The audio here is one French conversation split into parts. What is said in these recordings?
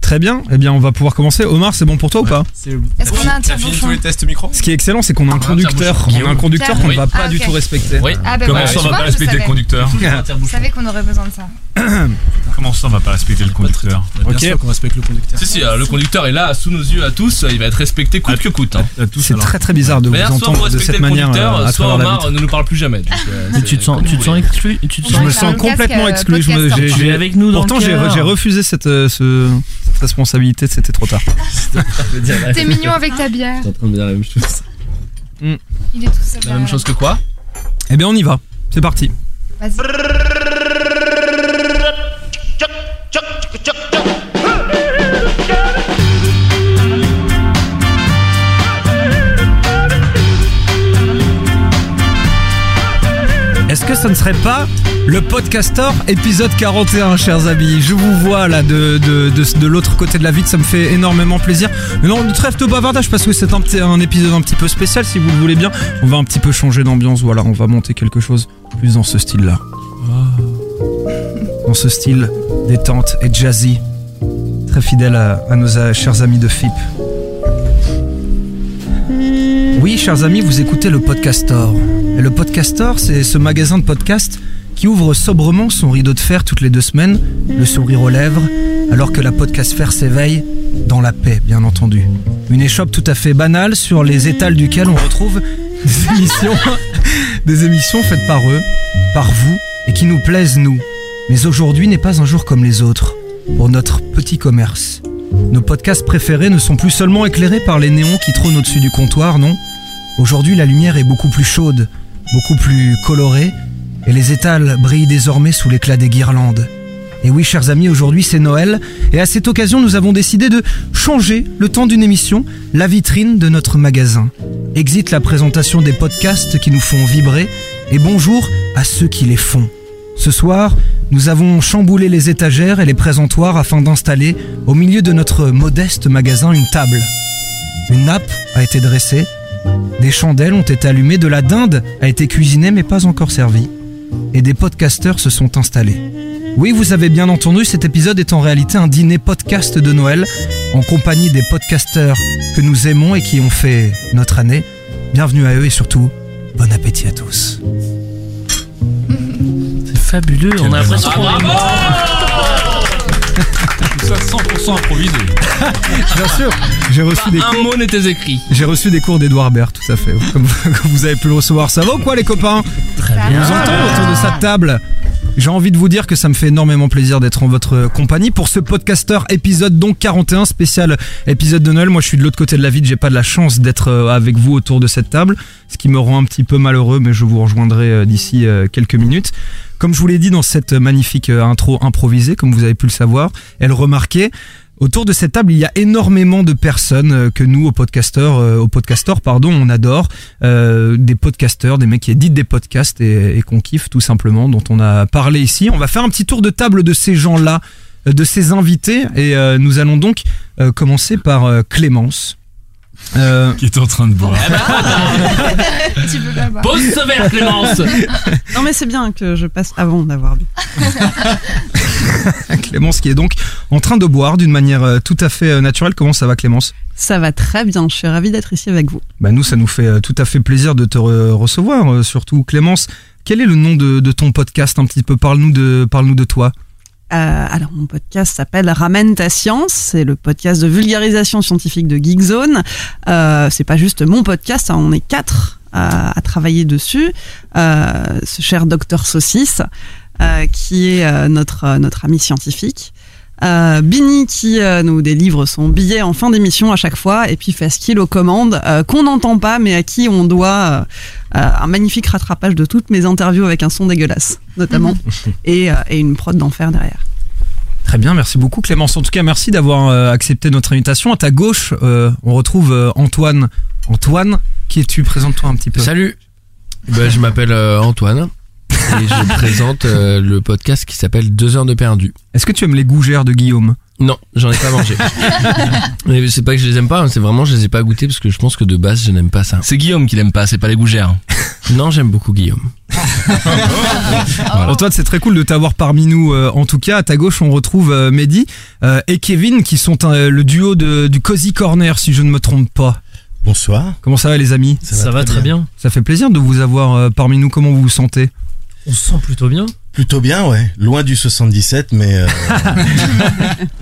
Très bien, eh bien on va pouvoir commencer. Omar, c'est bon pour toi ou pas Est-ce T'as qu'on a un fini- t'as fini tire-bouchon tous les tests micro Ce qui est excellent, c'est qu'on a un Ah, conducteur, tiens, on a un conducteur qu'on ne va Guillaume. pas Ah, du ok. tout respecter. Oui. Ah bah Comment voilà, ça, tu on va vois, pas je respecter le savais. conducteur Je savais qu'on aurait besoin de ça. Comment ça, on va pas respecter le conducteur Ok. Bien sûr qu'on respecte le conducteur. Si, si, euh, le conducteur est là, sous nos yeux à tous, euh, il va être respecté coûte que coûte. Hein. À tous, C'est alors. très très bizarre de vous D'ailleurs, soit vous entendre de respectez cette le manière conducteur, euh, à soit travers la Omar vitre. ne nous parle plus jamais. donc, euh, Mais c'est- tu te sens, comme tu vous te sens voulez. exclu, tu Je te Je sens Ouais, me il a un sens casque, complètement euh, exclu. je me- podcasteur. j'ai- Tu Tu es j'ai- avec nous dans Pourtant, le j'ai cœur. j'ai refusé cette, euh, ce- cette responsabilité, c'était trop tard. Ah, T'es mignon avec ta bière. T'es en train de me dire la même chose. Il est tout La seul. même derrière. chose que quoi Eh bien, on y va. C'est parti. Vas-y. Est-ce que ça ne serait pas le Podcaster épisode 41, chers amis Je vous vois là de, de, de, de l'autre côté de la vitre, ça me fait énormément plaisir. Mais non, trêve de bavardage parce que c'est un, petit- un épisode un petit peu spécial, si vous le voulez bien. On va un petit peu changer d'ambiance, voilà, on va monter quelque chose plus dans ce style-là. Dans ce style détente et jazzy, très fidèle à, à nos euh, chers amis de FIP. Oui, chers amis, vous écoutez le Podcastor. Et le Podcastor, c'est ce magasin de podcasts qui ouvre sobrement son rideau de fer toutes les deux semaines, le sourire aux lèvres, alors que la podcastfère s'éveille dans la paix, bien entendu. Une échoppe tout à fait banale sur les étals duquel on retrouve des émissions, des émissions faites par eux, par vous, et qui nous plaisent, nous. Mais aujourd'hui n'est pas un jour comme les autres pour notre petit commerce. Nos podcasts préférés ne sont plus seulement éclairés par les néons qui trônent au-dessus du comptoir, non Aujourd'hui, la lumière est beaucoup plus chaude, beaucoup plus colorée, et les étals brillent désormais sous l'éclat des guirlandes. Et oui, chers amis, aujourd'hui c'est Noël, et à cette occasion, nous avons décidé de changer, le temps d'une émission, la vitrine de notre magasin. Exit la présentation des podcasts qui nous font vibrer, et bonjour à ceux qui les font. Ce soir, nous avons chamboulé les étagères et les présentoirs afin d'installer, au milieu de notre modeste magasin, une table. Une nappe a été dressée, des chandelles ont été allumées, de la dinde a été cuisinée mais pas encore servie. Et des podcasteurs se sont installés. Oui, vous avez bien entendu, cet épisode est en réalité un dîner podcast de Noël, en compagnie des podcasteurs que nous aimons et qui ont fait notre année. Bienvenue à eux et surtout, bon appétit à tous. C'est fabuleux, on a l'impression qu'on est mort. Tout ça 100% improvisé. Bien sûr, j'ai reçu des Un mot n'était écrit. J'ai reçu des cours d'Edouard Baird, tout à fait, comme, comme vous avez pu le recevoir. Ça va ou quoi, les copains Très Ça bien. va. vous entendre autour de cette table. J'ai envie de vous dire que ça me fait énormément plaisir d'être en votre compagnie pour ce podcaster épisode donc 41 spécial épisode de Noël. Moi je suis de l'autre côté de la ville, j'ai pas de la chance d'être euh, avec vous autour de cette table, ce qui me rend un petit peu malheureux mais je vous rejoindrai euh, d'ici euh, quelques minutes. Comme je vous l'ai dit dans cette magnifique euh, intro improvisée, comme vous avez pu le savoir, elle remarquait Autour de cette table, il y a énormément de personnes euh, que nous, au podcasteur, euh, au podcasteur, pardon, on adore euh, des podcasteurs, des mecs qui éditent des podcasts et, et qu'on kiffe tout simplement, dont on a parlé ici. On va faire un petit tour de table de ces gens-là, euh, de ces invités, et euh, nous allons donc euh, commencer par euh, Clémence. Euh, Qui est en train de boire. Tu peux pas boire. Pose ce verre, Clémence Non mais c'est bien que je passe avant d'avoir bu. Clémence qui est donc en train de boire d'une manière euh, tout à fait euh, naturelle. Comment ça va Clémence Ça va très bien, je suis ravie d'être ici avec vous. bah nous, ça nous fait euh, tout à fait plaisir de te re- recevoir, euh, surtout Clémence. Quel est le nom de, de ton podcast un petit peu Parle-nous de, parle-nous de toi. Euh, alors mon podcast s'appelle Ramène ta science, c'est le podcast de vulgarisation scientifique de Geekzone. Euh, c'est pas juste mon podcast, hein, on est quatre euh, à, à travailler dessus. Euh, ce cher docteur Saucisse, euh, qui est euh, notre, euh, notre ami scientifique. Euh, Bini qui euh, nous délivre son billet en fin d'émission à chaque fois et puis Faskil aux commandes euh, qu'on n'entend pas mais à qui on doit euh, euh, un magnifique rattrapage de toutes mes interviews avec un son dégueulasse notamment et, euh, et une prod d'enfer derrière. Très bien, merci beaucoup Clémence. En tout cas, merci d'avoir euh, accepté notre invitation. À ta gauche, euh, on retrouve euh, Antoine. Antoine, qui es-tu Présente-toi un petit peu. Salut Bah, Je m'appelle euh, Antoine et je présente euh, le podcast qui s'appelle 2 heures de perdu. Est-ce que tu aimes les gougères de Guillaume Non, j'en ai pas mangé. Mais c'est pas que je les aime pas, hein, c'est vraiment je les ai pas goûtés parce que je pense que de base je n'aime pas ça. C'est Guillaume qui l'aime pas, c'est pas les gougères. Non, j'aime beaucoup Guillaume. Antoine, c'est très cool de t'avoir parmi nous. euh, en tout cas, à ta gauche, on retrouve euh, Mehdi euh, et Kevin, qui sont euh, le duo de- du Cozy Corner, si je ne me trompe pas. Bonsoir. Comment ça va, les amis Ça va très bien. Ça fait plaisir de vous avoir euh, parmi nous. Comment vous vous sentez On se sent plutôt bien. Plutôt bien, ouais. Loin du 77, mais euh,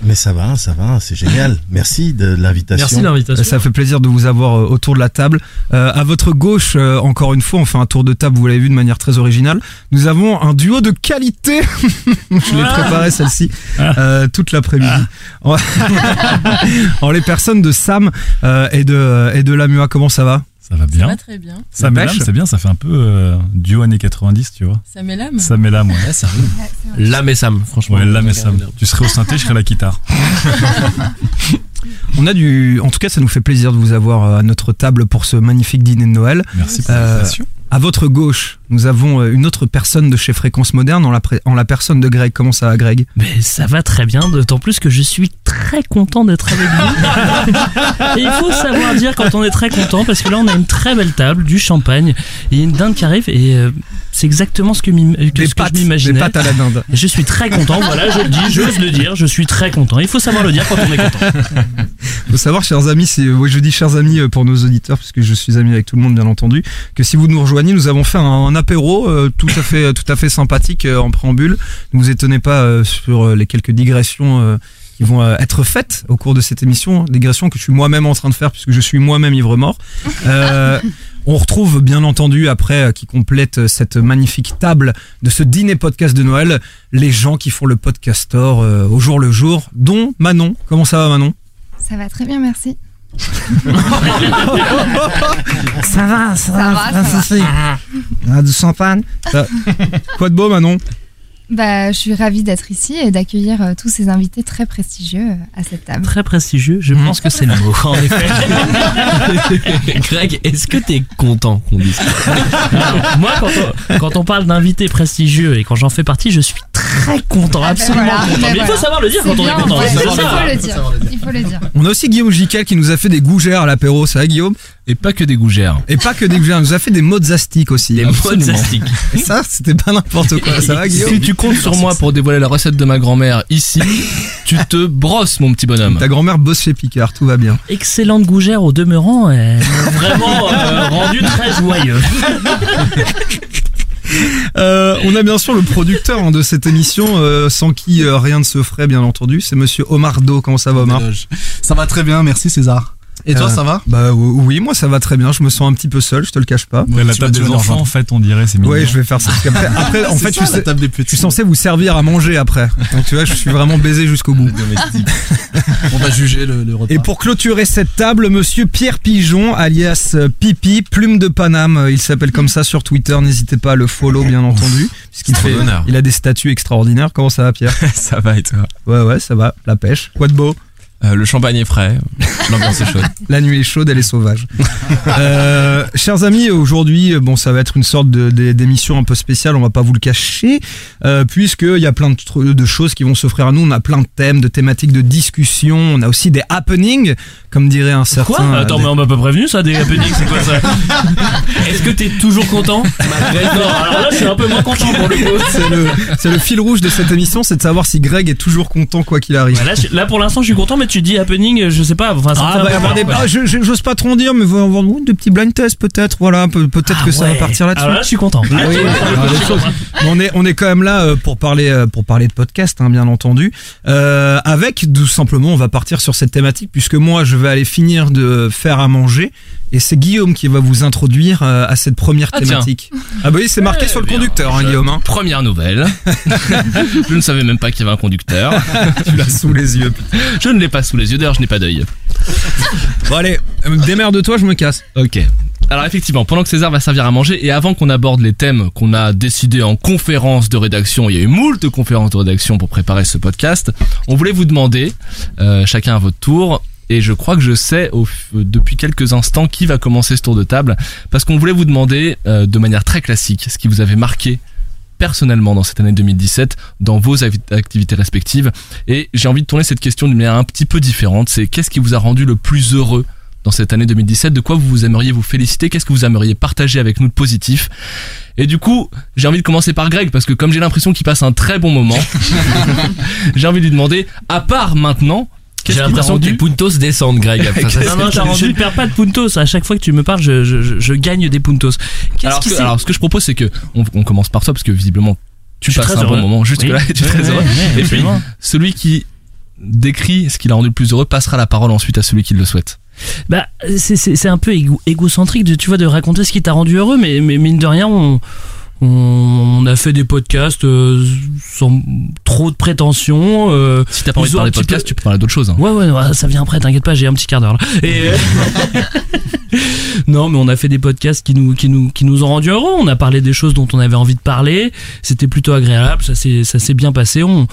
mais ça va, ça va, c'est génial. Merci de Merci de l'invitation. l'invitation. Euh, Ça fait plaisir de vous avoir euh, autour de la table. Euh, à votre gauche, euh, encore une fois, on fait un tour de table, vous l'avez vu de manière très originale. Nous avons un duo de qualité. Je l'ai préparé celle-ci Ah. euh, toute l'après-midi. En- en les personnes de Sam euh, et de et de Lamua, comment ça va Ça va Ça bien. va très bien. Ça La met l'âme, pêche. c'est bien, ça fait un peu euh, duo années 90, tu vois. Ça met l'âme. Ça met l'âme, ouais. Ouais, ça Ouais, c'est vrai. L'âme et Sam, franchement. Ouais, l'âme et ça. Tu serais au synthé, je serais à la guitare. On a du, en tout cas, ça nous fait plaisir de vous avoir euh, à notre table pour ce magnifique dîner de Noël. Merci pour Euh, l'invitation. À votre gauche, nous avons euh, une autre personne de chez Fréquence Moderne, en la, pré- en la personne de Greg. Comment ça va, Greg Mais ça va très bien, d'autant plus que je suis très content d'être avec vous. Et il faut savoir dire quand on est très content, parce que là on a une très belle table, du champagne, et une dinde qui arrive, et euh, c'est exactement ce que, m'im- que Des ce que pâtes, je des m'imaginais. pâtes à la dinde. Je suis très content, voilà, je le dis, j'ose le dire, je suis très content. Il faut savoir le dire quand on est content. faut savoir, chers amis, c'est, oui, je dis chers amis euh, pour nos auditeurs, parce que je suis ami avec tout le monde, bien entendu, que si vous nous rejoignez, nous avons fait un, un apéro euh, tout à fait, tout à fait sympathique euh, en préambule. Ne vous étonnez pas euh, sur euh, les quelques digressions. euh, qui vont euh, être faites au cours de cette émission, digressions que je suis moi-même en train de faire puisque je suis moi-même ivre mort. Euh, on retrouve bien entendu après euh, qui complète euh, cette magnifique table de ce dîner podcast de Noël les gens qui font le podcaster euh, au jour le jour, dont Manon. Comment ça va Manon Ça va très bien, merci. Ah, Ça va, ça va, va, pas de ça va. Ah. du champagne. Quoi de beau, Manon Bah, je suis ravie d'être ici et d'accueillir euh, tous ces invités très prestigieux euh, à cette table. Très prestigieux, je Mhm. pense que c'est le mot. En effet. Greg, est-ce que t'es content qu'on dise ça Alors, moi, quand on, quand on parle d'invités prestigieux et quand j'en fais partie, je suis très content, Ah ben absolument voilà, content. ben Mais il faut voilà. savoir le dire quand C'est bien, on est content. ouais, c'est il faut ça. le dire. Il faut le dire. On a aussi Guillaume Jiquel qui nous a fait des gougères à l'apéro, ça va Guillaume Et pas que des gougères. Et pas que des gougères, il nous a fait des mozzastiques aussi. Des Absolument. mozzastiques. Et ça, c'était pas n'importe quoi, ça va Guillaume Si tu comptes sur moi pour dévoiler la recette de ma grand-mère ici, tu te brosses, mon petit bonhomme. Ta grand-mère bosse chez Picard, tout va bien. Excellente gougère au demeurant, elle m'a vraiment euh, rendu très joyeux. Euh, on a bien sûr le producteur hein, de cette émission, euh, sans qui euh, rien ne se ferait bien entendu, c'est monsieur Omar Do. Comment ça va Omar Ça va très bien, merci César. Et toi, Euh, ça va Bah oui, moi ça va très bien, je me sens un petit peu seul, je te le cache pas. Ouais, la tu vas- table tu vas des nous enfants, rejoindre. en fait, on dirait, c'est mignon. Ouais, je vais faire ça. parce qu'après- après, en fait, C'est ça, tu sais, la table des Je suis petits. censé vous servir à manger après. Donc tu vois, je suis vraiment baisé jusqu'au bout. On va juger le, le repas. Et pour clôturer cette table, monsieur Pierre Pigeon, alias euh, Pipi, plume de Paname, euh, il s'appelle comme ça sur Twitter, n'hésitez pas à le follow bien entendu. Puisqu'il trop fait, d'honneur. il a des statuts extraordinaires. Comment ça va Pierre Ça va et toi Ouais Euh, ouais, ça va, la pêche. Quoi de beau Le champagne est frais, l'ambiance est chaude. La nuit est chaude, elle est sauvage. Euh, chers amis, aujourd'hui, euh, bon, ça va être une sorte de- de- d'émission un peu spéciale, on va pas vous le cacher, euh, puisqu'il y a plein de, tr- de choses qui vont s'offrir à nous. On a plein de thèmes, de thématiques, de discussions, on a aussi des happenings, comme dirait un certain. euh, Quoi Attends, mais on m'a pas prévenu ça des happenings, c'est quoi ça Est-ce que t'es toujours content Non, alors là je suis un peu moins content pour le coup. c'est le, c'est le fil rouge de cette émission, c'est de savoir si Greg est toujours content quoi qu'il arrive. Bah Là, je- là, pour l'instant je suis content, mais tu dis happening, euh, je sais pas. Enfin, ça me fait Ah, un peu bah, il va y avoir peur, des- quoi. ah, je- je- j'ose pas trop en dire, mais il va y avoir ouh, des petits blind tests peut-être, voilà, peu- peut-être que ça Ah Ouais. va partir là-dessus. Alors là je suis content. Là, Oui, tu vois, alors, je les Ah, suis choses. content. Mais on est on est quand même là euh, pour parler euh, pour parler de podcast hein, bien entendu euh, avec tout simplement on va partir sur cette thématique puisque moi je vais aller finir de faire à manger et c'est Guillaume qui va vous introduire euh, à cette première Ah, thématique ah bah oui c'est marqué Eh sur le bien, conducteur hein, je- Guillaume hein. Première nouvelle. je ne savais même pas qu'il y avait un conducteur. tu l'as sous les yeux putain. Je ne l'ai pas sous les yeux, d'ailleurs, je n'ai pas d'œil. bon allez euh, démerde-toi je me casse Ok. Alors effectivement, pendant que César va servir à manger et avant qu'on aborde les thèmes qu'on a décidés en conférence de rédaction, il y a eu moult conférences de rédaction pour préparer ce podcast, on voulait vous demander, euh, chacun à votre tour, et je crois que je sais au f- euh, depuis quelques instants qui va commencer ce tour de table, parce qu'on voulait vous demander euh, de manière très classique ce qui vous avait marqué personnellement dans cette année 2017, dans vos avi- activités respectives, et j'ai envie de tourner cette question d'une manière un petit peu différente, c'est qu'est-ce qui vous a rendu le plus heureux dans cette année 2017, de quoi vous, vous aimeriez vous féliciter, qu'est-ce que vous aimeriez partager avec nous de positif. Et du coup, j'ai envie de commencer par Greg, parce que comme j'ai l'impression qu'il passe un très bon moment, j'ai envie de lui demander, à part maintenant, J'ai qu'est-ce qui t'a l'impression que rendu tes puntos descendent, Greg. Enfin, ça, Non, non, c'est- t'as rendu, ne perds pas de puntos. À chaque fois que tu me parles, je, je- je- je gagne des puntos. Qu'est-ce alors, qui que- s'est- alors, ce que je propose, c'est que on, on commence par toi, parce que visiblement, tu Je suis passes très un bon heureux. moment jusque-là, Oui. tu es très Ouais, heureux. ouais, ouais, Et puis, absolument. Celui qui décrit ce qui l'a rendu le plus heureux passera la parole ensuite à celui qui le souhaite. Bah, c'est- c'est c'est un peu égo- égocentrique de, tu vois, de raconter ce qui t'a rendu heureux, mais, mais mine de rien, on, on, on a fait des podcasts euh, sans trop de prétention. euh, Si t'as pas envie Ils de ont parler un petit podcast, peu- tu peux parler d'autre chose. hein. Ouais, ouais, ouais, ça vient après, t'inquiète pas, j'ai un petit quart d'heure là. Et euh, non, mais on a fait des podcasts qui nous, qui nous, qui nous ont rendu heureux. On a parlé des choses dont on avait envie de parler. C'était plutôt agréable. Ça s'est, ça s'est bien passé. On,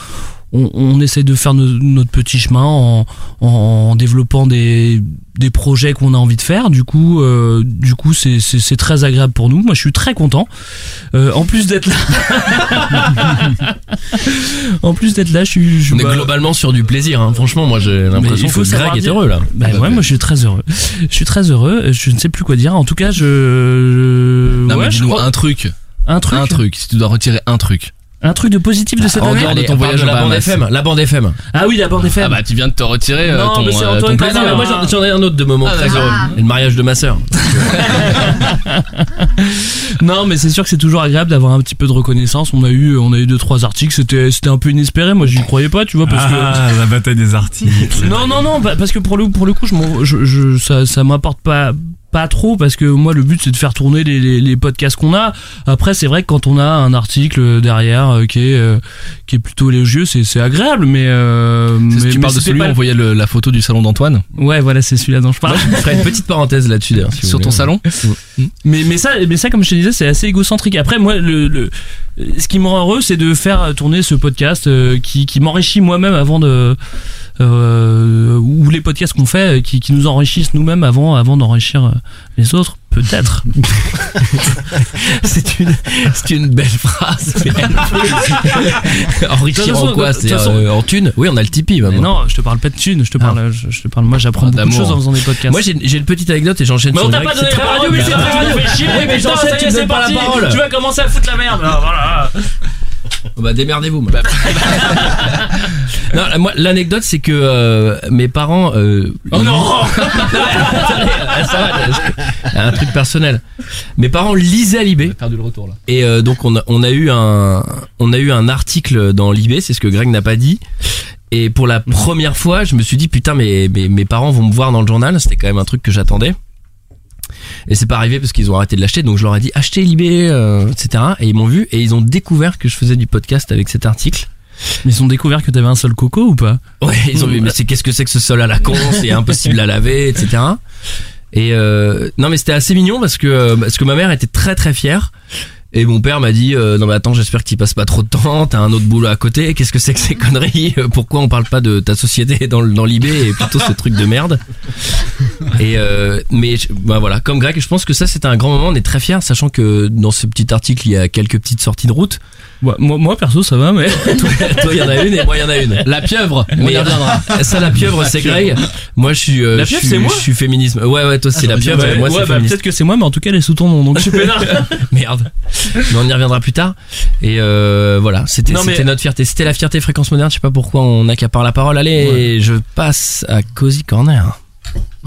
on, on essaie de faire no- notre petit chemin en, en développant des, des projets qu'on a envie de faire. Du coup, euh, du coup, c'est, c'est, c'est très agréable pour nous. Moi, je suis très content. Euh, en plus d'être là, en plus d'être là, je suis. je- On est bah, globalement sur du plaisir. hein. Franchement, moi, j'ai l'impression il faut que savoir Greg est dire- heureux là. Bah ouais, moi je suis très heureux. Je suis très heureux. Je ne sais plus quoi dire. En tout cas, je. Non, ouais, mais je dis-nous crois- un truc, un truc. un truc, si tu dois retirer un truc. Un truc de positif de cette En année. dehors de Allez, Bah, ton on parle voyage de à la la bande Bahamas. FM. La bande FM. Ah oui, la bande FM. Ah bah tu viens de te retirer euh, Non, ton, mais c'est euh, Antoine ton qui Ah non, plaisir. mais moi j'en- j'en ai un autre de moment Ah, très d'accord. heureux. Et le mariage de ma sœur. Non, mais c'est sûr que c'est toujours agréable d'avoir un petit peu de reconnaissance. On a eu, on a eu deux trois articles. C'était, c'était un peu inespéré. Moi, j'y croyais pas, tu vois, parce que. Ah, la bataille des articles. Non, non, non, bah, parce que pour le, pour le coup, je, m'en- je, je- ça, ça m'apporte pas pas trop parce que moi le but c'est de faire tourner les, les, les podcasts qu'on a après c'est vrai que quand on a un article derrière euh, qui est euh, qui est plutôt élogieux c'est c'est agréable mais euh, C'est- mais- tu mais parles de c'était celui où pas on voyait le- la photo du salon d'Antoine le- ouais voilà c'est celui-là dont je parle Moi, je ferai une petite parenthèse là-dessus d'ailleurs. si vous sur ton voulez. salon. Mm. mais mais ça mais ça comme je te disais c'est assez égocentrique après moi le, le ce qui me rend heureux c'est de faire tourner ce podcast euh, qui qui m'enrichit moi-même avant de euh, ou les podcasts qu'on fait euh, qui, qui nous enrichissent nous-mêmes avant avant d'enrichir euh, les autres peut-être C'est une, c'est une belle phrase. De Enrichir toute en façon, de quoi euh, toute C'est façon- en thunes Oui, on a le Tipeee mais maintenant. non je te parle pas de thunes je te parle je, je te parle moi j'apprends Ah, beaucoup de d'amour. choses en faisant des podcasts Moi j'ai j'ai une petite anecdote et j'enchaîne mais sur on t'a Greg, pas donné c'est la parole, mais très drôle. Ah, Bah, c'est très radio, fais chier, Oui, mais putain, Jean-Seb, ça y tu est, me c'est donnes pas la parti, parole. Tu vas commencer à foutre la merde, alors, voilà. Bah démerdez-vous. moi. bah, non, la- moi l'anecdote c'est que euh, mes parents. euh, Oh ils- non Attendez, Ah. ça va, j'ai- j'ai un truc personnel. Mes parents lisaient Libé Perdu le retour là. et euh, donc on a, on a eu un on a eu un article dans Libé, c'est ce que Greg n'a pas dit. Et pour la première fois, je me suis dit putain mais mes, mes parents vont me voir dans le journal, c'était quand même un truc que j'attendais. Et c'est pas arrivé parce qu'ils ont arrêté de l'acheter, donc je leur ai dit achetez Libé, euh, etc. Et ils m'ont vu et ils ont découvert que je faisais du podcast avec cet article. Mais ils ont découvert que t'avais un seul coco ou pas Ouais, ils ont vu, mais c'est qu'est-ce que c'est que ce sol à la con, c'est impossible à laver, etc. Et euh, non, mais c'était assez mignon parce que euh, parce que ma mère était très très fière. Et mon père m'a dit euh, non mais attends j'espère que tu passes pas trop de temps t'as un autre boulot à côté qu'est-ce que c'est que ces conneries euh, pourquoi on parle pas de ta société dans le- dans l'IB et plutôt ce truc de merde et euh, mais je- bah voilà comme Greg je pense que ça c'était un grand moment on est très fiers sachant que dans ce petit article il y a quelques petites sorties de route Ouais, moi, moi perso ça va mais toi, il y en a une et moi, il y en a une. La pieuvre. Mais euh, ça, la pieuvre, c'est Greg. Moi, je suis. euh, La je pieuvre, suis- c'est moi Je suis féminisme. Ouais, ouais, toi, c'est la pieuvre. et Ouais, moi, ouais, c'est bah, féministe. peut-être que c'est moi mais en tout cas elle est sous ton nom donc je suis peinard. Merde. Mais on y reviendra plus tard. Et euh, voilà, c'était Non, mais- c'était notre fierté. C'était la fierté fréquence moderne. Je sais pas pourquoi on accapare la parole. Allez, je passe à Cozy Corner.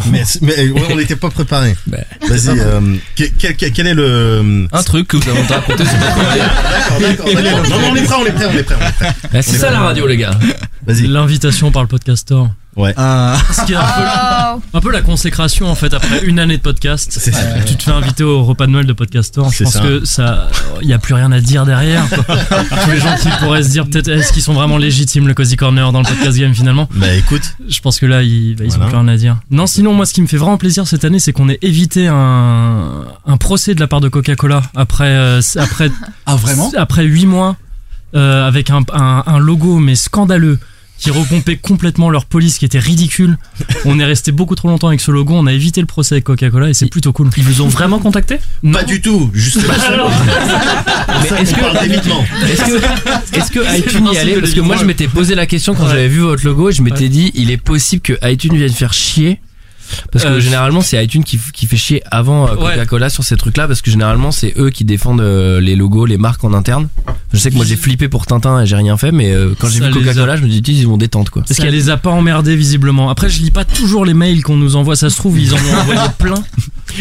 Mais, mais, euh, ouais, on n'était pas préparé. Bah. Vas-y, euh, que- quel, quel- quel est le. Un truc que vous avez entendu raconter sur votre D'accord, d'accord. allez, Non, non, on est prêt, on est prêt, on est prêt. on est prêt. Ah, c'est On est ça pas la mal. radio, les gars. Vas-y. L'invitation par le podcaster. Ah, Ce qui est un Oh, peu, la consécration en fait après une année de podcast. C'est ça. Tu te fais inviter au repas de Noël de podcaster. C'est pense ça. que ça, il n'y a plus rien à dire derrière. Tous les gens qui pourraient se dire peut-être est-ce qu'ils sont vraiment légitimes le Cozy Corner dans le podcast game finalement. Bah écoute, Je pense que là ils, ils ont Voilà. plus rien à dire. Non, sinon moi ce qui me fait vraiment plaisir cette année c'est qu'on ait évité un, un procès de la part de Coca-Cola après euh, c- après ah vraiment après 8 mois euh, avec un, un- un logo mais scandaleux qui repompait complètement leur police qui était ridicule. On est resté beaucoup trop longtemps avec ce logo, on a évité le procès avec Coca-Cola et c'est plutôt cool. Ils vous ont vraiment contacté pas du tout, justement. est-ce on parle d'évitement. Est-ce que, est-ce que iTunes y allait Parce que moi, je m'étais posé la question quand j'avais vu votre logo et je m'étais dit, il est possible que iTunes vienne faire chier Parce que Euh, généralement, c'est iTunes qui, qui fait chier avant euh, Coca-Cola sur ces trucs-là, parce que généralement, c'est eux qui défendent euh, les logos, les marques en interne. Je sais que moi, j'ai flippé pour Tintin et j'ai rien fait, mais euh, quand j'ai Ça vu les a- Coca-Cola, je me dis, Tiens, ils vont détendre quoi. Parce qu'elle les a pas emmerdés visiblement. Après, je lis pas toujours les mails qu'on nous envoie, ça se trouve, ils en ont envoyé plein.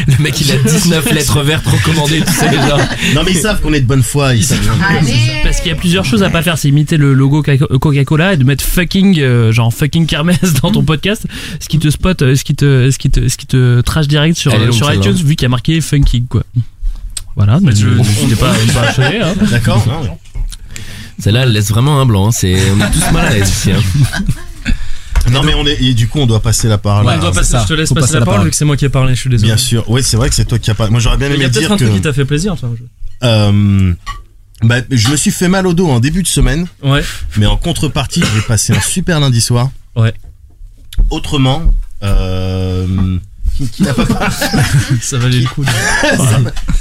Le mec, il a 19 lettres vertes recommandées, tu sais déjà. Non, mais ils savent qu'on est de bonne foi. Ils savent. Allez Parce qu'il y a plusieurs choses à pas faire, c'est imiter le logo Coca- Coca-Cola et de mettre fucking, euh, genre fucking kermesse dans Mm. ton podcast, ce qui te spot, euh, ce qui te, ce qui te, ce qui te trash direct sur, euh, Elle est longue, sur celle-là. iTunes, vu qu'il y a marqué funky quoi. Voilà, mais tu- n'hésitez pas, à- pas à acheter, hein. D'accord Celle-là, elle laisse vraiment un blanc. hein. C'est, on est tous mal à l'aise ici. hein. Non, mais on est. et du coup, on doit passer la parole. Ouais, à- on doit passer- je te laisse Faut passer, passer la la parole parole. vu que c'est moi qui ai parlé, je suis désolé. Bien sûr. Oui, c'est vrai que c'est toi qui as pas. Moi, j'aurais bien Mais Il y aimé a dire peut-être que. un truc qui t'a fait plaisir, toi. je- Euh, bah, je me suis fait mal au dos en début de semaine, Ouais. mais en contrepartie, j'ai passé un super lundi soir. Ouais. Autrement, euh, qui, qui n'a pas Ça valait le coup.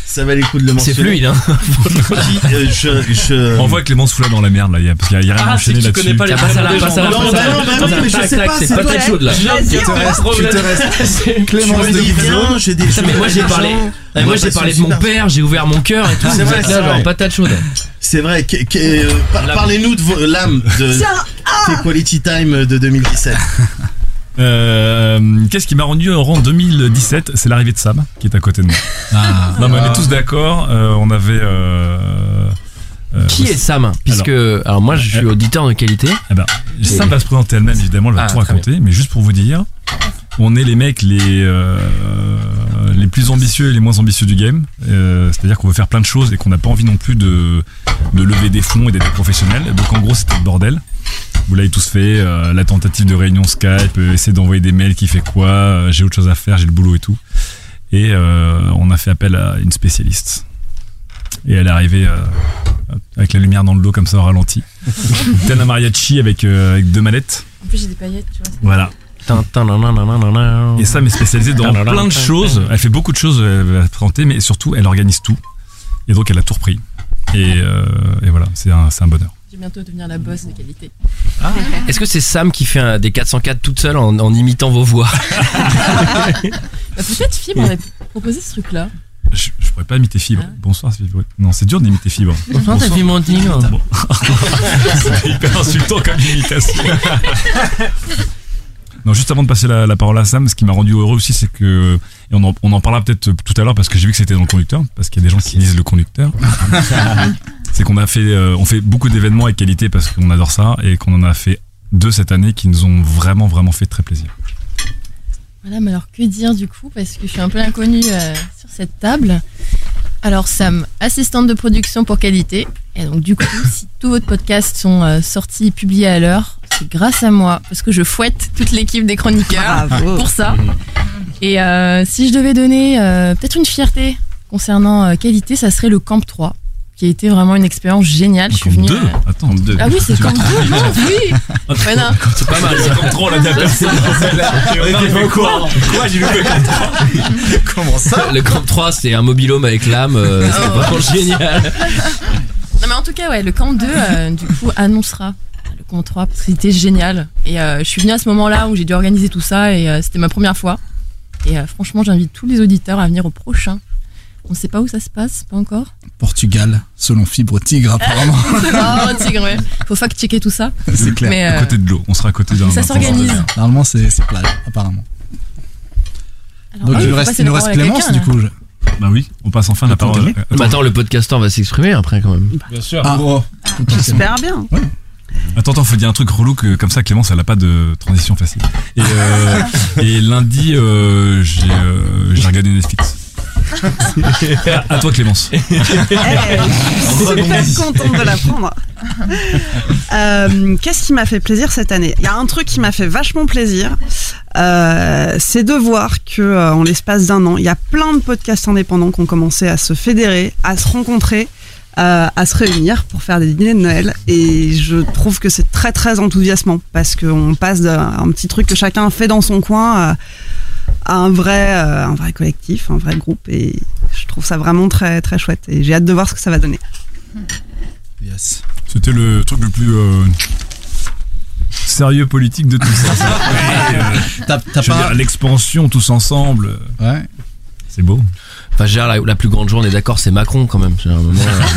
ça valait le coup de le mentionner. C'est fluide. Hein. Qui, euh, je, je- On voit Clément Soula dans la merde là, il y a- parce qu'il y a rien Ah, c'est enchaîné que tu connais là-dessus. pas les Tiens, passe à la- prénoms des passe à la- gens. Non, bah non, bah oui, mais je sais pas, c'est c'est pas toi. très chaud là. Vas-y, Tu te restes, tu te restes. Tu Clémence me de dis Guizot. bien, j'ai des. Putain, mais moi j'ai des parlé. gens. Eh, moi On j'ai passe parlé au de mon super- père, j'ai ouvert mon cœur et tout. C'est vrai, Là, c'est genre vrai. patate chaude. C'est vrai. que- que- euh, par- Parlez-nous de vos- l'âme de tes Quality Time de 2017. Euh, Qu'est-ce qui m'a rendu heureux en 2017 C'est l'arrivée de Sam, qui est à côté de moi. non, mais on est tous d'accord. euh, on avait. euh, euh, Qui est Sam Puisque alors, moi je suis auditeur de qualité. Eh ben, Sam va se présenter elle-même, évidemment, elle va Ah, tout très raconter, mais juste pour vous dire, on est les mecs les, euh, les plus ambitieux et les moins ambitieux du game. Euh, C'est-à-dire qu'on veut faire plein de choses et qu'on n'a pas envie non plus de, de lever des fonds et d'être des professionnels. Donc en gros, c'était le bordel. Vous l'avez tous fait, euh, la tentative de réunion Skype, euh, essayer d'envoyer des mails qui fait quoi, euh, j'ai autre chose à faire, j'ai le boulot et tout. Et euh, on a fait appel à une spécialiste. Et elle est arrivée euh, avec la lumière dans le dos comme ça au ralenti. Tel un mariachi avec, euh, avec deux mallettes. En plus, j'ai des paillettes, tu vois. Voilà. Tin, tin, nan, nan, nan, nan, nan. Et Sam est spécialisée dans plein de choses. Elle fait beaucoup de choses, euh, elle va présenter, mais surtout, elle organise tout. Et donc, elle a tout repris. Et, euh, et voilà, c'est un, c'est un bonheur. Je vais bientôt devenir la boss de qualité. Est-ce que c'est Sam qui fait un, des 404 toute seule en, en imitant vos voix Bah, Peut-être Fibre aurait proposé ce truc-là. Je, je pourrais pas imiter Fibre. Ah. Bonsoir, c'est Fibre. Non, c'est dur d'imiter Fibre. Enfin, t'as Bonsoir. vu mon livre Bon. c'est hyper insultant comme imitation. Non, juste avant de passer la, la parole à Sam, ce qui m'a rendu heureux aussi, c'est que. Et on en, on en parlera peut-être tout à l'heure parce que j'ai vu que c'était dans le conducteur, parce qu'il y a des gens qui lisent le conducteur. c'est qu'on a fait, euh, on fait beaucoup d'événements avec qualité parce qu'on adore ça et qu'on en a fait deux cette année qui nous ont vraiment, vraiment fait très plaisir. Voilà, mais alors que dire du coup Parce que je suis un peu l'inconnue euh, sur cette table. Alors, Sam, assistante de production pour qualité. Et donc, du coup, si tous vos podcasts sont euh, sortis et publiés à l'heure, c'est grâce à moi, parce que je fouette toute l'équipe des chroniqueurs. Bravo. pour ça. Et euh, si je devais donner euh, peut-être une fierté concernant euh, qualité, ça serait le Camp 3, qui a été vraiment une expérience géniale. Je suis Compte venue. deux euh, Attends, deux. Ah oui, c'est Camp 2, non, oui Ouais, non. C'est pas mal, c'est trop la quoi Quoi, j'ai loupé Comment ça Le Camp 3, c'est un mobilhome avec l'âme. euh, c'est Oh. vraiment génial. Non, mais en tout cas, ouais, le Camp 2, euh, du coup, annoncera le Camp 3, parce que c'était génial. Et euh, je suis venue à ce moment-là où j'ai dû organiser tout ça, et euh, c'était ma première fois. Et euh, franchement, j'invite tous les auditeurs à venir au prochain. On sait pas où ça se passe, pas encore Portugal, selon Fibre Tigre, apparemment. Ah, un tigre, ouais. Faut fact-checker tout ça. c'est clair. Mais, À euh, côté de l'eau, on sera à côté d'un. ça d'un- s'organise. Normalement, c'est c'est plage, apparemment. Alors, Donc, ah oui, il faut reste, passer il la nous reste parole à Clémence, quelqu'un, du là. coup. je- Bah oui, on passe enfin la Attends, parole. Mais Bah attends, le podcasteur va s'exprimer après quand même. Bien sûr. Ah, oh, J'espère bien. Attends, attends, faut dire un truc relou que comme ça, Clémence, elle a pas de transition facile. Et, euh, et lundi, euh, j'ai euh, j'ai regardé Netflix. à, à toi, Clémence. Hey, super contente de l'apprendre. Euh, Qu'est-ce qui m'a fait plaisir cette année Il y a un truc qui m'a fait vachement plaisir, euh, c'est de voir que euh, en l'espace d'un an, il y a plein de podcasts indépendants qui ont commencé à se fédérer, à se rencontrer. euh, à se réunir pour faire des dîners de Noël et je trouve que c'est très très enthousiasmant parce qu'on passe d'un petit truc que chacun fait dans son coin à, à un vrai euh, un vrai collectif, un vrai groupe et je trouve ça vraiment très très chouette et j'ai hâte de voir ce que ça va donner. yes. C'était le truc le plus euh, sérieux politique de tout ça. Ouais, euh, je veux pas- dire, L'expansion tous ensemble. Ouais. C'est beau. Enfin, je veux dire, la, la plus grande journée, d'accord, c'est Macron quand même. Je veux dire, à un moment,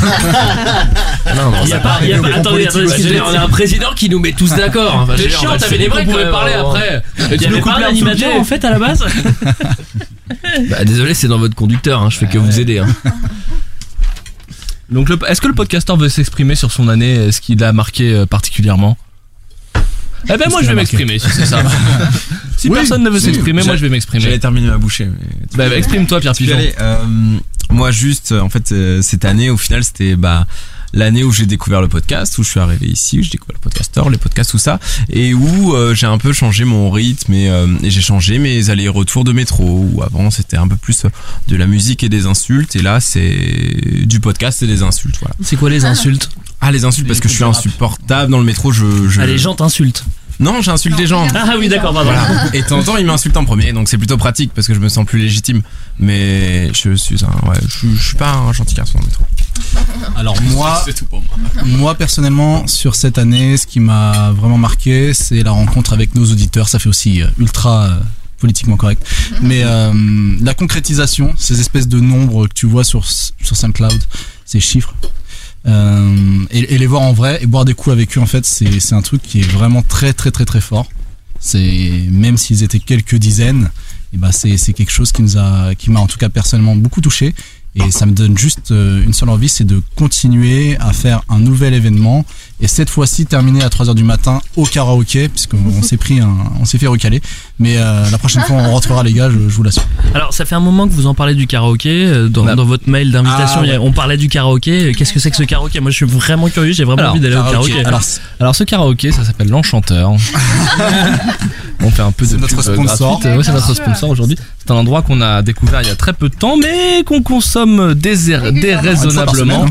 euh, non, mais on Il y a sait pas- il y a- Le attendez, complot politique, attendez, je veux dire, on a un président qui nous met tous d'accord. Enfin, je veux C'est dire, chiant, on va se t'avais des faire trucs qu'on pouvait quand parler même, après. on- Et Il tu y avait nous pas coupes un là en animateur sous-pied. en fait à la base Bah, désolé, c'est dans votre conducteur, hein, je fais que vous aider. hein. Donc, le- est-ce que le podcasteur veut s'exprimer sur son année Est-ce qu'il a marqué euh, particulièrement Eh ben, moi, je vais m'exprimer si c'est ça. si Oui, personne ne veut si. s'exprimer, moi, J'a- je vais J'allais m'exprimer. terminer ma bouchée. mais tu Bah, peux- bah, exprime-toi, Pierre tu peux y Pigeon. aller. Euh, moi, juste, euh, en fait, euh, cette année, au final, c'était bah, l'année où j'ai découvert le podcast, où je suis arrivé ici, où j'ai découvert le podcasteur, les podcasts, tout ça, et où euh, j'ai un peu changé mon rythme et, euh, et j'ai changé mes allers-retours de métro, où avant, c'était un peu plus euh, de la musique et des insultes, et là, c'est du podcast et des insultes, voilà. C'est quoi les insultes Ah, les insultes, parce que je suis insupportable dans le métro, je... je... Ah, les gens t'insultent. Non, j'insulte les gens. Ah oui, d'accord, pardon. Voilà. Et de temps en temps, il m'insulte en premier, donc c'est plutôt pratique parce que je me sens plus légitime. Mais je suis un, ouais, je, je suis pas un gentil garçon dans le métro. Alors moi, moi personnellement sur cette année, ce qui m'a vraiment marqué, c'est la rencontre avec nos auditeurs. Ça fait aussi euh, ultra euh, politiquement correct, mais euh, la concrétisation, ces espèces de nombres que tu vois sur sur SoundCloud, ces chiffres. euh, et, et les voir en vrai et boire des coups avec eux en fait c'est c'est un truc qui est vraiment très très très très fort c'est même s'ils étaient quelques dizaines et ben c'est c'est quelque chose qui nous a qui m'a en tout cas personnellement beaucoup touché et ça me donne juste euh, une seule envie c'est de continuer à faire un nouvel événement et cette fois-ci terminer à 3h du matin au karaoké puisqu'on on s'est pris un, on s'est fait recaler mais euh, la prochaine fois on rentrera les gars je, je vous l'assure Alors, ça fait un moment que vous en parlez du karaoké. euh, Dans, dans votre mail d'invitation, Ah, il y a- on parlait du karaoké. euh, Qu'est-ce que c'est que ce karaoké Moi, je suis vraiment curieux. J'ai vraiment Alors, envie d'aller au karaoké. karaoké. Alors, Alors, ce karaoké, ça s'appelle L'Enchanteur. On fait un peu de notre pub, euh, sponsor. gratuite. Ouais, c'est notre Bien sûr. sponsor aujourd'hui. C'est un endroit qu'on a découvert il y a très peu de temps, mais qu'on consomme déser- déraisonnablement.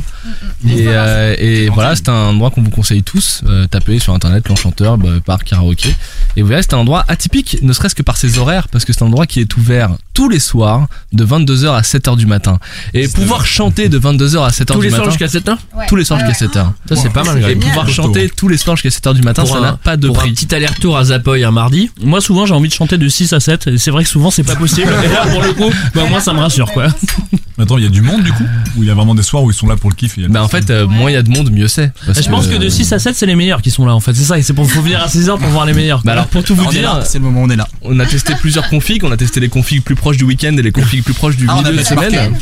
Une fois Et, euh, et voilà, c'est un endroit qu'on vous conseille tous. Euh, tapez sur internet l'enchanteur bah, par karaoké. Et vous verrez, c'est un endroit atypique, ne serait-ce que par ses horaires, parce que c'est un endroit qui est ouvert tous les soirs de 22h à 7h du matin. Et pouvoir chanter de 22h à 7h Tous du les soirs matin. jusqu'à 7h Tous les soirs Ah jusqu'à 7h. Ça, c'est pas mal, quand Et même. pouvoir Costaud, chanter tous les soirs jusqu'à 7h du matin, Pour ça un- n'a pas de pour un prix. petit aller-retour à Zapoy un mardi. Moi, souvent, j'ai envie de chanter de 6 à 7. Et c'est vrai que souvent, c'est pas possible. Et là, pour le coup, bah, moi, ça me rassure, quoi. Attends, il y a du monde du coup Ou il y a vraiment des soirs où ils sont là pour le kiff et il y a Bah en fait, euh, moins il y a de monde, mieux c'est. Parce je pense que de 6 à 7, c'est les meilleurs qui sont là, en fait. C'est ça. Il faut venir à 6 heures pour voir les meilleurs. Bah alors pour tout vous on est dire, là, c'est le moment on est là on a testé plusieurs configs, on a testé les configs plus proches du week-end et les configs plus proches du Ah, on a milieu de fait ça semaine.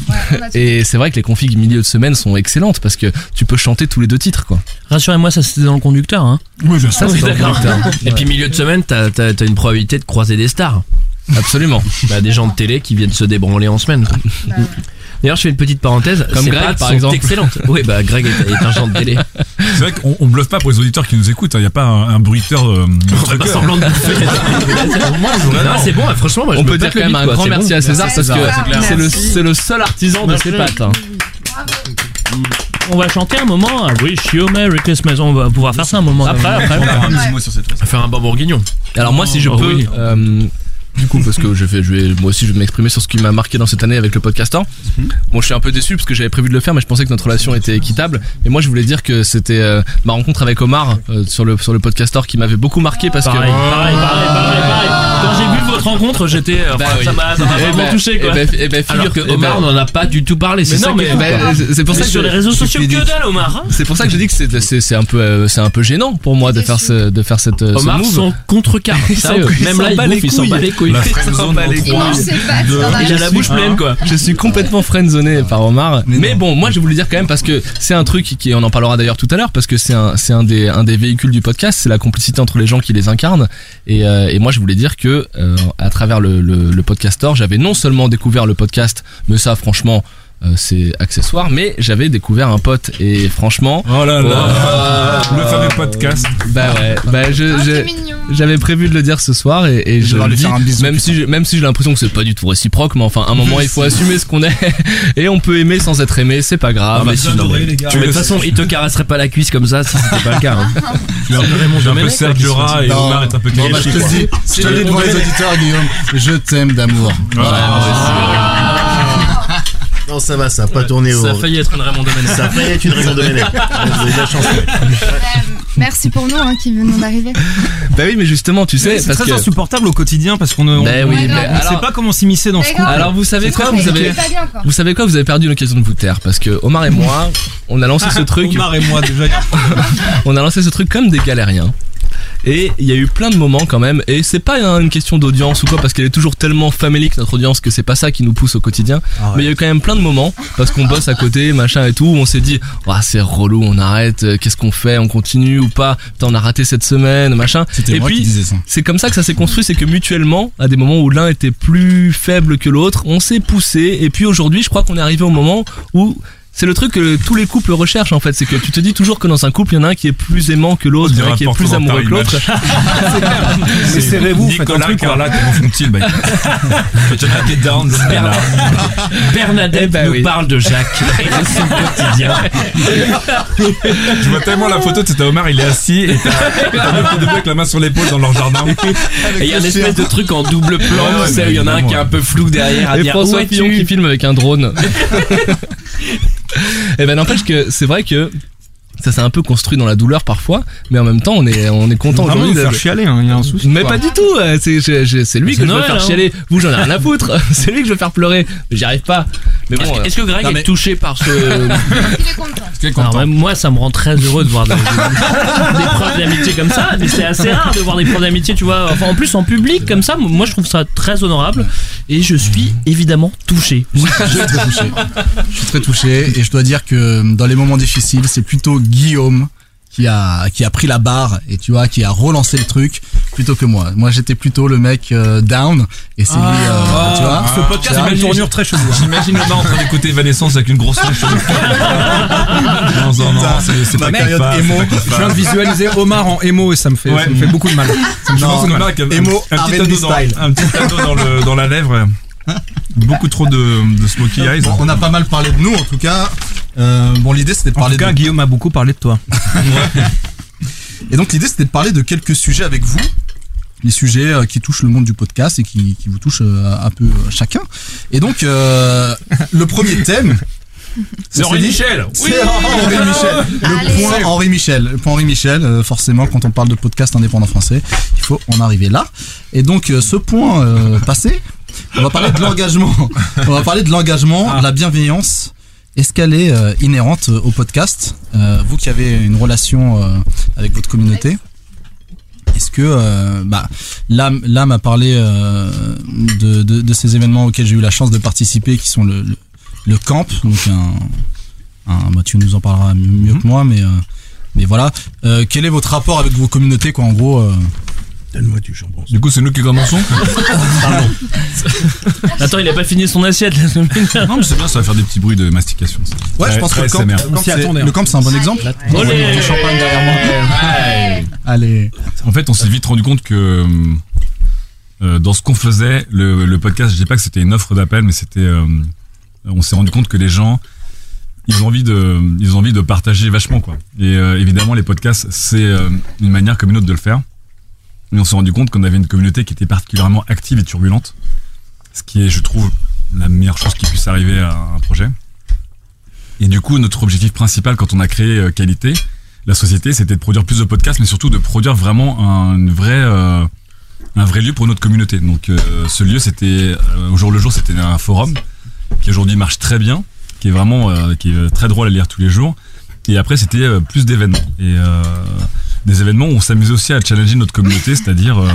Et c'est vrai que les configs milieu de semaine sont excellentes parce que tu peux chanter tous les deux titres quoi. Rassurez-moi, ça, c'était dans le conducteur, hein. oui bien Ça c'est d'accord. Et puis milieu de semaine, t'as as, une probabilité de croiser des stars. Absolument. Bah, des gens de télé qui viennent se débranler en semaine. quoi. D'ailleurs, je fais une petite parenthèse. Comme Ces Greg, pattes par sont exemple. Excellentes. Oui, bah Greg est, est un genre de télé. C'est vrai qu'on on bluffe pas pour les auditeurs qui nous écoutent. hein. Il n'y a pas un, un bruiteur. euh, trucker. semblant de Non, c'est hein, bon. Franchement, moi, je On me peut dire pète quand le même bide, un quoi, grand c'est merci bon. à César Merci, parce César. que c'est le, Merci. c'est le seul artisan de Merci. ses pattes. hein. On va chanter un moment. Ah, Wish you a Merry Christmas. On va pouvoir faire ça un moment. Après, après. bah. Faire un bon bourguignon. Alors moi si je Oh, peux, oui. euh, du coup parce que je vais, je vais- moi aussi je vais m'exprimer sur ce qui m'a marqué dans cette année avec le podcasteur. Bon je suis un peu déçu parce que j'avais prévu de le faire mais je pensais que notre relation était équitable. Mais moi je voulais dire que c'était euh, ma rencontre avec Omar euh, sur le sur le podcasteur qui m'avait beaucoup marqué parce que Pareil, pareil, pareil, pareil, pareil. Quand j'ai vu votre rencontre, j'étais. euh, Bah enfin, oui. Ça m'a ça m'a Eh vraiment ben, touché, quoi. eh ben, eh ben, figure Alors que que Omar, on n'en a pas du tout parlé. C'est Mais ça non, qui mais est fou, ben, quoi. c'est c'est pour Mais ça que sur je- les réseaux je sociaux, fais du- que dalle, Omar. hein. C'est pour ça que je dis que c'est- c'est c'est un peu euh, c'est un peu gênant pour moi de faire ce de faire cette euh, ce Omar move. s'en contrecarre. Sérieux. Ils Même s'en là, il bat bouffe, les il s'en bat couilles. les couilles. La friendzone s'en bat entre les trois. couilles. Il a la bouche pleine, quoi. Je suis complètement friendzonné par Omar. Mais, bon, moi je voulais dire quand même parce que c'est un truc qui, on en parlera d'ailleurs tout à l'heure, parce que c'est un, c'est un des, un des véhicules du podcast, c'est la complicité entre les gens qui les incarnent. Et, euh, et moi je voulais dire que euh, à travers le, le, le podcastor, j'avais non seulement découvert le podcast, mais ça franchement euh, c'est accessoire, mais j'avais découvert un pote. Et franchement, Oh. Oh là là Le fameux podcast. bah ouais, bah je, je- j'avais prévu de le dire ce soir et, et je vais le lui dis, faire un bisou, même si, j'ai- même si j'ai l'impression que c'est pas du tout réciproque, mais enfin, à un moment, il faut assumer ce qu'on est et on peut aimer sans être aimé, c'est pas grave. bah, si, non, mais- Tu- mais De toute façon, il te caresserait pas la cuisse comme ça si c'était pas le cas. hein. Tu es un peu Raymond Domenech, Domenech, là, Serge qui se Jura et Non. Omar est un peu Bon, bah, je te le dis, caché. je te le dis devant les auditeurs Guillaume je t'aime d'amour Non, ça va, ça a pas tourné Ça a au. failli être une Raymond Domenech. Ça a failli être une raison de ménage. Vous avez de la chance. ouais. Merci pour nous hein, qui venons d'arriver. Bah oui, mais justement, tu sais, c'est parce très que- insupportable au quotidien parce qu'on ne on, Ben oui, on- mais on alors- sait pas comment s'immiscer dans ce Mais couple. grave. Alors, vous savez C'est quoi, très vous compliqué. avez- Pas bien, Vous savez quoi Vous avez perdu l'occasion de vous taire parce que Omar et moi, on a lancé ce truc. Omar et moi, déjà. on a lancé ce truc comme des galériens. Et il y a eu plein de moments quand même. Et c'est pas hein, une question d'audience ou quoi, parce qu'elle est toujours tellement famélique notre audience que c'est pas ça qui nous pousse au quotidien. Mais il y a eu quand même plein de moments parce qu'on bosse à côté, machin et tout. où on s'est dit, oh, c'est relou, on arrête. euh, Qu'est-ce qu'on fait On continue ou pas Putain, on a raté cette semaine, machin. C'était et moi puis, qui disais ça. c'est comme ça que ça s'est construit, c'est que mutuellement, à des moments où l'un était plus faible que l'autre, on s'est poussé. Et puis aujourd'hui, je crois qu'on est arrivé au moment où c'est le truc que tous les couples recherchent en fait, c'est que tu te dis toujours que dans un couple, il y en a un qui est plus aimant que l'autre, il y en a un qui est plus amoureux que l'autre. C'est- serrez-vous, faites un Nicolas, truc, quoi. Carla, comment font-ils bah, Jonathan Downs, Bernard. Bernadette nous parle de Jacques et de son quotidien. Je vois tellement la photo, c'était Omar, il est assis et t'as et t'as deux petits bébés avec la main sur l'épaule dans leur jardin. Et il y a une espèce de truc en double plan, Ouais, tu sais, il y en a un évidemment, qui est un peu flou derrière à Et dire François où es-tu Fillon qui filme avec un drone. Et ben n'empêche que c'est vrai que ça s'est un peu construit dans la douleur parfois, mais en même temps on est on est content Vraiment, aujourd'hui vous faire de- chialer, hein, il y a un souci. Mais quoi. pas du tout, euh, c'est je- je- c'est lui C'est que je veux Noël, faire hein. chialer. Vous, j'en ai rien à foutre. C'est lui que je veux faire pleurer. Mais j'y arrive pas. Mais bon. Est-ce que- euh, est-ce que Greg non, est mais- touché par ce- Alors, même moi, ça me rend très heureux de voir des, des preuves d'amitié comme ça, mais c'est assez rare de voir des preuves d'amitié, tu vois. Enfin, en plus, en public, comme ça, moi, je trouve ça très honorable et je suis évidemment touché. Je suis très touché et je dois dire que euh, dans les moments difficiles, c'est plutôt Guillaume qui a qui a pris la barre et tu vois qui a relancé le truc plutôt que moi. Moi j'étais plutôt le mec euh, down et Ah. c'est lui euh, tu vois. Ah. Ce podcast C'est a un- une tournure très chelou. hein. J'imagine Omar en train d'écouter Evanescence avec une grosse flèche. Non, non, non, c'est c'est pas Ma capable, période c'est émo. pas capable. Je viens de visualiser Omar en émo et ça me fait, Ouais. ça me fait beaucoup de mal. Ça me fait Je pense beaucoup qu'on de a mal. un, un Émo, petit R&B tableau dans, style. un petit tableau dans, le- dans la lèvre. Beaucoup trop de, de smoky eyes. Euh, Bon, on a pas mal parlé de nous en tout cas. Euh, bon l'idée c'était de En parler tout cas, de Guillaume a beaucoup parlé de toi. Et donc l'idée c'était de parler de quelques sujets avec vous, les sujets euh, qui touchent le monde du podcast et qui, qui vous touchent euh, un peu euh, chacun. Et donc euh, le premier thème... C'est on Henri s'est dit- Michel. C'est Oui. Henri Michel Le Allez. point Henri Michel Le point Henri Michel, euh, forcément quand on parle de podcast indépendant français, il faut en arriver là. Et donc euh, ce point euh, passé, on va parler de l'engagement. On va parler de l'engagement, de la bienveillance. Est-ce qu'elle est euh, inhérente euh, au podcast Euh, Vous qui avez une relation euh, avec votre communauté, est-ce que euh, bah, là, là m'a parlé euh, de, de- de ces événements auxquels j'ai eu la chance de participer, qui sont le, le, le camp, donc un, un- bah, tu nous en parleras mieux que moi, mais euh, mais voilà. Euh, quel est votre rapport avec vos communautés, quoi, en gros euh Donne-moi du jambon. Du coup, c'est nous qui commençons Attends, il a pas fini son assiette la semaine dernière. Non, mais c'est bien, ça va faire des petits bruits de mastication. ça. Ouais, je pense que très le camp, SMR. le camp, c'est- hein. le camp, c'est un bon exemple. Olé. Mon champagne derrière moi. Allez. En fait, on s'est vite rendu compte que euh, dans ce qu'on faisait, le, le podcast, je dis pas que c'était une offre d'appel, mais c'était, euh, on s'est rendu compte que les gens, ils ont envie de, ils ont envie de partager vachement quoi. Et euh, évidemment, les podcasts, c'est euh, une manière comme une autre de le faire. Et on s'est rendu compte qu'on avait une communauté qui était particulièrement active et turbulente, ce qui est, je trouve, la meilleure chose qui puisse arriver à un projet. Et du coup, notre objectif principal quand on a créé euh, Qualité, la société, c'était de produire plus de podcasts, mais surtout de produire vraiment un, une vraie, euh, un vrai lieu pour notre communauté. Donc, euh, ce lieu, c'était euh, au jour le jour, c'était un forum qui aujourd'hui marche très bien, qui est vraiment, euh, qui est très drôle à lire tous les jours. Et après, c'était euh, plus d'événements et euh, des événements où on s'amusait aussi à challenger notre communauté, c'est-à-dire euh,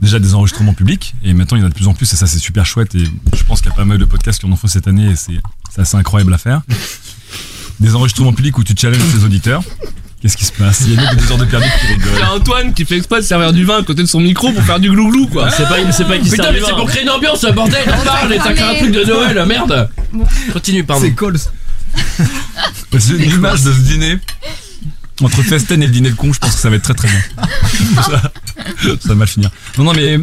déjà des enregistrements publics. Et maintenant, il y en a de plus en plus, et ça, c'est super chouette. Et je pense qu'il y a pas mal de podcasts qui en ont fait cette année, et c'est c'est assez incroyable à faire des enregistrements publics où tu challenges tes auditeurs. Qu'est-ce qui se passe Il y a des deux heures de perdu qui Il y rigole. a Antoine qui fait exprès de servir du vin à côté de son micro pour faire du glouglou quoi. C'est pas, c'est pas qui Putain, sert mais du c'est vin. pour créer une ambiance, bordel, on parle et t'as créé un truc de Noël, merde. Continue, pardon. C'est cool. C'est une image de ce dîner. Entre Festen et le dîner de con, je pense que ça va être très très bien. ça, ça va mal finir. Non, non, mais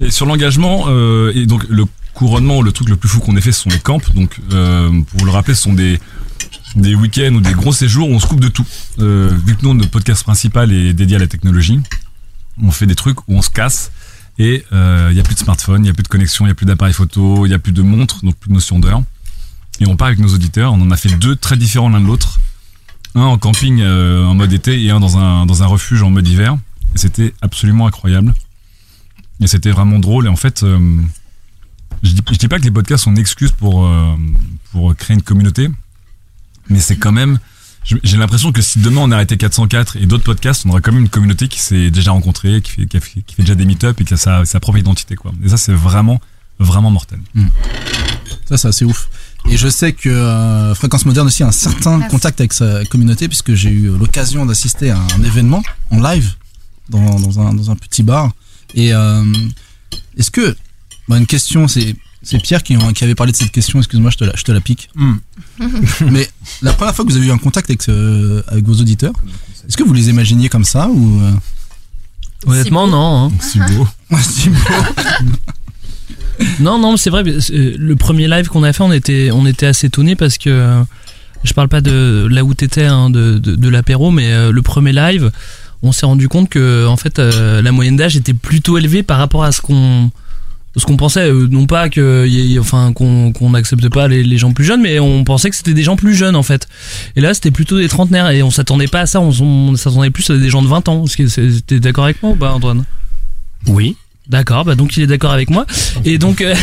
et sur l'engagement, euh, et donc le couronnement, le truc le plus fou qu'on ait fait, ce sont les camps. Donc, euh, pour le rappeler, ce sont des, des week-ends ou des gros séjours où on se coupe de tout. Euh, vu que nous, notre podcast principal est dédié à la technologie, on fait des trucs où on se casse et euh, il n'y a plus de smartphone, il n'y a plus de connexion, il n'y a plus d'appareil photo, il n'y a plus de montre, donc plus de notion d'heure. Et on part avec nos auditeurs, on en a fait deux très différents l'un de l'autre. un en camping euh, en mode été et un dans un, dans un refuge en mode hiver. Et c'était absolument incroyable. Et c'était vraiment drôle. Et en fait, euh, je, dis, je dis pas que les podcasts sont une excuse pour, euh, pour créer une communauté, mais c'est quand même. je- J'ai l'impression que si demain on arrêtait 404 et d'autres podcasts, on aurait quand même une communauté qui s'est déjà rencontrée, qui fait, qui a fait- qui fait déjà des meet-up et qui a sa, sa propre identité. Quoi. Et ça, c'est vraiment, vraiment mortel. Ça, c'est assez ouf. Et je sais que euh, Fréquence Moderne aussi a un certain contact avec sa communauté, puisque j'ai eu l'occasion d'assister à un événement en live dans, dans un, dans un petit bar. Et euh, est-ce que. bah, une question, c'est. C'est Pierre qui, qui avait parlé de cette question, excuse-moi, je te la, je te la pique. Mais la première fois que vous avez eu un contact avec, ce- avec vos auditeurs, est-ce que vous les imaginiez comme ça ou euh, Honnêtement, non. hein. Si beau. non, non, mais c'est vrai. mais, euh, Le premier live qu'on a fait, on était, on était assez étonnés parce que euh, je parle pas de là où t'étais, hein, de, de, de l'apéro, mais euh, le premier live, on s'est rendu compte que en fait, euh, la moyenne d'âge était plutôt élevée par rapport à ce qu'on ce qu'on pensait, euh, non pas que, y ait- enfin, qu'on qu'on n'accepte pas les, les gens plus jeunes, mais on pensait que c'était des gens plus jeunes en fait. Et là, c'était plutôt des trentenaires et on s'attendait pas à ça. On, s- on s'attendait plus à des gens de 20 ans. Est-ce que c'est- T'es d'accord avec moi ou pas, Antoine Oui. D'accord, bah donc il est d'accord avec moi. Et donc, euh,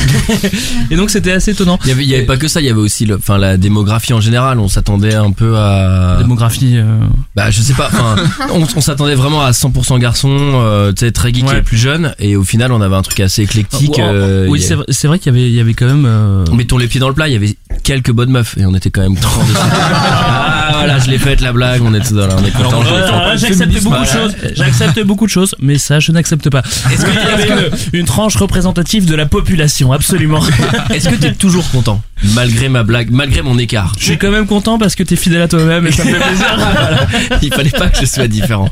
et donc c'était assez étonnant. Il y avait, il y avait pas que ça, il y avait aussi le, enfin, la démographie en général. On s'attendait un peu à. Démographie. euh, Bah, je sais pas. enfin, on, on s'attendait vraiment à 100% garçons, euh, tu sais, très geek et plus jeune. Et au final, on avait un truc assez éclectique. euh, Oh, oui, il y c'est avait- vrai, c'est vrai qu'il y avait, il y avait quand même. euh, Mettons les pieds dans le plat, il y avait quelques bonnes meufs et on était quand même content de ça. ah voilà, je l'ai faite la blague, on est, voilà, on est content. Alors, voilà, J'accepte beaucoup de choses. J'accepte beaucoup de choses, mais ça, je n'accepte pas. Est-ce qu'il y avait une, une tranche représentative de la population Absolument. Est-ce que tu es toujours content malgré ma blague, malgré mon écart Je suis quand même content parce que t'es fidèle à toi-même et ça me fait plaisir. Voilà. Il fallait pas que je sois différent.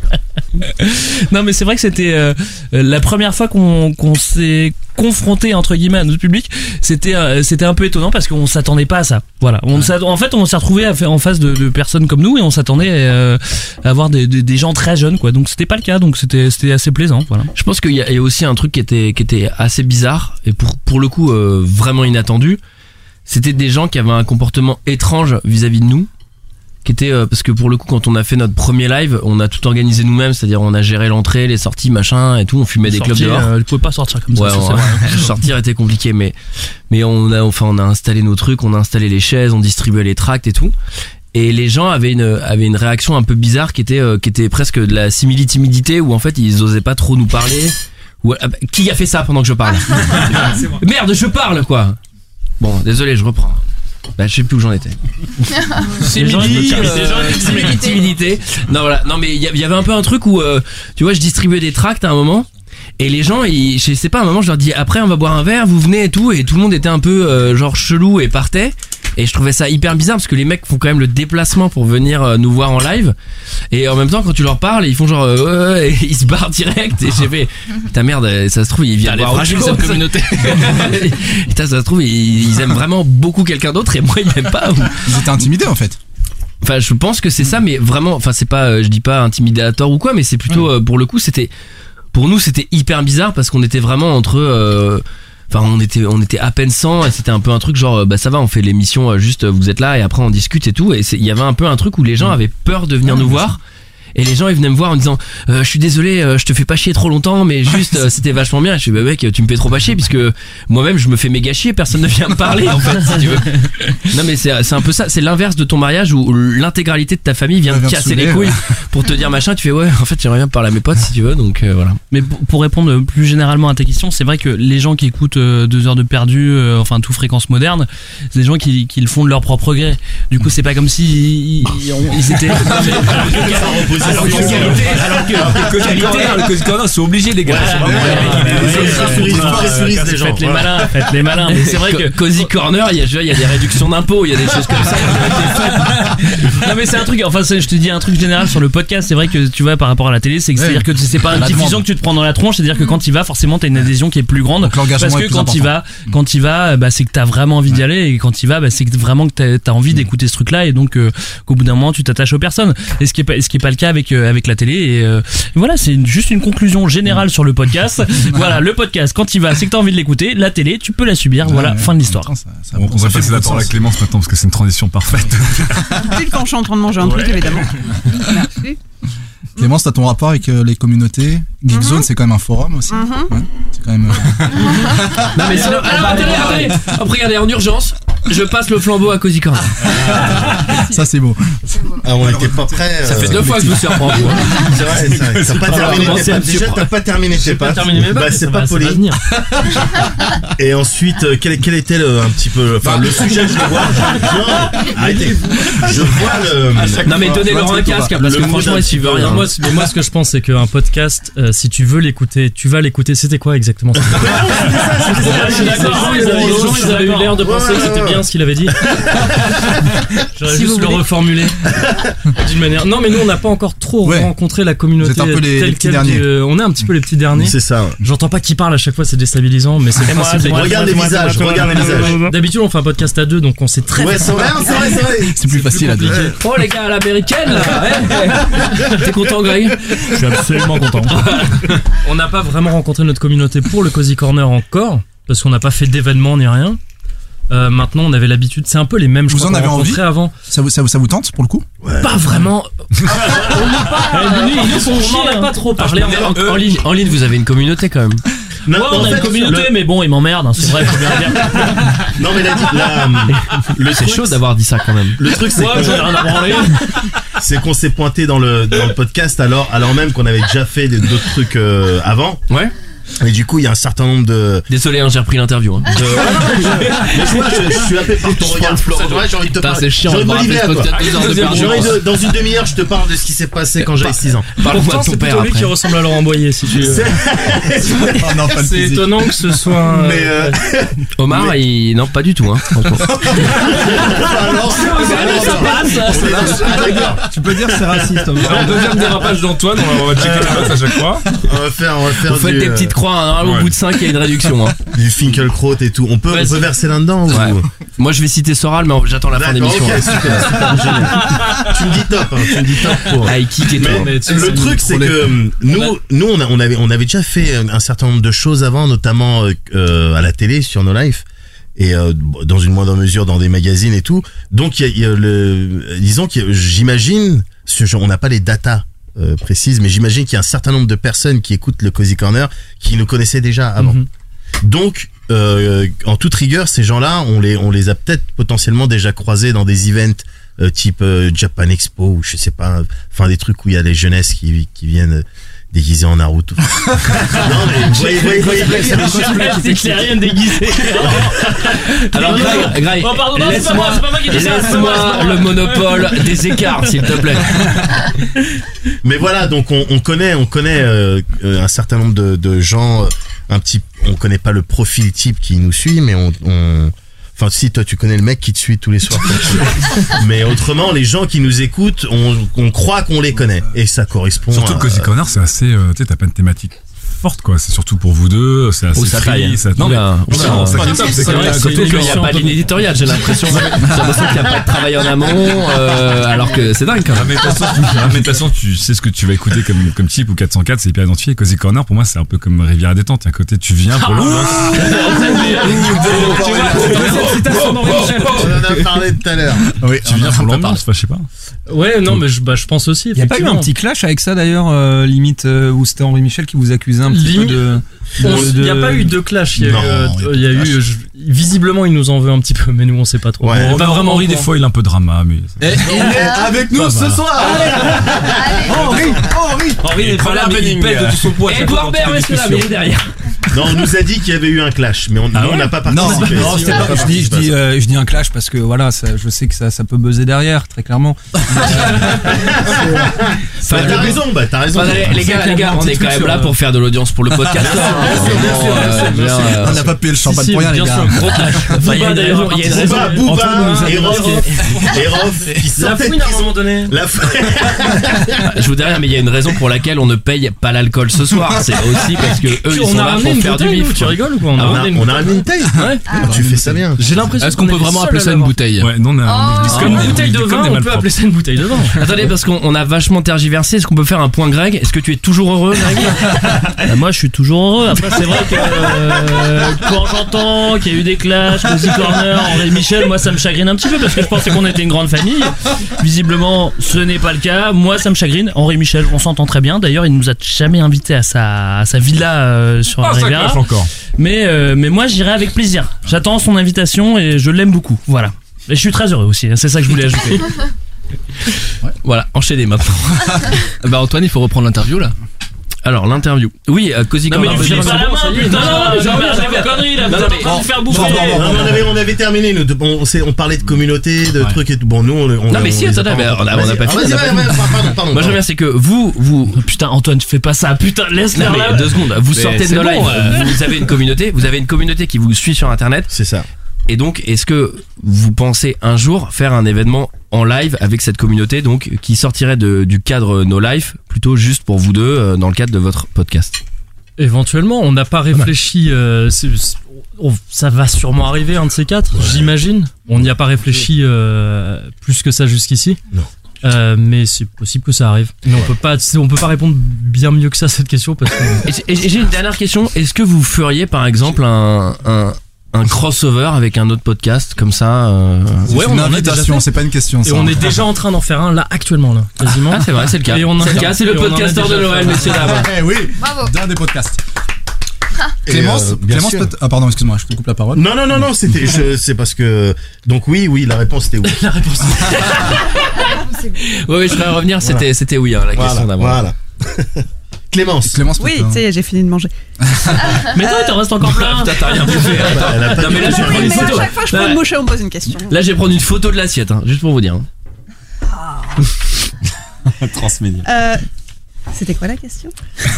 non mais c'est vrai que c'était euh, la première fois qu'on qu'on s'est confronté entre guillemets à notre public c'était euh, c'était un peu étonnant parce qu'on s'attendait pas à ça voilà on s'att- en fait on s'est retrouvé à faire- en face de, de personnes comme nous et on s'attendait euh, à avoir des, des, des gens très jeunes quoi donc c'était pas le cas donc c'était c'était assez plaisant voilà Je pense qu'il y, a il y a aussi un truc qui était, qui était assez bizarre et pour, pour le coup euh, vraiment inattendu. C'était des gens qui avaient un comportement étrange vis-à-vis de nous. Qui était, euh, parce que pour le coup, quand on a fait notre premier live, on a tout organisé nous-mêmes, c'est-à-dire on a géré l'entrée, les sorties, machin et tout, on fumait des clubs Sortir, dehors. euh, ils pouvaient pas sortir comme Ouais, ça, ça, on- c'est vrai. sortir était compliqué, mais mais on a enfin on a installé nos trucs, on a installé les chaises, on distribuait les tracts et tout. Et les gens avaient une avaient une réaction un peu bizarre qui était euh, qui était presque de la simili timidité où en fait ils osaient pas trop nous parler. Ou, ah bah, qui a fait ça pendant que je parle Merde, je parle quoi. Bon, désolé, je reprends. Bah, je sais plus où j'en étais. Les gens, ils Simili, me caressent. euh, simili- timidité. Non voilà, non mais il y, a- il y avait un peu un truc où euh, tu vois, je distribuais des tracts à un moment et les gens, ils, je sais pas, à un moment je leur dis après on va boire un verre, vous venez et tout et tout le monde était un peu euh, genre chelou et partait. Et je trouvais ça hyper bizarre parce que les mecs font quand même le déplacement pour venir euh, nous voir en live. Et en même temps, quand tu leur parles, ils font genre, euh, ouais, ouais, et ils se barrent direct. Et j'ai fait, putain merde, euh, ça se trouve, ils Putain, viennent elle est voir autre fragile, cette chose. communauté. Putain, ça se trouve, ils, ils aiment vraiment beaucoup quelqu'un d'autre et moi, ils m'aiment pas. Ils étaient intimidés en fait. Enfin, je pense que c'est ça, mais vraiment, enfin, c'est pas, euh, je dis pas intimidé à tort ou quoi, mais c'est Mm. plutôt, euh, pour le coup, c'était, pour nous, c'était hyper bizarre parce qu'on était vraiment entre, euh, enfin, on était, on était à peine 100 et c'était un peu un truc genre, euh, bah ça va, on fait l'émission, euh, juste euh, vous êtes là et après on discute et tout. Et c'est- il y avait un peu un truc où les gens Mm. avaient peur de venir nous voir. Et les gens ils venaient me voir en me disant Euh, je suis désolé euh, je te fais pas chier trop longtemps mais juste euh, c'était vachement bien et je suis bah mec tu me fais trop pas chier puisque moi-même je me fais méga chier personne ne vient me parler en fait si tu veux non mais c'est c'est un peu ça c'est l'inverse de ton mariage où l'intégralité de ta famille vient te vient te casser saouler, les couilles ouais. pour te dire machin tu fais ouais en fait j'aimerais bien parler à mes potes si tu veux donc euh, voilà Mais pour, pour répondre plus généralement à ta question, c'est vrai que les gens qui écoutent euh, deux heures de perdu, euh, enfin tout fréquence moderne, c'est des gens qui, qui le font de leur propre gré. Du coup, c'est pas comme si ils, ils- on- ils étaient. euh, Alors que qualité, alors que- Ah, alors que qualité, alors que Corner, sont obligés les gars. Faites les malins, faites les malins. Mais c'est vrai que Cozy Corner il y a je veux dire, il y a des réductions d'impôts il y a des choses comme ça non mais c'est un truc enfin c'est- je te dis un truc général sur le podcast c'est vrai que tu vois par rapport à la télé c'est Ouais. à dire que tu- c'est pas une La diffusion demande. que tu te prends dans la tronche c'est à dire que quand il va forcément t'as une adhésion qui est plus grande l'engagement parce est que plus quand il va important. quand il va bah c'est que t'as vraiment envie d'y aller et quand il va bah Mm. c'est que vraiment que t'as t'as envie d'écouter ce truc là et donc euh, qu'au bout d'un moment tu t'attaches aux personnes et ce qui est pas ce qui est pas le cas avec euh, avec la télé. Et euh, voilà, c'est une- juste une conclusion Mm. générale sur le podcast. voilà, le podcast quand il va, c'est que t'as envie de l'écouter. La télé, tu peux la subir. Voilà, fin de l'histoire. on, on va passer la parole à Clémence maintenant parce que c'est une transition parfaite. Plus quand je suis en train de manger un truc, évidemment. Merci. Clémence, t'as ton rapport avec euh, les communautés. Geekzone, c'est quand même un forum aussi. Mhm. Ouais, c'est quand même. euh, Non, Ah, mais sinon, alors, attendez, attendez. Hop, regardez, en urgence, je passe le flambeau à Cozy Corner. Ah. ça, c'est beau. Ah, on était pas euh, prêts. Ça fait deux fois que je me suis reprends. moi. C'est vrai, c'est vrai. T'as pas Alors, terminé commencez tes à pas. me Déjà, surprendre. t'as pas terminé J'ai tes pas pas. terminé mes Bah, bacs, c'est ça pas va- ça va poli. venir. Et ensuite, euh, quel, quel était le, un petit peu, enfin, Ah, le sujet, je le vois. Non, Ah, arrêtez. Je vois le. Non, mais donnez-leur un casque, parce que franchement, ils suivent rien. Moi, ce- mais moi, ce que je pense, c'est qu'un podcast, euh, si tu veux l'écouter, tu vas l'écouter. C'était quoi exactement Ah, je suis d'accord, Les ils avaient- les gens, ils avaient eu l'air de penser que c'était bien ce qu'il avait dit. J'aurais Si vous juste le voulez. reformuler d'une manière. Non, mais nous, on n'a pas encore trop Ouais. rencontré la communauté. Vous êtes un peu les- telle les petits quelle derniers. du- on est un petit peu les petits derniers. C'est ça. J'entends pas qui parle à chaque fois, c'est déstabilisant, mais c'est le Et moi, principe. c'est- Regarde les visages, regarde les visages. D'habitude, on fait un podcast à deux, donc on sait très Ouais, bien. c'est vrai, c'est vrai, c'est vrai. C'est plus facile à dire. Oh les gars, à l'américaine là ouais. T'es content, Greg Je suis absolument content. on n'a pas vraiment rencontré notre communauté pour le Cozy Corner encore, parce qu'on n'a pas fait d'événement ni rien. Euh, maintenant, on avait l'habitude, c'est un peu les mêmes Vous choses en qu'on avez envie rencontrait avant. Ça vous, ça, vous, ça vous tente pour le coup Ah, Pas vraiment. Ah, on n'a pas. Eh, lui, ils on sont chiés, n'en a hein. pas trop Ah, je parlé. peux dire, en- eux- en ligne. En ligne, vous avez une communauté quand même. Non, Ouais, on en a une fait, communauté, le- mais bon, ils m'emmerdent, hein, c'est vrai, faut bien le dire. Non, mais la, la, hum, le C'est truc, chaud d'avoir dit ça quand même. Le truc, c'est Ouais, j'en ai rien à branler. qu'on- c'est qu'on s'est pointé dans le, dans le podcast alors, alors même qu'on avait déjà fait des- d'autres trucs euh, avant. Ouais. Et du coup, il y a un certain nombre de. Désolé, hein, j'ai repris l'interview. hein. de- Ah non, mais je- mais je vois, je, je suis happé par ton regard, Florent. Tu vois, J'ai envie de te Putain, parler. c'est chiant, J'ai envie de on va m'oliver à rappeler ce toi. podcast, deux heures de J'ai envie perdu. Bah, de- Dans une demi-heure, je te parle de ce qui s'est passé quand j'avais 6 ans. Parle-moi Pourtant, de ton c'est plutôt père lui après. qui ressemble à Laurent Oh, Boyer, si tu veux. Ah non, pas le C'est physique. étonnant que ce soit un. Mais euh, Omar, il. Non, pas du tout. Hein. alors, alors, alors, on est dans- Ah, d'accord. Tu peux dire c'est raciste. Alors, deuxième dérapage d'Antoine, on va- on va checker la note à chaque fois. On va faire, on va faire Vous faites du, des euh, petites croix, hein, normalement, Ouais. au bout de 5, il y a une réduction. hein. du Finkelkraut et tout. On peut, on peut verser là-dedans ou- Ouais. Moi, je vais citer Soral, mais j'attends la fin D'accord, d'émission. ok, super, super, génial. tu me dis top, hein, tu me dis top pour. Ah, High kick et tout. Mais hein. le truc, c'est que hum, nous, nous, on, a- on avait, on avait déjà fait un certain nombre de choses avant, notamment euh, euh, à la télé sur nos lives et euh, dans une moindre mesure dans des magazines et tout. Donc, il y a- il y a le, disons que j'imagine, ce genre- on n'a pas les datas euh, précises, mais j'imagine qu'il y a un certain nombre de personnes qui écoutent le Cozy Corner qui nous connaissaient déjà avant. Mm-hmm. Donc, euh, en toute rigueur, ces gens-là, on les, on les a peut-être potentiellement déjà croisés dans des events euh, type euh, Japan Expo ou je sais pas, enfin des trucs où il y a les jeunesses qui, qui viennent euh, déguisées en Naruto. non mais vous voyez, vous voyez, vous voyez, vous voyez, c'est C'est un peu- rien déguisé. Alors, Greg, Greg, Oh, pardon, non, c'est pas moi, laisse-moi c'est pas moi qui ai dit ça. c'est moi, laisse-moi c'est moi. le monopole des écarts, s'il te plaît. Mais voilà, donc on, on connaît, on connaît euh, euh, un certain nombre de, de gens. euh, Un petit, on connaît pas le profil type qui nous suit, mais on, on- enfin si toi tu connais le mec qui te suit tous les soirs. mais autrement, les gens qui nous écoutent, on, on croit qu'on les connaît et ça correspond. Surtout à- que Cozy Corner, c'est assez. euh, Tu sais, t'as pas une thématique forte, quoi. C'est surtout pour vous deux, c'est assez Oh, ça free, taille. ça- Non, mais- mais- non, ça tape, c'est C'est quand vrai, même- que surtout comme- qu'il n'y a émission pas un peu- de ligne éditoriale, j'ai l'impression. J'ai l'impression qu'il n'y a pas de travail en amont, euh, alors que c'est dingue quand Ah, même. mais de toute façon, tu- ah, mais de toute façon, tu sais ce que tu vas écouter comme, comme type ou 404, c'est hyper identifié. Cozy Corner, pour moi, c'est un peu comme Rivière à détente. À côté, tu viens pour l'ambiance. Oh, On en a parlé tout à l'heure. Oui, Tu viens pour l'ambiance, enfin, je sais pas. Ouais, non, mais je, bah, je pense aussi. Il a pas eu un effectivement. petit clash avec ça d'ailleurs, euh, limite euh, où c'était Henri Michel qui vous accusait un petit Limite, peu de. On- de- Il n'y a pas eu de clash. Il y a Non, eu, euh, il y a il y a eu je- visiblement, il nous en veut un petit peu, mais nous, on sait pas trop. Ouais. On va vraiment Henri, des fois, il a un peu de drama, mais. Eh, avec nous ce soir. Henri n'est pas là, mais il pèse de tout son poids. Edouard Baird, est-ce que là, mais il est derrière. Non, on nous a dit qu'il y avait eu un clash, mais on nous, Ah, on n'a pas Ah Non, participé. non, c'était pas- je dis, je dis, euh, je dis un clash parce que voilà, ça- je sais que ça, ça peut buzzer derrière, très clairement. Bah, t'as raison, bah t'as raison. Enfin, les, les gars, les gars, on est quand même euh, là pour faire de l'audience pour le podcast. euh, on n'a pas payé le champagne Si, si, pour rien, les bien gars. sûr, gros clash. Enfin, Il y a une raison- il y a une raison. Booba, Antoine Booba nous a et Rof, démasqué. et Rof, qui La sortaient fouine à un moment donné. La f- Je vous dis rien, mais il y a une raison pour laquelle on ne paye pas l'alcool ce soir. C'est aussi parce que eux, ils On sont a là ramené une faire du bouteille, bif. nous, tu quoi. rigoles ou quoi On a Ah, ramené une bouteille. Ouais. Ah, Tu fais ça bien. J'ai l'impression Est-ce qu'on qu'on peut a vraiment appeler ça une bouteille Ouais, non, on a- on est- Comme une bouteille de comme vin, des on peut malpropres. appeler ça une bouteille de vin. Attendez, parce qu'on on a vachement tergiversé. Est-ce qu'on peut faire un point, Greg Est-ce que tu es toujours heureux, Greg Bah, moi, je suis toujours heureux. Après, c'est vrai que euh, quand j'entends qu'il y a eu des clashs, Cozy Corner, Henri Michel, moi, ça me chagrine un petit peu parce que je pensais qu'on était une grande famille. Visiblement, ce n'est pas le cas. Moi, ça me chagrine. Henri Michel, on s'entend très bien. D'ailleurs, il nous a jamais invités à sa, à sa villa euh, sur la Ah, ça Riviera. clash encore. Mais, euh, mais moi, j'irai avec plaisir. J'attends son invitation et je l'aime beaucoup. Voilà. Et je suis très heureux aussi. hein. C'est ça que je voulais ajouter. Voilà, enchaînez maintenant. bah Antoine, il faut reprendre l'interview là. Alors, l'interview. Oui, euh, Cozy Non, mais Corner. il Vas-y, finit pas vas-y, la main, vas-y. putain, Non, non, non, mais non, j'ai mais envie arrête de vos faire- conneries, là, Non, vous non, allez mais- vous faire Non, bouffer. non, non, non, on, avait, on avait terminé, nous, de- bon, on, s'est- on parlait de communauté, de Ouais. trucs et tout. Bon, nous, on. on Non, mais si, on les a attendez, mais on a- on a Vas-y. pas Ah, fini, vas-y, on a ouais, pas ouais, fini. pardon, pardon, pardon. Moi, j'aime bien, c'est que vous, vous. Putain, Antoine, fais pas ça. Putain, laisse-le Non, mais là. deux secondes. Vous Mais sortez de c'est nos bon, lives. euh. Vous avez une communauté. Vous avez une communauté qui vous suit sur Internet. C'est ça. Et donc, est-ce que vous pensez un jour faire un événement en live avec cette communauté, donc qui sortirait de- du cadre No Life, plutôt juste pour vous deux, euh, dans le cadre de votre podcast Éventuellement, on n'a pas réfléchi. euh, c'est- c'est- on- ça va sûrement arriver, un de ces quatre, j'imagine. On n'y a pas réfléchi euh, plus que ça jusqu'ici. Non. Euh, mais c'est possible que ça arrive. Mais on peut pas, on peut pas répondre bien mieux que ça à cette question parce que. Et j'ai- Et j'ai une dernière question. Est-ce que vous feriez par exemple un, un, un crossover avec un autre podcast comme ça euh, C'est une invitation, c'est pas une question. Et ça. on est déjà en train d'en faire un là actuellement là, quasiment. Ah, c'est vrai, c'est le cas. Et on en- C'est le cas, c'est le et on en a podcasteur déjà de Noël, fait un. messieurs, dames. Eh oui, d'un des podcasts. Clémence, euh, bien Clémence sûr. peut- ah pardon, excuse-moi, je te coupe la parole. Non, non, non, non, c'était. je- C'est parce que. Donc, oui, oui, la réponse était oui. La réponse. Oui, oui, je vais revenir. C'était, Voilà. c'était oui, hein, la Voilà, question d'avant. Voilà. Clémence. Clémence Oui, Euh, tu sais, j'ai fini de manger. Mais toi, il t'en reste encore plein. Putain, t'as rien bouffé. hein. Bah, elle a pas Non, mais là, Ah je vais oui, prendre une mais à photo. chaque fois, je prends Là, une bouchée, on me pose une question. Là, je vais prendre une photo de l'assiette, hein, juste pour vous dire. hein. Ah. Transmédia. Euh, C'était quoi la question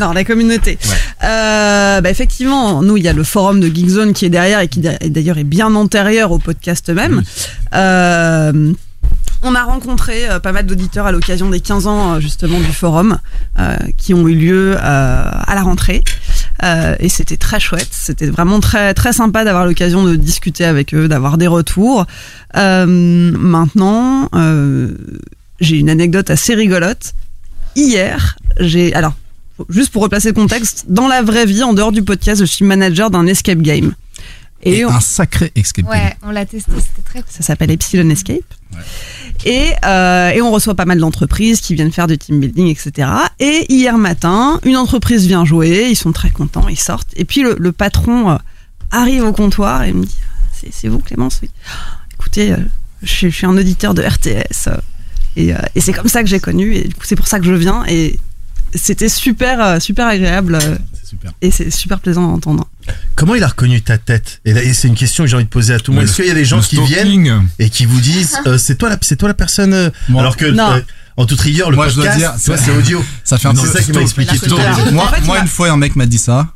Non, la communauté. Euh, bah, effectivement, nous, il y a le forum de Geekzone qui est derrière et qui d'a- et d'ailleurs est bien antérieur au podcast même. Euh, on a rencontré euh, pas mal d'auditeurs à l'occasion des 15 ans euh, justement du forum euh, qui ont eu lieu euh, à la rentrée. Euh, et c'était très chouette, c'était vraiment très très sympa d'avoir l'occasion de discuter avec eux, d'avoir des retours. Euh, maintenant, euh, j'ai une anecdote assez rigolote. Hier, j'ai alors faut- juste pour replacer le contexte, dans la vraie vie, en dehors du podcast, je suis manager d'un escape game. Et, on- Un sacré escape. Ouais, on l'a testé, c'était très cool. ça s'appelle Epsilon Escape. Et, euh, et on reçoit pas mal d'entreprises qui viennent faire du team building, etc. Et hier matin, une entreprise vient jouer, ils sont très contents, ils sortent. Et puis le, le patron euh, arrive au comptoir et me dit C'est c'est vous, Clémence Oui. Écoutez, euh, je, suis- je suis un auditeur de RTS. euh, et euh, et c'est comme ça que j'ai connu. Et du coup, c'est pour ça que je viens. Et c'était super, euh, super agréable. euh, Et c'est super plaisant à entendre. Comment il a reconnu ta tête Et, là, et c'est une question que j'ai envie de poser à tout le monde. Le- Est-ce qu'il y a des gens le qui stalking. viennent et qui vous disent euh, c'est toi la c'est toi la personne euh, Moi. alors que Non. euh, en toute rigueur le Moi, je dois podcast dire, tu vois, c'est- c'est audio. Ça fait un C'est peu- ça qui m'a expliqué tout à l'heure. Moi, En fait, il moi m'a- une fois, un mec m'a dit ça.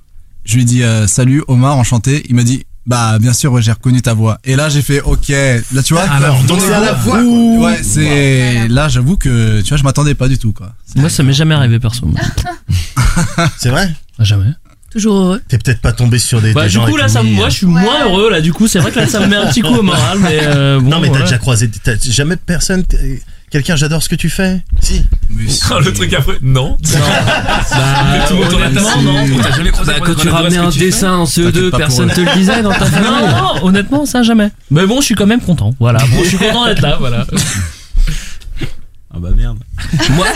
Je lui ai dit euh, Salut Omar, enchanté. Il m'a dit Bah, bien sûr, ouais, j'ai reconnu ta voix. Et là, j'ai fait Ok. Là, tu vois. Ah, Alors, donc c'est à la voix, quoi. Ouh, Ouais, c'est. Là, j'avoue que tu vois, je m'attendais pas du tout, quoi. Moi, ça m'est jamais arrivé perso. moi. C'est vrai Jamais. Toujours heureux. T'es peut-être pas tombé sur des, Bah, des du gens. coup, là, ça, étonnés, moi, hein. je suis moins heureux, là, du coup. C'est vrai que là, ça me met un petit coup au moral, mais euh, bon. Non mais t'as voilà. déjà croisé t'as jamais personne t'es- quelqu'un j'adore ce que tu fais Si. Oh, le truc après. Non. Bah, Tout le monde autour de la honnêtement, table. non. T'as jamais croisé Bah, moi, quand dans tu la voie, ramenais ce que un tu fais dessin en CE2, T'inquiète pas pour personne elle. te le disait dans ta Non, famille. non, honnêtement, ça, jamais. Mais bon, je suis quand même content. Voilà. Bon, je suis content d'être là, voilà. Ah bah merde. Moi,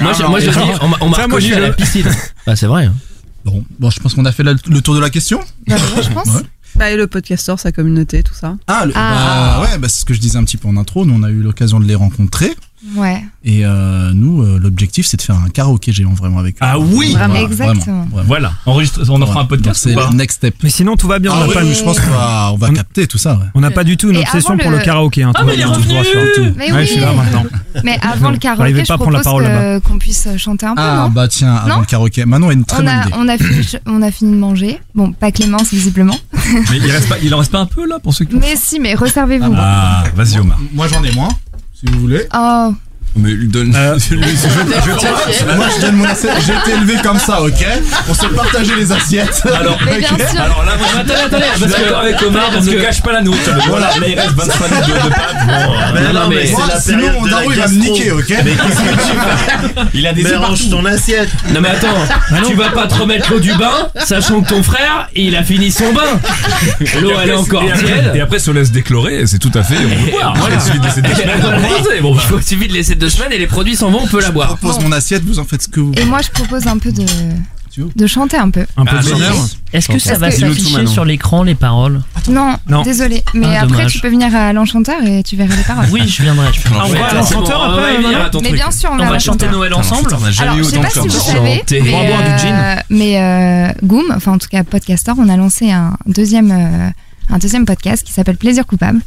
moi, je- moi, je dis, on m'a- on m'a Ça, moi, reconnu je- à la piscine. Bah, c'est vrai. hein. Bon, bon je pense qu'on a fait la- le tour de la question. Bah, ouais, je pense. Ouais. Bah, et le podcaster, sa communauté, tout ça. Ah, le- Ah. Bah, ouais, bah, c'est ce que je disais un petit peu en intro. Nous, on a eu l'occasion de les rencontrer. Ouais. Et euh, nous, euh, l'objectif, c'est de faire un karaoké géant vraiment avec eux. Ah oui Voilà, Exactement. vraiment, vraiment. Voilà, enregistre, on en fera un Voilà. podcast. Donc, ou C'est pas le next step. Mais sinon, tout va bien. on n'a Ah pas, oui, je pense qu'on va, on va On- capter tout ça. Ouais. on n'a pas du tout une Et obsession avant pour le- le karaoké. Hein, Ah, toi, mais il est on te voit revenu sur tout. Mais ouais, oui. je suis là maintenant. Mais avant le J'arrivais karaoké, pas je à prendre la propose parole que- qu'on puisse chanter un peu, Ah non bah tiens, avant Non le karaoké. Manon a une très on bonne a, idée. on, a fini, on a fini de manger. Bon, pas Clémence, visiblement. Mais il, reste pas, il en reste pas un peu là pour ceux qui. Ah, Mais si, mais resservez-vous. Ah, vas-y Omar. Moi j'en ai moins, si vous voulez. Oh, Mais lui donne. Euh, je, tiens- moi, je donne mon assiette. J'ai été élevé comme ça, ok On se partageait les assiettes. Alors, Mais bien ok. sûr. alors là, moi, Attendez, attendez, je suis parce que- d'accord avec Omar, on parce ne que- cache pas la nourriture. Voilà, mais il reste 25 minutes de, de Oh, pâtes. Bon, euh, Mais non, mais c'est la période de la gastro. Mais qu'est-ce que tu Il a des Mais œufs range partout. ton assiette. Non mais attends, Ah tu vas pas te remettre l'eau du bain, sachant que ton frère, il a fini son bain. L'eau Et elle est après, encore et après- Et tiède. après, se laisse déclorer, et c'est tout à fait. On peut boire. Il suffit de laisser déclorer. Il faut que tu vides les 7 deux semaines et les produits s'en vont, on peut la boire. Pose mon assiette, vous en faites ce que vous Et moi, je propose un peu de, de chanter un peu. Un peu Ah, de chanter. Est-ce que ça Parce va que- s'afficher sur l'écran les paroles Non, Non. désolé. Mais Ah, après, dommage. tu peux venir à l'enchanteur et tu verras les paroles. Oui, je viendrai. Je viendrai. Ah, on va à l'enchanteur on après, va y euh, venir Manon à ton Mais truc. bien sûr, on on va à va chanter l'enchanteur. Noël ensemble. Alors, je sais pas si vous savez, mais, euh, mais euh, Goom, enfin en tout cas Podcastor, on a lancé un deuxième, euh, un deuxième podcast qui s'appelle Plaisir coupable.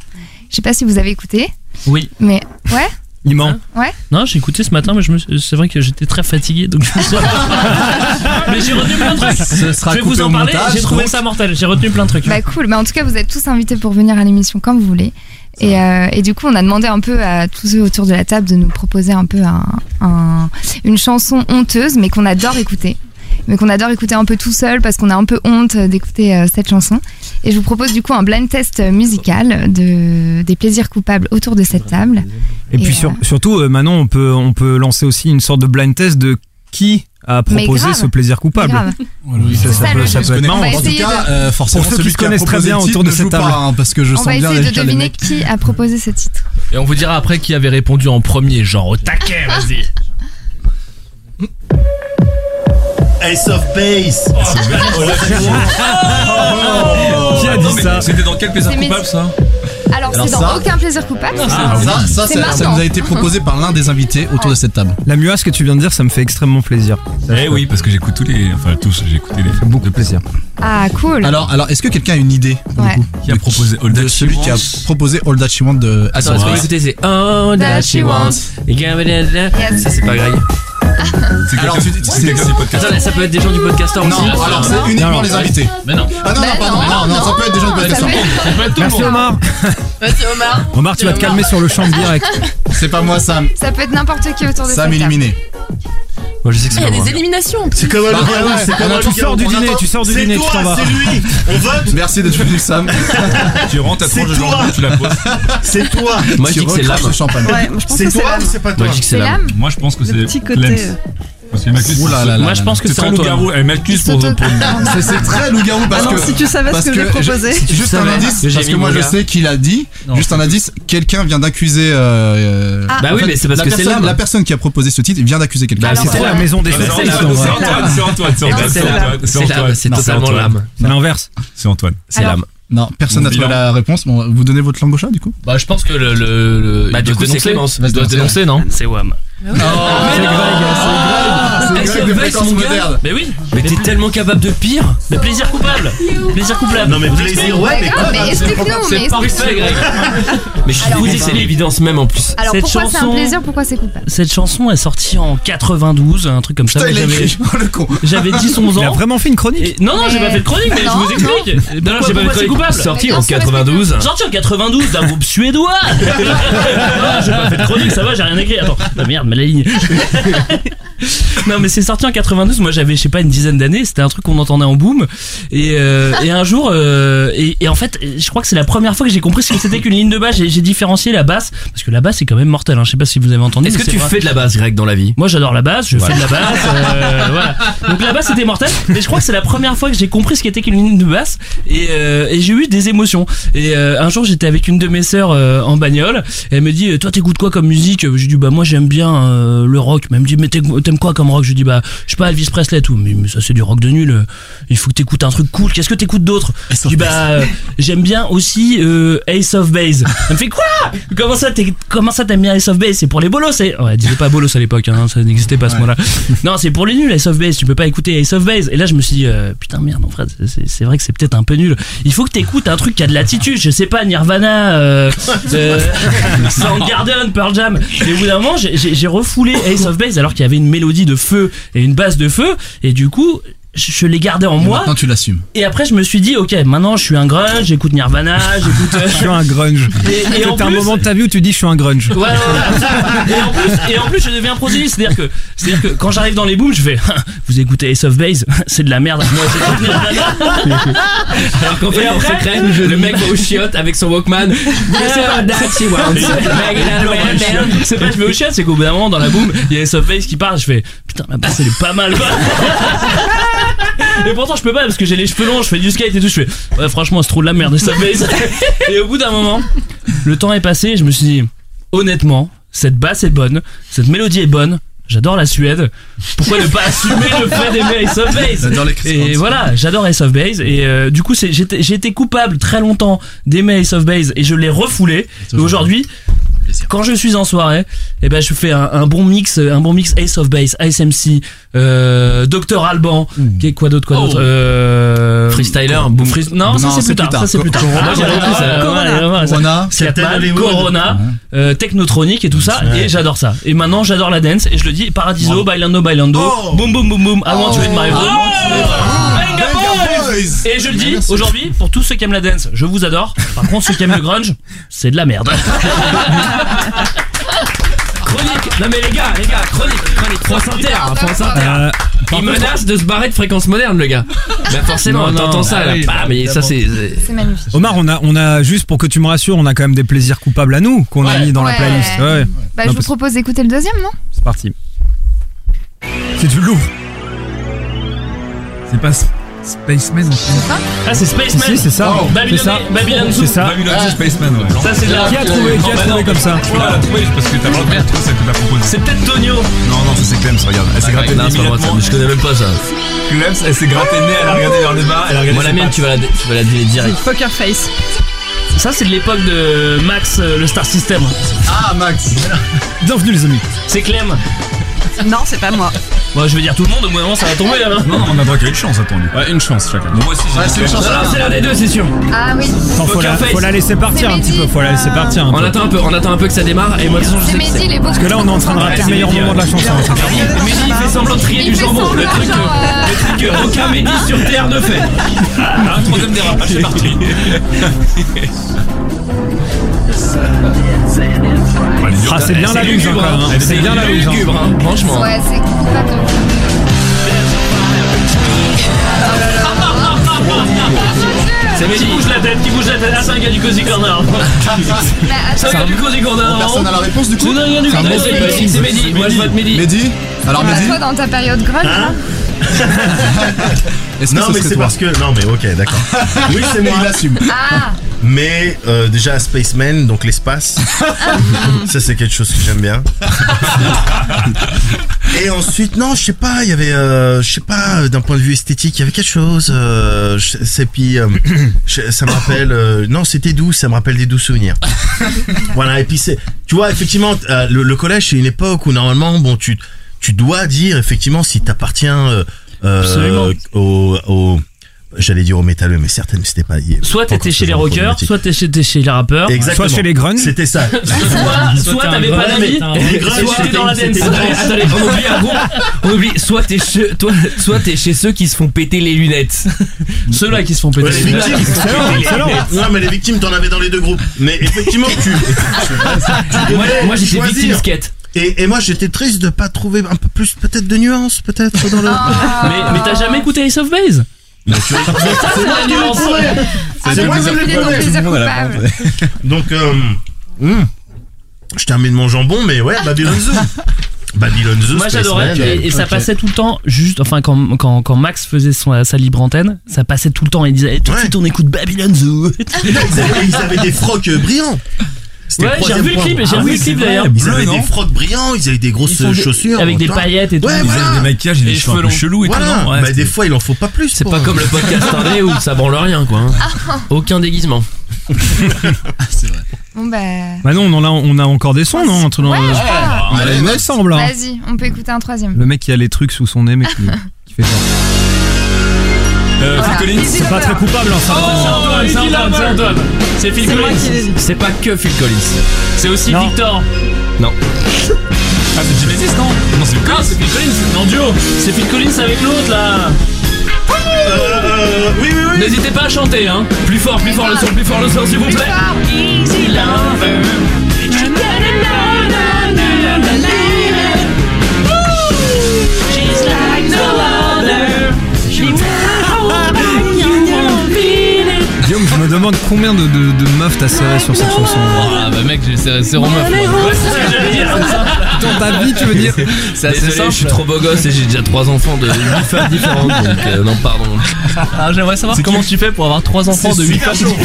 Je sais pas si vous avez écouté, Oui. mais ouais, Il ment. Hein ouais. Non, j'ai écouté ce matin, mais je me suis- c'est vrai que j'étais très fatigué, donc je me suis. mais j'ai retenu plein de trucs. Ce sera je vais vous coupé en au parler. montage, J'ai trouvé donc. ça mortel. J'ai retenu plein de trucs. Bah cool. Bah, en tout cas, vous êtes tous invités pour venir à l'émission quand vous voulez. Et, euh, et du coup, on a demandé un peu à tous ceux autour de la table de nous proposer un peu un, un- une chanson honteuse, mais qu'on adore écouter. Mais qu'on adore écouter un peu tout seul parce qu'on a un peu honte d'écouter euh, cette chanson. Et je vous propose du coup un blind test musical de, des plaisirs coupables autour de cette table. Et puis sur- surtout, euh, Manon, on peut, on peut lancer aussi une sorte de blind test de qui a Mais proposé grave, ce plaisir coupable. grave. Oui, ça, ça C'est ça, peut, le ça jeu. peut être On marrant. va essayer de- euh, forcément, pour ceux celui qui se qui a connaissent proposé très bien le titre autour de ne cette joue pas, table. hein, parce que je on va essayer de deviner qui a proposé ce titre. Et on vous dira après qui avait répondu en premier, genre au taquet, vas-y. Ace of Base. Oh, Qui a Non, dit mais ça C'était dans quel plaisir C'est mes- coupable ça Alors, Alors c'est dans ça- aucun plaisir coupable. Ah, ça, ça, C'est ça, ça marrant. nous a été proposé par l'un des invités autour de cette table. La muasse que tu viens de dire, ça me fait extrêmement plaisir. Eh oui, parce que j'écoute tous les. Enfin, tous, j'ai écouté les. Beaucoup de plaisir. Ah, cool. Alors, alors est-ce que quelqu'un a une idée pour le Ouais. coup Qui a proposé All That de celui She qui a Wants proposé All That She Wants de Ah, Attends, laisse-moi écouter, c'est Oh, that she wants. Ça, c'est pas Greg. C'est Alors, tu dis- c'est quelqu'un du podcast. Attends, ça peut être des gens du podcaster aussi. Non, alors c'est uniquement les invités. Mais non. Ah non, non, pardon, non, non, ça peut être des gens de Ça podcast. peut être- Merci Omar. Vas-y, Omar. Omar, tu vas te calmer sur le champ direct. C'est pas moi, Sam. Ça peut être n'importe qui autour de cette Sam table. éliminé. Moi, je sais que Il y a des éliminations. C'est comme un Bah, ouais, c'est comme on un attend- Tu sors du on dîner, attend- tu sors du C'est dîner, tu t'en toi, vas. c'est lui. On vote. Merci d'être venu, Sam. Tu rentres, à C'est tranche de toi. jambon, tu la poses. C'est toi. Moi, je dis que c'est l'âme. le champagne. Ouais, je pense C'est que c'est toi l'âme. ou c'est pas Moi, toi je dis que c'est C'est l'âme. l'âme Moi, je pense que Le c'est. petit côté. euh. Clems. Parce qu'il m'accuse. Ouh là là là Moi, je là pense là. que C'est c'est très Antoine. loup-garou. Elle m'accuse pour. s'auto- pour- C'est- C'est très loup-garou parce Ah non, que. si tu savais ce parce que j'ai proposé. je- Juste un savais. indice, J'ai parce mis que moi mon je gars. sais qu'il a dit. Non. Juste un indice, quelqu'un vient d'accuser. euh, Ah. Bah oui, en fait, mais c'est parce la que c'est personne- l'âme. La personne qui a proposé ce titre vient d'accuser quelqu'un. Bah, C'est trop la maison des C'est chansons. Antoine, c'est ça, ouais. Antoine, c'est Antoine, c'est Antoine, C'est c'est l'âme, Antoine, c'est l'âme, c'est Non, totalement Antoine. l'âme. C'est l'inverse. C'est Antoine. C'est l'âme. Non, personne n'a trouvé Bilan. la réponse. Bon, vous donnez votre langue au chat du coup Bah, je pense que le. le, le- Bah, il du doit coup, se c'est dénoncer. Clémence. Il doit se dénoncer, non C'est Wam. Bah Oh, C'est Ace Greg of des Base, fréquences mon gars. modernes. Mais oui. Mais t'es tellement capable de pire. Mais plaisir Bah, coupable. Plaisir coupable. Non mais Vous plaisir, ouais, mais D'accord, quoi mais explique-nous. Mais C'est parfait, Greg. Mais je vous dis, c'est l'évidence même en plus. Alors Cette pourquoi c'est un chanson- plaisir, pourquoi c'est coupable Cette chanson est sortie en 92, un truc comme ça. mais Putain, il a J'avais écrit. Oh, le con. j'avais 10, 11 Il a ans. vraiment fait une chronique. Et- non, non, j'ai Mais- pas fait de chronique, mais je Non, vous explique. Non, non, j'ai pas fait de chronique coupable. Sorti Mais en bien sûr, 92. Sorti en 92 d'un groupe suédois. Non, j'ai pas fait de chronique, ça va, j'ai rien écrit. Attends, ah, merde, mais la ligne. non, mais c'est sorti en 92. Moi, j'avais, je sais pas, une dizaine d'années. C'était un truc qu'on entendait en boom. Et, euh, et un jour, euh, et, et en fait, je crois que c'est la première fois que j'ai compris ce que c'était qu'une ligne de basse. J'ai j'ai différencié la basse parce que la basse est quand même mortelle. Hein. Je sais pas si vous avez entendu. Est-ce mais que c'est tu vrai. fais de la base, Greg, dans la vie Moi j'adore la basse, je fais de la basse. euh, voilà. Donc la basse c'était mortel, mais je crois que c'est la première fois que j'ai compris ce qu'était qu'une ligne de basse et, euh, et j'ai eu des émotions. Et euh, un jour j'étais avec une de mes sœurs euh, en bagnole et elle me dit euh, toi t'écoutes quoi comme musique J'ai dit bah moi j'aime bien euh, le rock. Mais elle me dit mais t'aimes t'aimes quoi comme rock Je dis bah je sais pas Elvis Presley et tout. Mais, mais ça c'est du rock de nul. Il faut que t'écoutes un truc cool. Qu'est-ce que t'écoutes d'autre Ace Je of dis Base. bah euh, j'aime bien aussi euh, Ace of Base. Elle me fait quoi Comment ça, t'es- comment ça t'aimes bien Ace of Base C'est pour les bolos, c'est. Ouais, disais pas bolos à l'époque, hein, ça n'existait pas à ce moment-là. Non, c'est pour les nuls Ace of Base. Tu peux pas écouter Ace of Base. Et là, je me suis dit, euh, putain merde, en fait, c'est- c'est vrai que c'est peut-être un peu nul. Il faut que t'écoutes un truc qui a de l'attitude. Je sais pas, Nirvana, euh, euh, Soundgarden, Pearl Jam. Et au bout d'un moment, j'ai- j'ai j'ai refoulé Ace of Base alors qu'il y avait une mélodie de feu et une basse de feu. Et du coup. je je l'ai gardé en Et moi. Maintenant, tu l'assumes. Et après, je me suis dit, ok, maintenant je suis un grunge, j'écoute Nirvana, j'écoute. euh, Je suis un grunge. Et- et en T'as un plus- moment de ta vie où tu dis je suis un grunge. Ouais, ouais, ouais. Et en plus, et en plus, je deviens prosélyte. C'est-à-dire que, c'est-à-dire que quand j'arrive dans les booms, je fais, vous écoutez Ace of Base, c'est de la merde. Moi, j'écoute Nirvana. Alors qu'en fait, Et en après- secret, le mec va au chiottes avec son Walkman. C'est pas that she wants. C'est pas je vais au chat, c'est qu'au bout d'un moment dans la boom, il y a Ace of Base qui part, je fais putain ma basse elle est pas mal. Et pourtant je peux pas parce que j'ai les cheveux longs, je fais du skate et tout, je fais ouais franchement c'est trop de la merde Ace of Base. Et au bout d'un moment, le temps est passé et je me suis dit honnêtement, cette basse est bonne, cette mélodie est bonne. J'adore la Suède. Pourquoi ne pas assumer le fait d'aimer Ace of Base J'adore les Chris Et Martin. voilà, j'adore Ace of Base. Et euh, du coup, c'est- j'étais j'étais coupable très longtemps d'aimer Ace of Base et je l'ai refoulé. Et aujourd'hui, quand je suis en soirée, et ben je fais un, un bon mix, euh, un bon mix Ace of Base, Ace MC, euh, Docteur Alban, qui est quoi d'autre, quoi Oh. d'autre, euh, Freestyler, Boom. Freest- non, ça Non, c'est plus, tard, ça c'est plus tard. Corona. Ah, j'ai repris ça. Corona. Ouais, ouais, ouais, ça- Corona. Scatman, Captain Hollywood. Corona, euh, Technotronic et tout ça, et j'adore ça. Et maintenant j'adore la dance et je le dis, Paradiso, Bailando, Bailando, boum boum boum boum, Oh. I want to hit my Oh, Venga Boys Et je le dis aujourd'hui, pour tous ceux qui aiment la dance, je vous adore. Par contre, ceux qui aiment le grunge, c'est de la merde. Chronique. Non mais les gars, les gars, chronique, chronique. France Inter, France Inter. Euh, Il menace de se barrer de fréquence moderne, le gars. Bah forcément, Non, non. t'entends ça, Ah là. oui, Bah, mais ça, c'est. euh, C'est magnifique. Omar, on a, on a juste pour que tu me rassures, on a quand même des plaisirs coupables à nous qu'on a mis dans la Ouais. playlist. Ouais, ouais. Bah, Non, je vous parce- propose d'écouter le deuxième, non C'est parti. C'est du lourd. C'est pas S- Spaceman Ah, c'est Spaceman Hein Si, c'est ça. Oh. C'est ça. Babylone- Babylone Zoo. Ah. C'est ça. Babylone Zoo, Spaceman, ouais. Ça, c'est de la- Qui a trouvé, qui a trouvé comme ça Tu peux pas la trouver parce que t'as pas le droit de trouver celle que t'as proposée. C'est peut-être Tonio. Non, non, ça c'est Clems, regarde. Elle s'est grattée le Non, nez c'est pas moi, ça. immédiatement. Je connais même pas ça. Clems, elle s'est grattée le nez, elle a regardé vers le bas, elle a regardé Moi, la ses mienne, pattes. tu vas la dé- tu vas la deviner direct. Poker Face. Ça, c'est de l'époque de Max, euh, le Star System. Ah, Max Bienvenue les amis. C'est Clem. Non, c'est pas moi. Moi, je veux dire tout le monde, au moins, ça va tomber là. Non, on a droit qu'à une chance, attendez. Ouais, une chance chacun. Moi aussi, j'ai une chance. C'est l'un des deux, c'est sûr. Ah oui. Attends, faut, la, faut la laisser partir C'est un petit peu. Mehdi, Faut la laisser ça. partir un peu. On attend un peu, on attend un peu que ça démarre. Et moi, de toute façon, C'est je sais que Mehdi, c'est. il est beaucoup Parce que là, on est en train de rater le meilleur moment de hein. la chanson. Mais il fait semblant de trier Il du fait jambon. Le semblant, truc, genre, que- euh, le truc que aucun Mehdi sur Terre ne fait. Ah, Un troisième dérapage, c'est parti. Ah, c'est bien la C'est luge, hein, lugubre, quand même, hein. hein. C'est bien la luge, hein. lugubre, hein, franchement. Ouais, c'est pas comme C'est Qui Mehdi. bouge la tête, qui bouge la tête. Ah, c'est un gars du Cozy Corner. Bah, C'est un gars du Cozy Corner. Personne n'a la réponse du coup C'est un gars du C'est un Cozy mauvais Corner. Mehdi. C'est Mehdi. Moi, je vote Mehdi. Mehdi Alors Bah, Mehdi, toi, dans ta période grunge, Hein hein. là. est-ce que Non, ce mais serait c'est toi parce que. Non, mais ok, d'accord. Oui, c'est moi. Il l'assume. Ah, Mais euh, déjà, Spaceman, donc l'espace. ça, c'est quelque chose que j'aime bien. Et ensuite, non, je sais pas, il y avait, euh, je sais pas, euh, d'un point de vue esthétique, il y avait quelque chose. Euh, je- c'est puis, euh, je- ça me rappelle. euh, non, c'était doux, ça me rappelle des doux souvenirs. voilà, et puis c'est, tu vois, effectivement, euh, le, le collège, c'est une époque où normalement, bon, tu, tu dois dire effectivement si t'appartiens euh, euh, Absolument. au, au- j'allais dire au métalleux, mais certaines, c'était pas. il y a Soit pas t'étais chez encore ce les genre de rockers, problématique. soit t'étais chez les rappeurs. Exactement. Soit chez les grunge. C'était ça. Soit t'avais pas d'amis. Soit t'étais dans la dance. Attendez, attendez, on oublie un groupe. hein. On oublie, soit t'es chez, toi, soit t'es chez ceux qui se font péter les lunettes. Ceux-là qui se font péter. Ouais, les les victimes. Non, mais les victimes, t'en avais dans les deux groupes. Mais effectivement, tu. Moi, moi j'étais Choisir. victime skate. Et, et moi, j'étais triste de pas trouver un peu plus, peut-être, de nuances, peut-être, dans le. Mais, mais t'as jamais écouté Ace of Base Ça, c'est la nuance. c'est moi moi qui qui l'ai voulais ton trouvé. plaisir coupable. Donc, euh, hmm, je termine mon jambon, mais ouais, Babylon Zoo. Babylon Zoo, Moi Space j'adorais Man, et, et ça ok. passait tout le temps juste enfin quand, quand, quand Max faisait son, sa libre antenne ça passait tout le temps et il disait Eh, tout de Ouais. suite on écoute Babylon Zoo Ils avaient, ils avaient des frocs euh, brillants. C'était Ouais, j'ai troisième revu le point. clip, j'ai Ah revu oui, le clip, c'est vrai. d'ailleurs. Ils Bleu, avaient non des frocs brillants, ils avaient des grosses Ils font des- chaussures. avec des putain. paillettes et tout Ouais, Ils voilà. avaient des maquillages et des Et cheveux un peu cheveux longs. chelous et tout. Voilà. non Ouais, bah, c'était- des fois, il en faut pas plus. C'est quoi. pas comme le podcast indé où ça branle rien, quoi. hein. Ah, Aucun déguisement. hein. Ah, Bon, bah. Bah non, on en a, on a encore des sons, non entre- Ouais, je euh, sais pas. on a les mêmes semble. hein. Vas-y, on peut écouter un troisième. Le mec qui a les trucs sous son nez, mais qui, qui fait genre. Euh, Phil Voilà. Collins. Easy C'est pas Lover. très coupable, hein, Oh, ça. Antoine, c'est Antoine, c'est Antoine. c'est Phil C'est moi Collins qui l'ai dit. C'est pas que Phil Collins. c'est aussi Non. Victor Ah, c'est Genesis, non Non, c'est Phil Collins. non c'est Phil Collins en duo c'est Phil Collins avec l'autre là oui, oui, oui. N'hésitez pas à chanter, hein. Plus fort, plus fort le son, plus fort le son, s'il vous plaît. Easy lover. Guillaume, je me demande combien de, de- de meufs t'as serré sur cette chanson. Ah bah mec, j'ai serré zéro meuf. moi. Ouais, c'est ce que j'allais dire, c'est ça. Dans ta vie, tu veux dire C'est assez simple. Je suis trop beau gosse et j'ai déjà trois enfants de 8 femmes différentes. Donc, euh, non, pardon. Ah, J'aimerais savoir comment tu fais pour avoir trois enfants de 8 femmes différentes.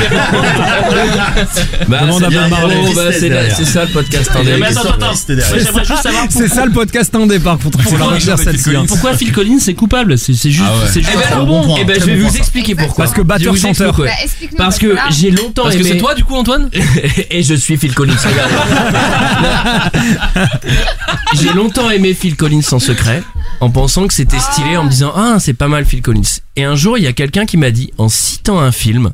Bah, Demande c'est à bien, Bernard il y a la Arnault, tristesse bah, c'est la- derrière. c'est ça le podcast. Eh, Mais indé. attends, Question attends, triste attends. derrière. J'aimerais juste savoir C'est ça le podcast indé par contre, faut la refaire celle-ci. hein. Pourquoi Phil Collins c'est coupable C'est c'est juste, Ah ouais. c'est juste Eh ben un alors, bon bon point. point. Eh ben, Très je vais bon vous point. expliquer pourquoi. Parce que batteur, Je vous explique chanteur. pourquoi. Bah, explique-nous, Parce que parce que là- j'ai longtemps Parce que aimé- c'est toi, du coup, Antoine Et je suis Phil Collins. regarde. bah, j'ai longtemps aimé Phil Collins en secret, en pensant que c'était stylé, en me disant ah c'est pas mal Phil Collins. Et un jour il y a quelqu'un qui m'a dit en citant un film.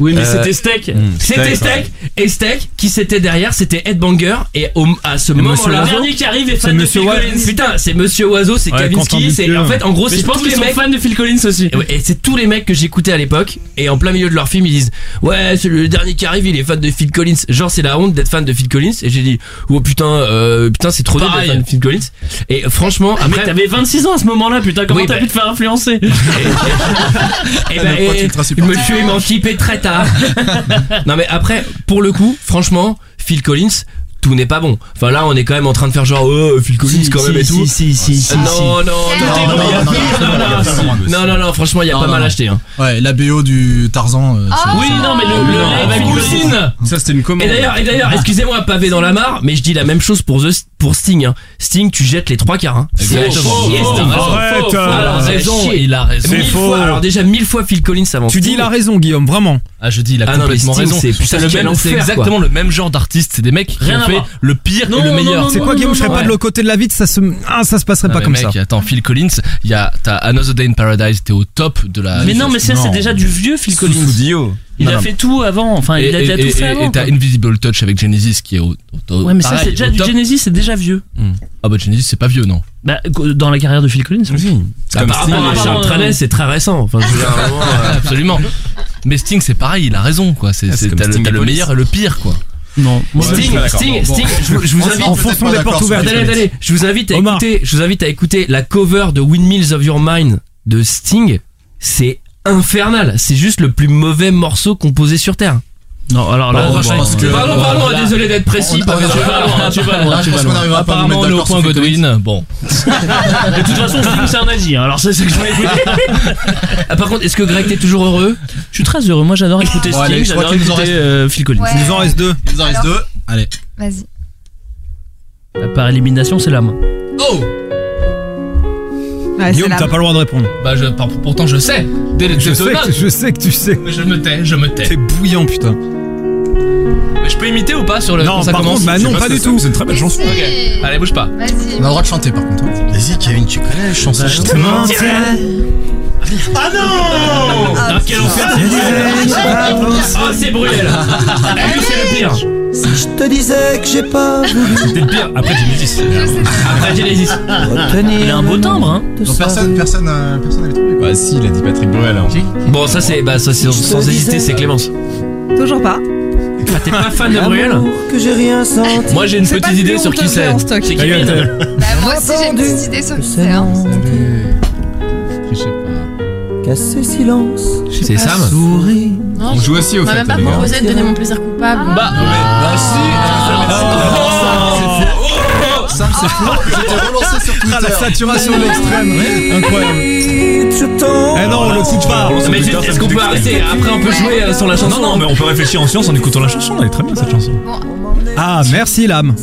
Oui, mais c'était Steak. C'était Steak, Euh, hmm, Steak. Et Steak, qui c'était derrière, c'était Headbanger. Et au- à ce Et moment-là, Monsieur Oiseau Le dernier qui arrive est fan C'est de Monsieur Phil Oiseau. Collins. Putain, c'est Monsieur Oiseau, c'est Ouais, Quentin Kavinsky. C'est Dupieux. en fait, en gros, Mais c'est je pense tous qu'ils les sont mecs fans de Phil Collins aussi. Et, ouais, et c'est tous les mecs que j'écoutais à l'époque. Et en plein milieu de leur film, ils disent ouais, c'est le dernier qui arrive, il est fan de Phil Collins. Genre, c'est la honte d'être fan de Phil Collins. Et j'ai dit oh putain, euh, putain, c'est trop nul d'être Pareil. fan de Phil Collins. Et franchement, Ah, après, mais t'avais 26 ans à ce moment-là, putain, comment Oui, t'as bah- pu te faire influencer Ah Eh ben, eh, je me suis émancipé très tard. non mais après, pour le coup, franchement, Phil Collins, tout n'est pas bon. Enfin là, on est quand même en train de faire genre, oh, Phil Collins Si, quand même si, et tout. si, si, si, si, non, si. non, non, est non, bon, non, il y a non, pire, non, non, non, non, non, non, non, non, non, franchement, il y a Non, pas non, mal non. acheté. Hein. Ouais, la BO du Tarzan. euh, c'est- Oui, non, mais le, Non, le, Phil le- Collins. Ça, c'était une Et d'ailleurs, et d'ailleurs, excusez-moi, pavé dans la mare, mais je dis la même chose pour The, pour Sting. hein. Sting, tu jettes les trois quarts. Hein. C'est Ouais, faux, chier, faux, Sting. faux, Arrête, faux, faux. euh, Alors, c'est raison, chier. il a raison. C'est Mille faux. fois, alors déjà mille fois Phil Collins avant. Tu dis Sting. la raison, Guillaume, vraiment. Ah, je dis, il a Ah non, mais complètement Sting, raison. c'est putain, le quel même- enfer, c'est quoi. exactement le même genre d'artiste. C'est des mecs qui Rien ont à fait voir. le pire Non, et le non, meilleur. C'est quoi, Guillaume Je serais pas de l'autre côté de la vie, ça se, ah, ça se passerait Non, pas mais comme mec, ça. Attends, Phil Collins, il y a, t'as Another Day in Paradise, t'es au top de la. Mais non, mais ça, c'est déjà du vieux Phil Collins. Il Non, a non. fait tout avant, enfin, et, il a déjà et- tout et- fait et- avant. Et t'as quoi. Invisible Touch avec Genesis qui est au, au- Ouais, mais ça, pareil, c'est déjà au du top. Genesis, c'est déjà vieux. Ah bah Genesis, c'est pas vieux, non Bah, dans la carrière de Phil Collins, oui. Ah, comme par Sting, rapport à les gens Charles de Trenet, Trenet, c'est très récent. Enfin, je veux dire, à un moment, euh, Absolument. Mais Sting, c'est pareil, il a raison, quoi. C'est, Ah, c'est c'est- comme t'as, le, Sting t'as et le Police. meilleur et le pire, quoi. Non. Sting, Sting, Sting, je, vous- je vous invite. Enfonçons les portes ouvertes. Attendez, attendez, je vous invite à écouter, je vous invite à écouter la cover de Windmills of Your Mind de Sting. C'est infernal. C'est juste le plus mauvais morceau composé sur terre. Non, alors là, Bon, je pense que- Pardon, pardon, désolé d'être précis, Tu vas parce que- loin, tu vas loin, Ah, je tu pense vas qu'on loin. n'arrivera pas à nous Apparemment, mettre on est au d'accord point sur Phil Godwin. Bon. De toute façon, Sting, c'est un nazi, hein, alors ça, c'est que je vais écouter. Ah, par contre, est-ce que Greg t'es toujours heureux Je suis très heureux, moi, j'adore écouter Bon, allez, Sting, je crois j'adore qu'il nous en écouter reste- euh, Phil Collins. Il nous en reste deux. Il nous en reste deux. Allez. Vas-y. Par élimination, c'est l'âme. Oh Ouais, c'est Guillaume, la- t'as pas le droit de répondre. Bah, je, par- pourtant, je sais. Dès le Je dès le sais, note, que, je sais que tu sais. mais je me tais, je me tais. T'es bouillant, putain. Mais je peux imiter ou pas sur le. Non, quand ça par commence contre, bah non, Je sais pas ce du que tout. C'est une très belle chanson. c'est. Ok. Allez, bouge pas. Vas-y. On a le droit de chanter par contre. hein. Bah, Vas-y, Kevin, tu connais la chanson Je te Ah non Ah, quel enfer Ah, oh, c'est Bruel bah, Ah, lui, c'est le pire Je te disais que j'ai pas voulu C'était le pire. Après Genesis. Après Genesis. Il a un beau timbre, hein Donc personne, personne, euh, personne n'avait trouvé. Bah si, il a dit Patrick Bruel. hein. Bon, ça c'est, bah, ça c'est sans hésiter, c'est Clémence. Toujours pas. Ah, t'es pas fan de Bruel que j'ai rien senti. Moi, j'ai une C'est pas petite le idée plus sur honteux qui que j'ai c'est. en stock. C'est euh, Kevin. Bah, moi aussi, j'ai une petite idée sur qui c'est. hein. Qu'à ce silence, C'est Sam. souris. Non, On je- joue aussi On au m'a fait. même pas les gars. proposé de donner mon plaisir coupable. Ah, Bah, bah si. Oh, Sam, c'est flou. J'étais relancé sur Twitter. Ah, la saturation de l'extrême. Incroyable. Je t'en. Eh non, on le coupe pas. On relance Mais sur juste, Twitter, est-ce ça qu'on me peut dit que- arrêter Après, on peut jouer euh, sans la chanson. Non, non, mais on peut réfléchir en science en écoutant la chanson. Elle est très bien cette chanson. Ah, merci, l'âme.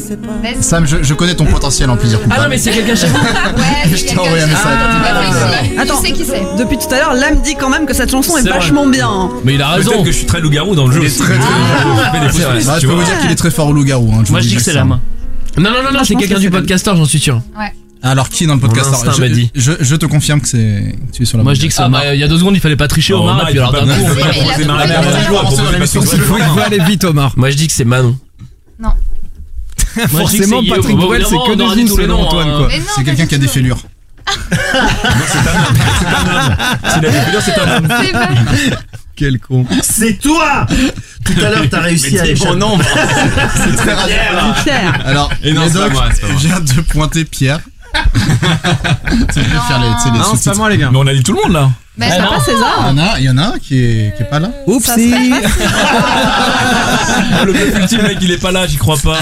Vas-y. Sam, je, je connais ton potentiel en plaisir coupable. Ah non, mais c'est quelqu'un chez vous. Ouais, Je t'ai envoyé un message. Ah, Attends. Attends. Tu sais qui c'est. Depuis tout à l'heure, l'âme dit quand même que cette chanson est, C'est vrai. vachement bien. hein. Mais il a Peut-être raison. que je suis très loup-garou dans le jeu. aussi. Je fais des fausses pistes, Bah, tu je peux vois. vous dire qu'il est très fort au loup-garou. hein, Moi, je vous dis que le c'est ça. l'âme. Non, non, non, non, c'est Franchement, quelqu'un c'est du la- podcasteur, j'en suis sûr. Alors qui dans le podcast Mon instinct alors, je, m'a dit. Je, je te confirme que c'est que tu es sur la Moi, bonne je dis que c'est Ah, Omar. bah, il y a deux secondes, il fallait pas tricher au Omar, mar, et puis il alors peut d'un pas- coup. il peut Oui, pas mais il a proposer tout Marie fait Merlin tout à Bonjour à l'heure. proposer Sur la Patrick Il Bruel. faut, hein. il faut aller vite, Omar. Moi, je dis que c'est Manon. Moi, je dis que Forcément, c'est Guillaume. Patrick Bon, Bruel, c'est évidemment, que on des aurait dit unes tous les selon noms, Antoine, hein. euh. quoi. Mais non, C'est quelqu'un pas qui a du des tout. fêlures. S'il avait pu dire, c'est un homme. Quel con. C'est Ah. toi Tout à l'heure, t'as réussi à échapper. C'est très hein. radical. Pierre. Alors, Et non, mais c'est pas donc, moi, c'est pas moi. j'ai hâte de pointer Pierre. C'est- je vais faire les, tu sais, les Non, c'est sous-titres. pas moi, les gars. Bah, Mais on a dit tout le monde, là. Bah, Mais ça va, César Il y en a, il y en a un qui est, qui est pas là. Oupsie Oh, Le peuple ultime, mec, il est pas là, j'y crois pas.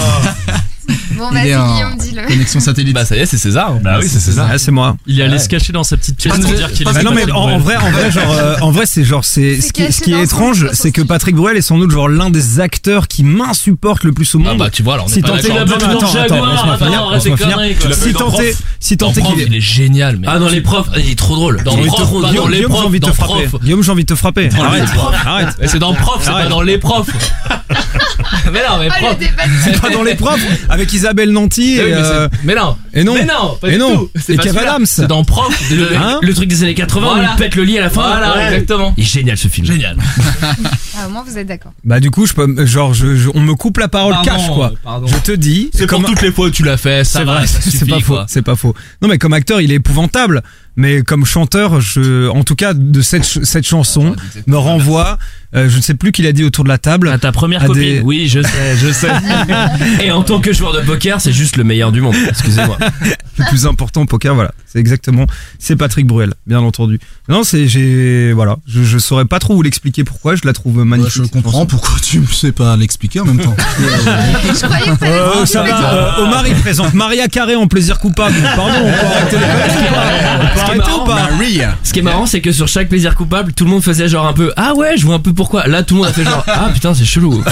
Bon, Il vas-y, est en Guillaume, dis-le. connexion satellite. Bah ça y est, c'est César. Bah oui, c'est César. Ah, c'est moi. Il est allé se cacher dans sa petite pièce pour dire Ah, qu'il Bah aimait non mais Patrick en, en vrai, Bruel. en vrai, genre, euh, en vrai, c'est genre, c'est ce qui, ce qui est étrange, c'est que Patrick Bruel est sans doute genre l'un des acteurs qui m'insupporte le plus au monde. bah, tu vois, alors, on est si pas tenté, d'accord. attends, Dans attends, Jaguar, laisse-moi bah finir, non, laisse-moi arrête tes finir. conneries, quoi. Tu l'as pas Si vu dans tenté, Prof si Dans tenté Prof, qu'il est. il est génial, mais- Ah, dans les profs, il est trop drôle. Dans Prof, pas dans Guillaume, les j'ai profs, envie de te dans frapper. Prof. Guillaume, j'ai envie de te frapper. Dans les Arrête, profs. arrête. Mais c'est dans prof, c'est pas Arrête. dans les profs. mais non, mais Ah, le prof. C'est pas dans les profs avec Isabelle Nanty Oui, et mais c'est- euh, mais non. et non Mais non, pas et du non tout. C'est et pas Kev celui-là. Adams Hein C'est dans prof de- le truc des années 80 où Hein Voilà. il pète le lit à la fin. Voilà, exactement. Il est génial ce film. Génial. Ah, au moins, vous êtes d'accord. bah du coup je peux genre je, je- on me coupe la parole Pardon, cash quoi euh, pardon. je te dis C'est pour comme- toutes les fois où tu l'as fait, ça c'est va, vrai, ça c'est suffit, pas faux, quoi. c'est pas faux. Non mais comme acteur, il est épouvantable, mais comme chanteur, je en tout cas de cette ch- cette chanson Ah, me renvoie euh, je ne sais plus qui l'a dit autour de la table à ta première copine. Oui, je sais, je sais. Et en tant que joueur de poker, c'est juste le meilleur du monde. Excusez-moi. le plus important au poker, voilà. C'est exactement, c'est Patrick Bruel, bien entendu. Non, c'est, j'ai, voilà, je, je saurais pas trop vous l'expliquer pourquoi, je la trouve magnifique. je comprends pourquoi tu ne sais pas l'expliquer en même temps. Je croyais que ça allait Oh, ça va, euh, Omar il présente Maria Carré en plaisir coupable. Pardon, on peut arrêter les on peut arrêter ou pas Ce qui est marrant, c'est que sur chaque plaisir coupable, tout le monde faisait genre un peu Ah ouais, je vois un peu pourquoi. Là, tout le monde a fait genre Ah putain, c'est chelou.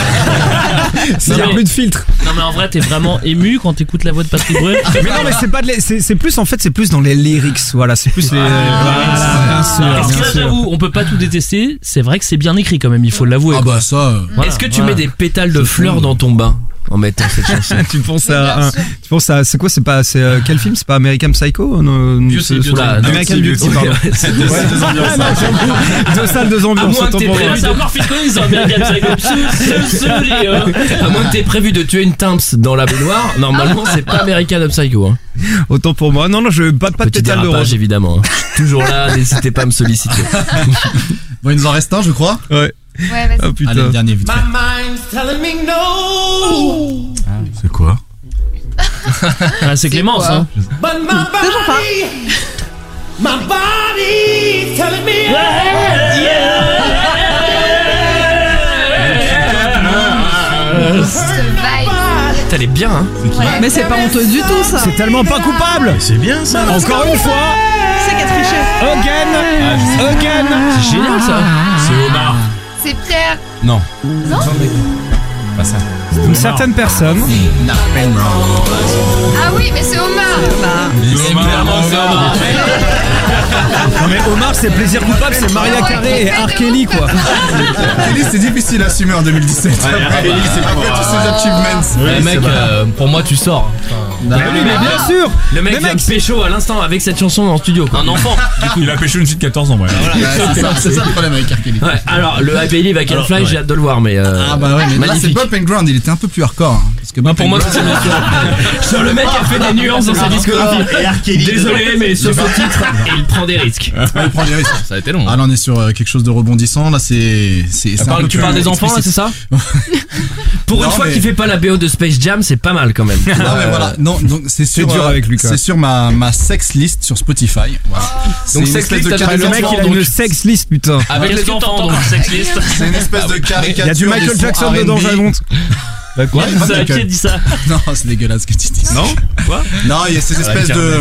Il y a Non, mais- plus de filtre. Non, mais en vrai, t'es vraiment ému quand t'écoutes la voix de Patrick Bruel. Mais non, mais c'est pas de les- c'est c'est plus en fait, c'est plus dans les lyrics, voilà, c'est plus les. voilà, bien Parce sûr, que là, bien sûr. j'avoue, on peut pas tout détester. C'est vrai que c'est bien écrit quand même, il faut l'avouer. Ah bah ça. euh, Voilà, Est-ce que tu voilà. mets des pétales de fleurs dans ton bain en mettant cette chanson tu penses à, un- tu penses à, c'est quoi, c'est pas, c'est euh, quel film, c'est pas American Psycho, euh, non, non, ce- ce- Ah, non, American c'est Beauty, Beauty, pardon. ouais, c'est deux- Ouais. c'est deux ambiances, Ah, non, j'avoue. Deux salles, deux À ambiances. moins que autant t'aies pour prévu moi. de- C'est encore Phil Collins, hein, American Psycho. Ce- ce- ce, les, hein. euh, À moins que t'aies prévu de tuer une timps dans la baignoire, normalement c'est pas American Up Psycho. Hein. Autant pour moi. Non, non, je pas pas de Petit pétale de dérapage rose. évidemment. hein. Toujours là, n'hésitez pas à me solliciter. Bon, il nous en reste un, je crois. Ouais. Ouais, vas-y. Oh, Oh, Ah putain. Allez, le dernier vite. fait. Oh. C'est quoi Ah, c'est Clémence, quoi hein. Putain, Elle est bien. Hein. Mais c'est pas honteux du tout ça C'est tellement pas coupable. C'est bien ça. Encore une fois. C'est qu'à tricher Again. Again. C'est génial ça. C'est Omar. C'est Pierre. Non. Pas ça. Une certaine personne. Ah oui, mais c'est Omar. C'est Omar, c'est Omar. Non mais Omar, c'est plaisir coupable, c'est Maria Carré et R. Kelly quoi. Kelly, c'est difficile à assumer en 2017. Après tous ces euh, achievements. Ouais, mec, euh, pour moi, tu sors. Ah. Mais oui, mais bien sûr. Le mec Mais vient mec, de pécho à l'instant avec cette chanson en studio. Quoi. Un enfant. Il a pêché une fille de 14 ans, ouais. Ouais, c'est ça, c'est ça le problème avec R. Kelly. Ouais, alors le I Believe I Can Fly, j'ai hâte de le voir, mais. euh, Ah bah ouais, mais là c'est magnifique. Bob and Ground, il était un peu plus hardcore. hein, parce que Bob Bah, pour and moi, Ground- c'est Genre le mec a fait des nuances dans sa discographie. Et R. Kelly. Désolé, mais sur ce titre, il prend des risques. Ouais, il prend des risques. Ça a été long. hein. Ah là on est sur euh, quelque chose de rebondissant, là c'est... c'est- c'est un peu Ah, tu plus parles des enfants, là, c'est explicite. ça Pour une Non, fois mais- qu'il fait pas la BO de Space Jam, c'est pas mal quand même. Non mais voilà, non, donc c'est sur, dur euh, avec lui, quand même. c'est sur ma, ma sex list sur Spotify. Voilà. C'est Donc, une sex espèce list, de t'as caricature- le mec il a une sex list putain. Avec Qu'est-ce les que enfants, t'entends donc. dans sexliste C'est une espèce de caricature. Ah Il y a du des Michael sons Jackson dedans, R&B. je monte. Bah, Ouais, Ça, pas Qui a Michael. dit ça Non, c'est dégueulasse ce que tu dis. Non Non, il y a Ah, cette Ah, espèce de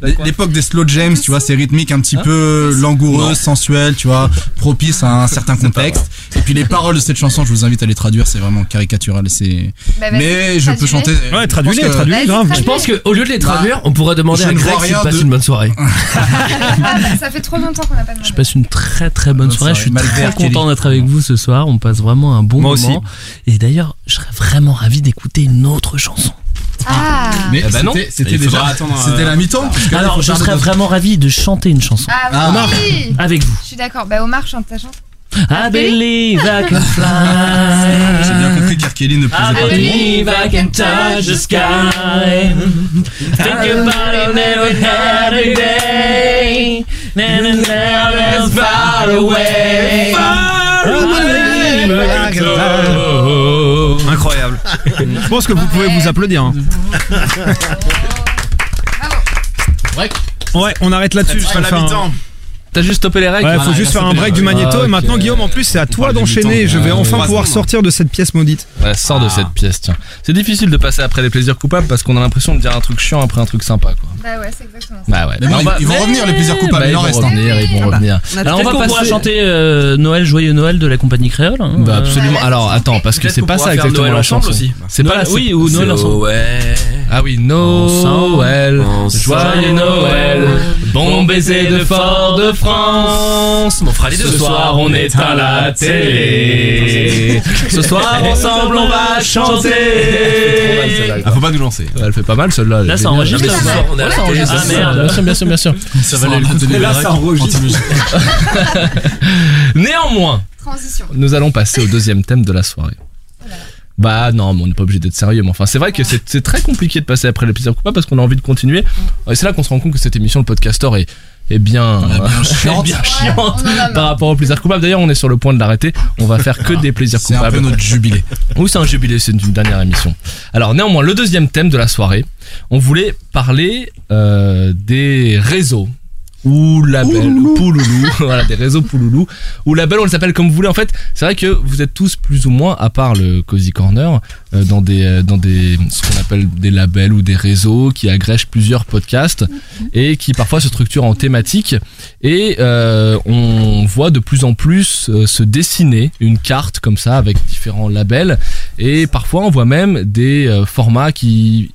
Carnesse. l'époque des slow jams, tu vois, c'est rythmique un petit peu langoureux, sensuel, tu vois, propice à un certain contexte. Et puis les paroles de cette chanson, je vous invite à les traduire, c'est vraiment caricatural, et c'est Bah, vas-y, mais je peux traduis-les. chanter. Ouais, je pense traduis-les, que- Bah, traduis-les Vas-y, grave. Je traduis-les. pense que au lieu de les traduire, on pourrait demander je à ne Greg vois s'il rien passe de- une bonne soirée. Ça fait trop longtemps qu'on n'a pas demandé. Je passe une très très bonne Bonne soirée. Je suis soirée. très Malgré content Kelly. d'être avec vous ce soir. On passe vraiment un bon Moi aussi. moment. Et d'ailleurs, je serais vraiment ravi d'écouter une autre chanson. bah Ah. Mais Eh ben non. c'était- c'était Il faudra déjà euh, attendre, c'était la mi-temps. parce que là, il faut Alors, je faire serais d'autres- vraiment ravi de chanter une chanson Ah oui. avec vous. Ah, Je suis d'accord. Bah Omar chante ta chanson. Ah, I believe I can fly. J'ai bien compris qu'Arkéline ne plaisait I pas tout le believe monde. I can touch the sky. Think about it never every day. Then and now it's far away. Far Oh, Bah Oh, Incroyable. Je pense que vous pouvez vous applaudir. hein. Ouais, on arrête là-dessus. Très je hein. préfère habitant. un- T'as juste topé les règles Ouais, faut juste faire un break du magnéto. Et maintenant, Guillaume, en plus, c'est à toi d'enchaîner. Je vais enfin pouvoir sortir de cette pièce maudite. Ouais, sors Ah. de cette pièce, tiens. C'est difficile de passer après les plaisirs coupables parce qu'on a l'impression de dire un truc chiant après un truc sympa, quoi. Bah ouais, c'est exactement Bah ouais. Mais Bah, bon, on ils- va- ils vont mais- revenir, les plaisirs coupables, bah, il ils en vont reste, revenir, hein. ils vont Ah bah. revenir. On a Alors on peut-être va qu'on passer. pourra chanter euh, Noël, joyeux Noël de la compagnie créole. hein. Bah Euh, absolument. Alors attends, parce que Peut-être c'est qu'on pas ça pourra faire exactement Noël la ensemble chanson. aussi. C'est pas Noël- la- oui, ou Noël c'est- ensemble. Ouais. Ah oui, Noël. Ensemble. Joyeux Noël. Bon baiser de Fort-de-France. On fera les deux Ce ce soir, soir. on éteint la télé. Ce soir, ensemble, on va chanter. Ah, faut pas nous lancer. Elle Ah, fait pas mal celle-là. Là, ça enregistre, là, ça. Là, ça enregistre. Ah Ah, merde. merde. Bien sûr, bien sûr, bien sûr. Ça valait le coup de donner Là, le ça rec- enregistre. Néanmoins, Transition. nous allons passer au deuxième thème de la soirée. Bah non, mais on n'est pas obligé d'être sérieux. Mais enfin, c'est vrai que c'est c'est très compliqué de passer après les plaisirs coupables parce qu'on a envie de continuer. Et c'est là qu'on se rend compte que cette émission, le podcaster, est, est Ah, bien, bien chiante. est bien Ouais, chiante on en a marre. par rapport aux plaisirs coupables. D'ailleurs, on est sur le point de l'arrêter. On va faire que des plaisirs C'est un coupables. peu notre jubilé. Oui, c'est un jubilé, c'est une dernière émission. Alors néanmoins, le deuxième thème de la soirée, on voulait parler euh, des réseaux ou labels Pouloulou, voilà des réseaux Pouloulou ou labels, on les appelle comme vous voulez. En fait, c'est vrai que vous êtes tous plus ou moins, à part le Cozy Corner, euh, dans des euh, dans des ce qu'on appelle des labels ou des réseaux qui agrègent plusieurs podcasts et qui parfois se structurent en thématiques. Et euh, on voit de plus en plus euh, se dessiner une carte comme ça avec différents labels. Et parfois on voit même des euh, formats qui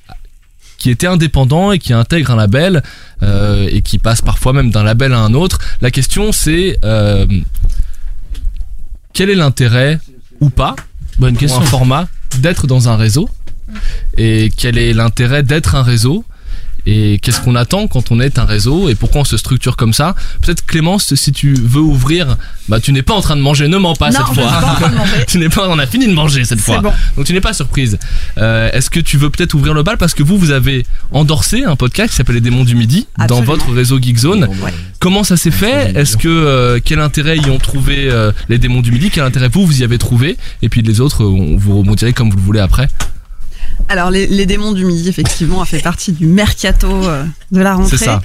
qui était indépendant et qui intègre un label euh, et qui passe parfois même d'un label à un autre. La question c'est euh, quel est l'intérêt ou pas bonne question. un format d'être dans un réseau et quel est l'intérêt d'être un réseau et qu'est-ce qu'on attend quand on est un réseau et pourquoi on se structure comme ça Peut-être Clémence, si tu veux ouvrir, bah tu n'es pas en train de manger, ne mens pas Non, cette je suis fois. pas en train de manger. tu n'es pas, on a fini de manger cette C'est fois. bon. Donc tu n'es pas surprise. Euh, Est-ce que tu veux peut-être ouvrir le bal parce que vous, vous avez endorsé un podcast qui s'appelle Les Démons du Midi dans votre réseau Geekzone. Comment ça s'est fait Est-ce que euh, quel intérêt y ont trouvé euh, les Démons du Midi Quel intérêt vous vous y avez trouvé Et puis les autres, euh, on vous remontirez comme vous le voulez après. Alors, les, les démons du midi, effectivement, a fait partie du mercato euh, de la rentrée. C'est ça.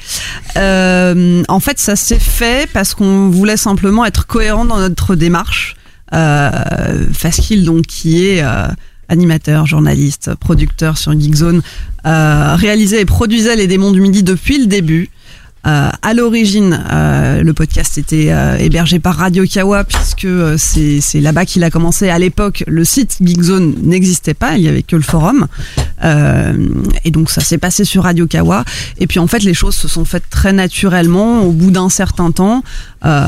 Euh, en fait, ça s'est fait parce qu'on voulait simplement être cohérent dans notre démarche. Euh, Fasquille, donc, qui est euh, animateur, journaliste, producteur sur Geekzone, euh, réalisait et produisait les démons du midi depuis le début. Euh, à l'origine, euh, le podcast était euh, hébergé par Radio Kawa puisque euh, c'est c'est là-bas qu'il a commencé. À l'époque, le site Geekzone n'existait pas, il y avait que le forum. Euh, et donc ça s'est passé sur Radio Kawa. Et puis en fait, les choses se sont faites très naturellement au bout d'un certain temps. Euh,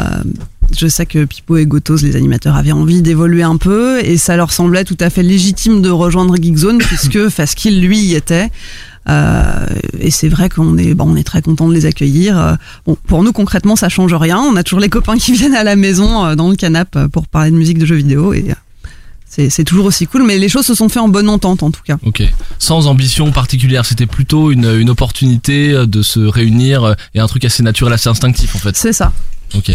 je sais que Pipo et Gotos, les animateurs, avaient envie d'évoluer un peu et ça leur semblait tout à fait légitime de rejoindre Geekzone puisque Faskill, lui, y était. Euh, et c'est vrai qu'on est, bon, on est très content de les accueillir. Euh, bon, pour nous concrètement, ça change rien. On a toujours les copains qui viennent à la maison euh, dans le canap euh, pour parler de musique de jeux vidéo et euh, c'est c'est toujours aussi cool. Mais les choses se sont faites en bonne entente en tout cas. Ok. Sans ambition particulière, c'était plutôt une, une opportunité euh, de se réunir euh, et un truc assez naturel, assez instinctif en fait. C'est ça. Ok.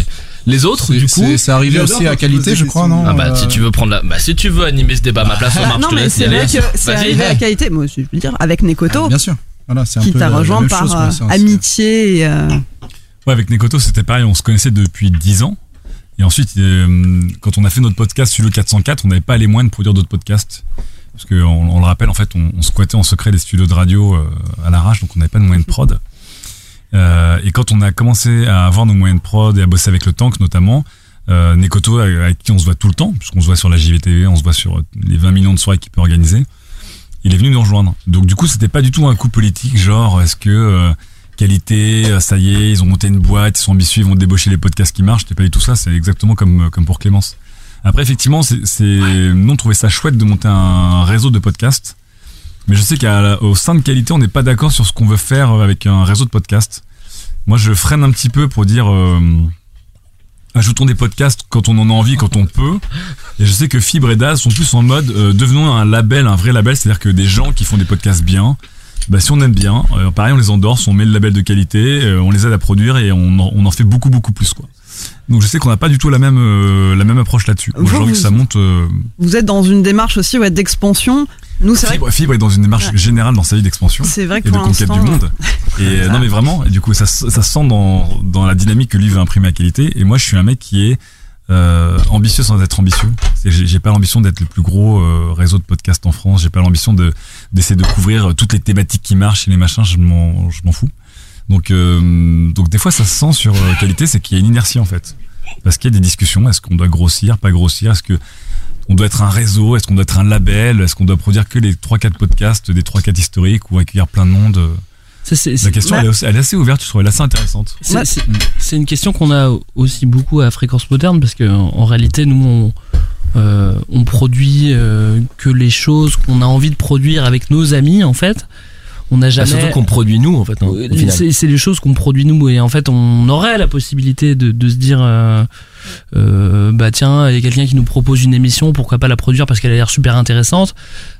Les autres, du coup, C'est arrivé J'adore aussi quand à tu qualité, je crois, non euh, Ah bah si tu veux prendre la, bah si tu veux animer ce débat, à ma place on marche. Ah, non je te mais laisse y c'est vrai aller. que c'est Vas-y. arrivé à qualité. Moi, je veux dire avec Nekoto. Ah, Bien sûr. Voilà, c'est un qui peu t'a la- la rejoint même par chose, quoi, euh, c'est un- amitié. Et, euh, Ouais, avec Nekoto, c'était pareil, on se connaissait depuis 10 ans. Et ensuite, euh, quand on a fait notre podcast sur le 404, on n'avait pas les moyens de produire d'autres podcasts. Parce qu'on on le rappelle, en fait, on, on squattait en secret les studios de radio euh, à l'arrache, donc on n'avait pas de moyens de prod. Euh, et quand on a commencé à avoir nos moyens de prod et à bosser avec le Tank notamment, euh, Nekoto, avec avec qui on se voit tout le temps, puisqu'on se voit sur la JVTV, on se voit sur euh, les 20 millions de soirées qu'il peut organiser, il est venu nous rejoindre. Donc du coup, c'était pas du tout un coup politique, genre est-ce que euh, qualité, euh, ça y est, ils ont monté une boîte, ils sont ambitieux, ils vont débaucher les podcasts qui marchent. C'était pas du tout ça. C'est exactement comme euh, comme pour Clémence. Après, effectivement, c'est c'est- nous on trouvait ça chouette de monter un réseau de podcasts. Mais je sais qu'au sein de qualité, on n'est pas d'accord sur ce qu'on veut faire avec un réseau de podcasts. Moi, je freine un petit peu pour dire. euh, Ajoutons des podcasts quand on en a envie, quand on peut. Et je sais que Fibre et Daz sont plus en mode euh, devenons un label, un vrai label, c'est-à-dire que des gens qui font des podcasts bien, bah, si on aime bien, euh, pareil, on les endorse, on met le label de qualité, euh, on les aide à produire et on en, on en fait beaucoup, beaucoup plus. quoi. Donc je sais qu'on n'a pas du tout la même, euh, la même approche là-dessus. Moi, j'ai Vous, envie que ça monte. euh, Vous êtes dans une démarche aussi ouais, d'expansion. Nous, c'est vrai. Fibre, Fibre est dans une démarche Ouais. générale dans sa vie d'expansion C'est vrai que et de pour conquête du l'instant- monde. Et euh, non mais vraiment, et du coup ça, se- ça se sent dans, dans la dynamique que lui veut imprimer à qualité. Et moi je suis un mec qui est euh, ambitieux sans être ambitieux. C'est- J'ai j'ai pas l'ambition d'être le plus gros euh, réseau de podcasts en France. J'ai pas l'ambition de d'essayer de couvrir euh, toutes les thématiques qui marchent et les machins. Je m'en je m'en fous. Donc euh, donc des fois ça se sent sur euh, qualité, c'est qu'il y a une inertie en fait. Parce qu'il y a des discussions. Est-ce qu'on doit grossir, pas grossir Est-ce que on doit être un réseau Est-ce qu'on doit être un label Est-ce qu'on doit produire que les 3-4 podcasts des 3-4 historiques ou accueillir plein de monde euh? c'est- La question, bah- elle, est aussi- elle est assez ouverte, je trouve, elle est assez intéressante. C'est- c'est- C'est une question qu'on a aussi beaucoup à Fréquence Moderne parce que en en réalité, nous, on, euh, on produit euh, que les choses qu'on a envie de produire avec nos amis, en fait. On n'a Bah, jamais. surtout qu'on produit nous, en fait, hein, au Euh, final. C'est c'est les choses qu'on produit nous et en fait, on aurait la possibilité de, de se dire, euh, euh, bah tiens, il y a quelqu'un qui nous propose une émission, pourquoi pas la produire parce qu'elle a l'air super intéressante.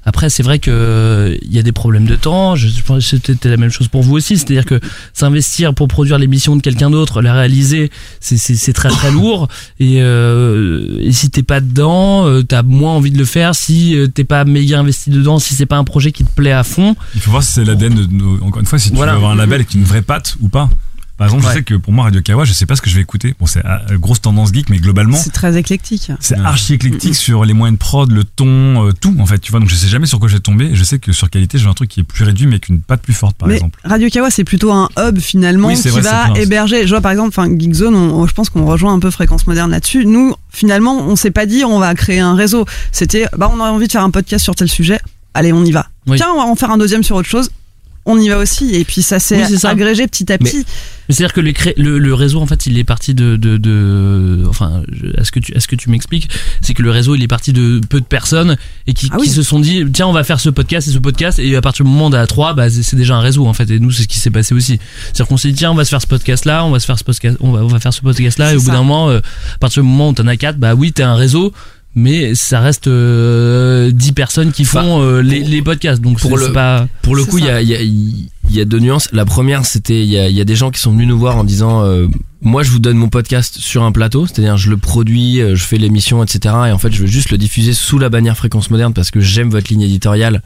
Après, c'est vrai que euh, il y a des problèmes de temps. Je je pense que c'était la même chose pour vous aussi, c'est-à-dire que s'investir pour produire l'émission de quelqu'un d'autre, la réaliser, c'est- c'est c'est très très lourd. Et, euh, et si t'es pas dedans, euh, t'as moins envie de le faire. Si euh, t'es pas méga investi dedans, si c'est pas un projet qui te plaît à fond, Il faut voir si c'est l'ADN de nos- Encore une fois, si tu Voilà. veux avoir un label avec une vraie patte ou pas. Par exemple, Ouais. je sais que pour moi, Radio Kawa, je sais pas ce que je vais écouter. Bon, c'est euh, grosse tendance geek, mais globalement, C'est très éclectique. c'est archi éclectique sur les moyens de prod, le ton, euh, tout, en fait, tu vois. Donc, je sais jamais sur quoi je vais tomber. Et Je sais que sur qualité, j'ai un truc qui est plus réduit, mais qu'une patte plus forte, par Mais exemple. Radio Kawa, c'est plutôt un hub finalement Oui, c'est qui vrai, c'est va vrai. héberger. Je vois par exemple, enfin Geekzone, on- on- je pense qu'on rejoint un peu Fréquence Moderne là-dessus. Nous, finalement, on s'est pas dit on va créer un réseau. C'était, bah, on a envie de faire un podcast sur tel sujet. Allez, on y va. Oui. Tiens, on va en faire un deuxième sur autre chose. On y va aussi. Et puis ça s'est Oui, c'est ça. agrégé petit à Mais- petit. Mais c'est-à-dire que les cré- le, le réseau, en fait, il est parti de, de, de- enfin, je- à ce que tu, à ce que tu m'expliques, c'est que le réseau, il est parti de peu de personnes et qui, Ah qui se sont dit, tiens, on va faire ce podcast et ce podcast, et à partir du moment où on est à trois, bah, c'est c'est déjà un réseau, en fait. Et nous, c'est ce qui s'est passé aussi. C'est-à-dire qu'on s'est dit, tiens, on va se faire ce podcast-là, on va se faire ce podcast, on va, on va faire ce podcast-là, et au bout d'un moment, euh, à partir du moment où t'en as quatre, bah oui, t'es un réseau. Mais ça reste euh, 10 personnes qui font euh, les, les podcasts, donc pour c'est- le c'est pas. pour le coup il y a, il y a- il y a deux nuances la première c'était il y a, il y a des gens qui sont venus nous voir en disant euh, moi je vous donne mon podcast sur un plateau c'est-à-dire je le produis euh, je fais l'émission etc et en fait je veux juste le diffuser sous la bannière fréquence moderne parce que j'aime votre ligne éditoriale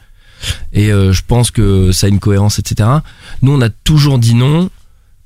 et euh, je pense que ça a une cohérence etc nous on a toujours dit non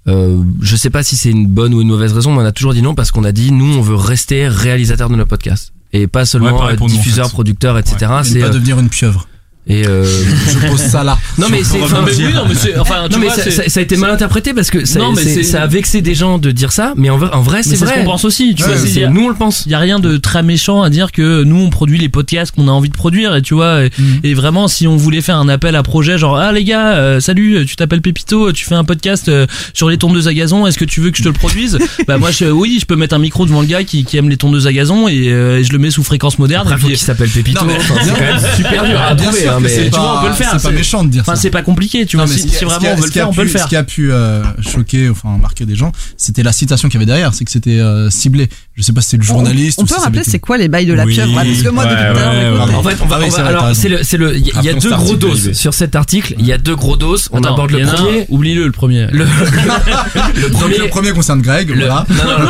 euh, je sais pas si c'est une bonne ou une mauvaise raison, mais on a toujours dit non parce qu'on a dit nous on veut rester réalisateur de nos podcasts et pas Ouais, seulement pareil euh, pour nous, en diffuseur, fait. producteur, etc. Ouais. Et ne c'est pas euh, devenir une pieuvre. et euh, Je pose ça là. non Si mais on c'est peut enfin, rebondir. mais oui, non, mais c'est- enfin, tu Non, mais vois, ça- c'est- ça- ça a été mal interprété parce que ça- non, mais c'est- ça a vexé des gens de dire ça mais en vrai, en vrai Mais c'est vrai ce qu'on pense aussi, tu vois. c'est nous on le pense. Il y a rien de très méchant à dire que nous on produit les podcasts qu'on a envie de produire et tu vois Mm. et, et vraiment si on voulait faire un appel à projet genre ah les gars euh, salut tu t'appelles Pépito tu fais un podcast euh, sur les tondeuses à gazon est-ce que tu veux que je te le produise bah moi je, oui je peux mettre un micro devant le gars qui, qui aime les tondeuses à gazon et, euh, et je le mets sous fréquence moderne et puis qui s'appelle Pépito Non, mais- enfin, c'est quand même super dur à Bien trouver, sûr hein, que mais- c'est tu pas- vois, on peut le faire c'est pas méchant de dire enfin, ça. c'est pas compliqué tu vois Non, mais si, ce qui- si ce qui vraiment a- on veut ce le qui a faire on peut pu- le faire Ce qui a pu euh, choquer, enfin marquer des gens, c'était la citation qu'il y avait derrière. C'est que c'était euh, ciblé. Je sais pas si c'était le journaliste on ou peut si ça rappeler avait été- c'est quoi les bails de la Oui, pieuvre, là, parce que moi, depuis tout à l'heure, j'ai compté. En fait, on va, Ah oui, on c'est vrai, va- t'as alors raison. c'est le, c'est le, il y a- il y a Rappelons deux cet gros article de doses Libé. sur cet article. Il y a deux gros doses. On Attends, aborde il le y en a premier. Oublie-le, le premier. Le, le premier. Le premier concerne Greg. Voilà. Non, non, non,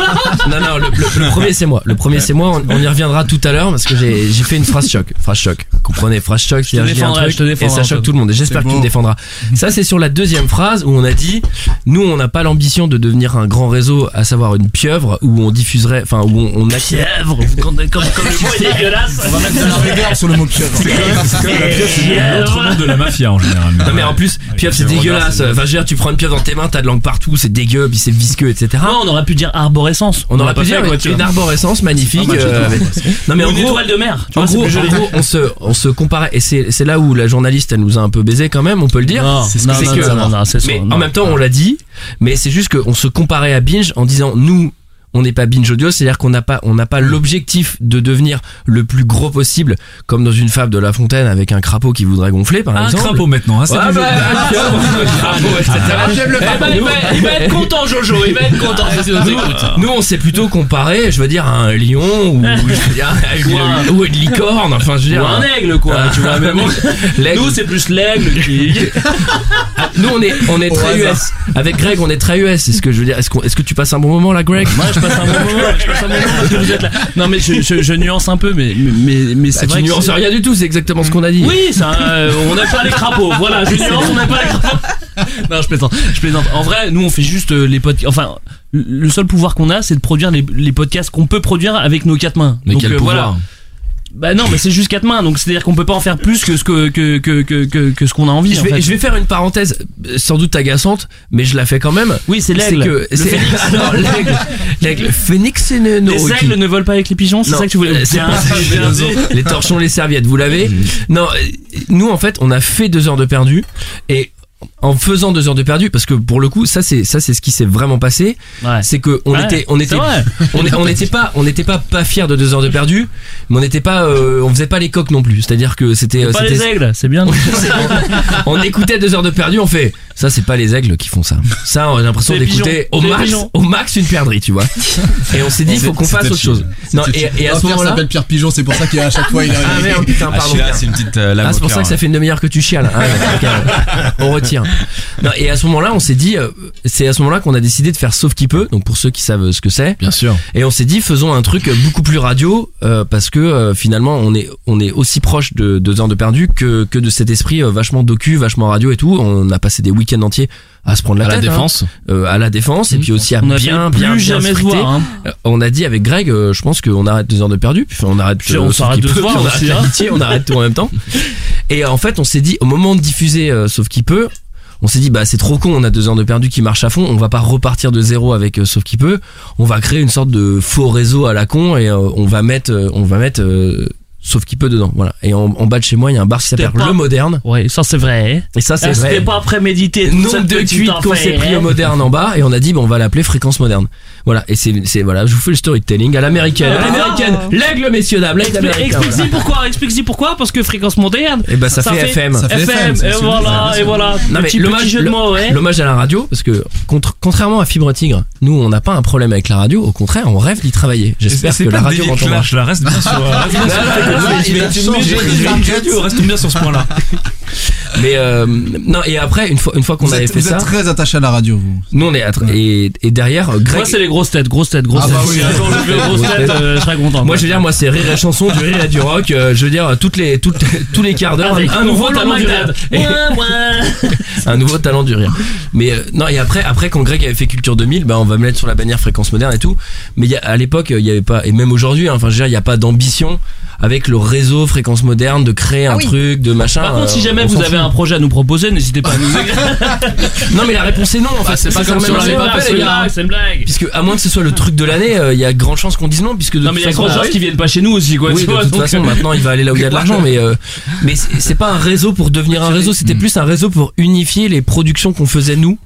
non, non, le, le- le premier c'est moi. Le premier c'est moi. On, on y reviendra tout à l'heure parce que j'ai j'ai fait une phrase choc. Phrase choc. Comprenez, phrase choc. Je te c'est-à-dire, dis un défendrai, truc je te défendrai, Et ça choque Antoine. tout le monde. Et j'espère C'est que tu beau. me défendras. Ça c'est sur la deuxième phrase où on a dit, nous on n'a pas l'ambition de devenir un grand réseau, à savoir une pieuvre où on diffuserait, enfin où on, on Pieuvre, vous comptez comme, comme le mot est dégueulasse. On va mettre ça dans le- sur le mot pieuvre. C'est quand même- c'est quand même la pieuvre, c'est Pieuvre. l'autre nom de la mafia en général. Non mais en plus, pieuvre c'est c'est dégueulasse. regarde, Enfin, je veux dire, tu prends une pieuvre dans tes mains, t'as de l'angle partout, c'est dégueu, puis c'est visqueux, etc. Ouais, on aurait pu dire arborescence. On, aurait l'a pu pas fait dire avec une- voiture. une arborescence magnifique. Ah, bah, je euh, avec- trouve. Non mais Ou en une gros, étoile de mer. Tu en vois, c'est gros, plus joli. en gros, on se, on se comparait et c'est, c'est là où la journaliste elle nous a un peu baisé quand même. On peut le dire. Non, c'est non, non, que- non, non, non, c'est mais ça, en non. même temps, on l'a dit. Mais c'est juste qu'on se comparait à Binge en disant nous. on n'est pas binge audio, c'est-à-dire qu'on n'a pas, on n'a pas l'objectif de devenir le plus gros possible, comme dans une fable de La Fontaine avec un crapaud qui voudrait gonfler, par Un exemple. crapaud maintenant, hein, c'est Ouais, du- bah, un crapaud, etc. Ah, j'aime le Eh ben, crapaud. il va- il va être content, Jojo, il va être content. Ah, si on nous nous, écoute. Nous, on s'est plutôt comparé, je veux dire, à un lion ou, je veux dire, ou, un- ou une licorne, enfin, je veux dire. euh, Ah. Ou un aigle, quoi, tu vois, mais bon. Nous, c'est plus l'aigle qui. Nous, on est, on est Au très hasard. US. Avec Greg, on est très US. Est-ce que je veux dire, est-ce qu'on- est-ce que tu passes un bon moment là, Greg Moi, je passe un bon moment, je passe un bon moment parce que vous êtes là. Non, mais je, je- je nuance un peu, mais, mais, mais Bah, c'est tu vrai. que nuances c'est- rien du tout, c'est exactement ce qu'on a dit. Oui, ça, euh, on n'a pas les crapauds. Voilà, je nuance, on n'a pas les crapauds. Non, je plaisante, je plaisante. En vrai, nous, on fait juste euh, les podcasts. Enfin, le- le seul pouvoir qu'on a, c'est de produire les, les podcasts qu'on peut produire avec nos quatre mains. Mais Donc, quel euh, voilà. pouvoir. Bah non, mais c'est juste quatre mains, donc c'est-à-dire qu'on peut pas en faire plus que ce que que que que que, que ce qu'on a envie. Je en vais, fait. je vais faire une parenthèse, euh, sans doute agaçante, mais je la fais quand même. Oui, c'est l'aigle. que- Le c'est- phénix. Non, l'aigle. L'aigle. Phénix et ne- non, les ok. aigles ne volent pas avec les pigeons, c'est Non, ça que tu voulais. hein, euh, c'est Bien pas ça, dit, j'ai bien raison. dit. Les torchons, les serviettes, vous l'avez. Mhm. Non, euh, nous en fait, on a fait deux heures de perdu et en faisant deux heures de perdu, parce que pour le coup, ça c'est ça c'est ce qui s'est vraiment passé, c'est que on Ouais, était on c'est était vrai. on est- on n'était pas on n'était pas pas fier de deux heures de perdu, mais on n'était pas euh, on faisait pas les coques non plus, c'est-à-dire que c'était euh, Pas c'était- les aigles, c'est bien. on écoutait deux heures de perdu, on fait ça c'est pas les aigles qui font ça, ça on a l'impression Les d'écouter pigeons. au Les max pigeons. au max une perdrix, tu vois. Et on s'est dit il faut qu'on fasse autre chose. Non et, et à ce moment-là s'appelle Oh, Pierre Pigeon, c'est pour ça qu'il à chaque fois il a. ah merde, putain, Ah, pardon. celui-là, c'est une petite euh, lame Ah, c'est au pour cœur, ça que hein. ça fait une demi-heure que tu chiales. Ah, ouais, ok, on retire. Non, et à ce moment-là, on s'est dit, euh, c'est à ce moment-là qu'on a décidé de faire sauf qui peut. Donc pour ceux qui savent ce que c'est. Bien sûr. Et on s'est dit, faisons un truc beaucoup plus radio euh, parce que euh, finalement, on est on est aussi proche de deux heures de perdu que que de cet esprit euh, vachement docu, vachement radio et tout. On a passé des week-ends entiers à se prendre la À la tête, hein. défense. Euh, à la défense et puis aussi à On a bien plus bien bien jamais se friter. voir, hein. Euh, On a dit avec Greg, euh, je pense qu'on arrête deux heures de perdu, puis on arrête Puis on euh, s'arrête Sauf de qui se peut, voir on aussi, arrête hein. l'amitié, on arrête tout en même temps. Et euh, en fait, on s'est dit, au moment de diffuser euh, Sauf qui peut, on s'est dit, bah c'est trop con, on a deux heures de perdu qui marche à fond, on va pas repartir de zéro avec euh, Sauf qui peut, on va créer une sorte de faux réseau à la con et euh, on va mettre, euh, on va mettre euh, Sauf qui peut dedans. Voilà. Et en, en bas de chez moi, il y a un bar qui s'appelle C'était pas- Le Moderne. Ouais, ça c'est vrai. Et ça c'est Ah, vrai. C'était pas prémédité. tout ça Nombre que de tu tweets t'en qu'on fais, s'est pris hein. au moderne en bas et on a dit bon on va l'appeler fréquence moderne. Voilà et c'est c'est- voilà je vous fais le storytelling à l'américaine à Ah. l'américaine l'aigle messieurs dames Expli- l'aigle américain. Explique-y pourquoi, explique-y pourquoi, parce que fréquence moderne. Et bah ça, fait, FM. FM, et voilà, et voilà. Non, mais petit, petit l'hommage jeu de mots, ouais. l'hommage à la radio parce que contre, contrairement à Fibre Tigre, nous on n'a pas un problème avec la radio, au contraire on rêve d'y travailler. Et J'espère c'est que pas la le radio délire m'entendra. clash, là, reste bien sur- reste bien sur- Non, non, non, Il il a a changé changé les les targets. radio, reste bien sur ce point-là. Mais euh, non et après une fois une fois qu'on Vous avait êtes- fait vous ça, êtes très attaché à la radio, vous. nous on est attr- et, et derrière euh, Greg Moi, c'est les grosses têtes, grosses têtes, grosses Ah têtes. bah oui. Si un jour je fais grosses têtes, euh, je serais content. Moi, je veux dire, moi, c'est rire et chanson, du rire et du rock. euh, je veux dire, toutes les, toutes, tous les quarts d'heure, Avec un nouveau talent du rire. Et- un nouveau talent du rire. Mais euh, non, et après, après, quand Greg avait fait Culture 2000, bah, on va me mettre sur la bannière fréquence moderne et tout. Mais il y a- à l'époque, il y avait pas, et même aujourd'hui, hein, enfin, je veux dire, il n'y a pas d'ambition avec le réseau fréquence moderne de créer un truc, de machin. Par contre, si euh, jamais on vous s'en avez fout. un projet à nous proposer, n'hésitez pas à nous écrire. Non, mais la réponse est non, en fait. Ah, c'est pas ça comme le si on même l'avait raisonnement, pas fait, les les gars. gars, c'est une blague. Puisque, à moins que ce soit le truc de l'année, euh, il y a grande chance qu'on dise non, puisque de Non, toute mais il y a façon- bah grande chance qu'ils viennent pas chez nous aussi, quoi. Oui, tu de vois, toute donc, façon, euh, maintenant, il va aller là où il y a de l'argent, mais euh, mais c'est c'est pas un réseau pour devenir un réseau, Mm. c'était plus un réseau pour unifier les productions qu'on faisait nous.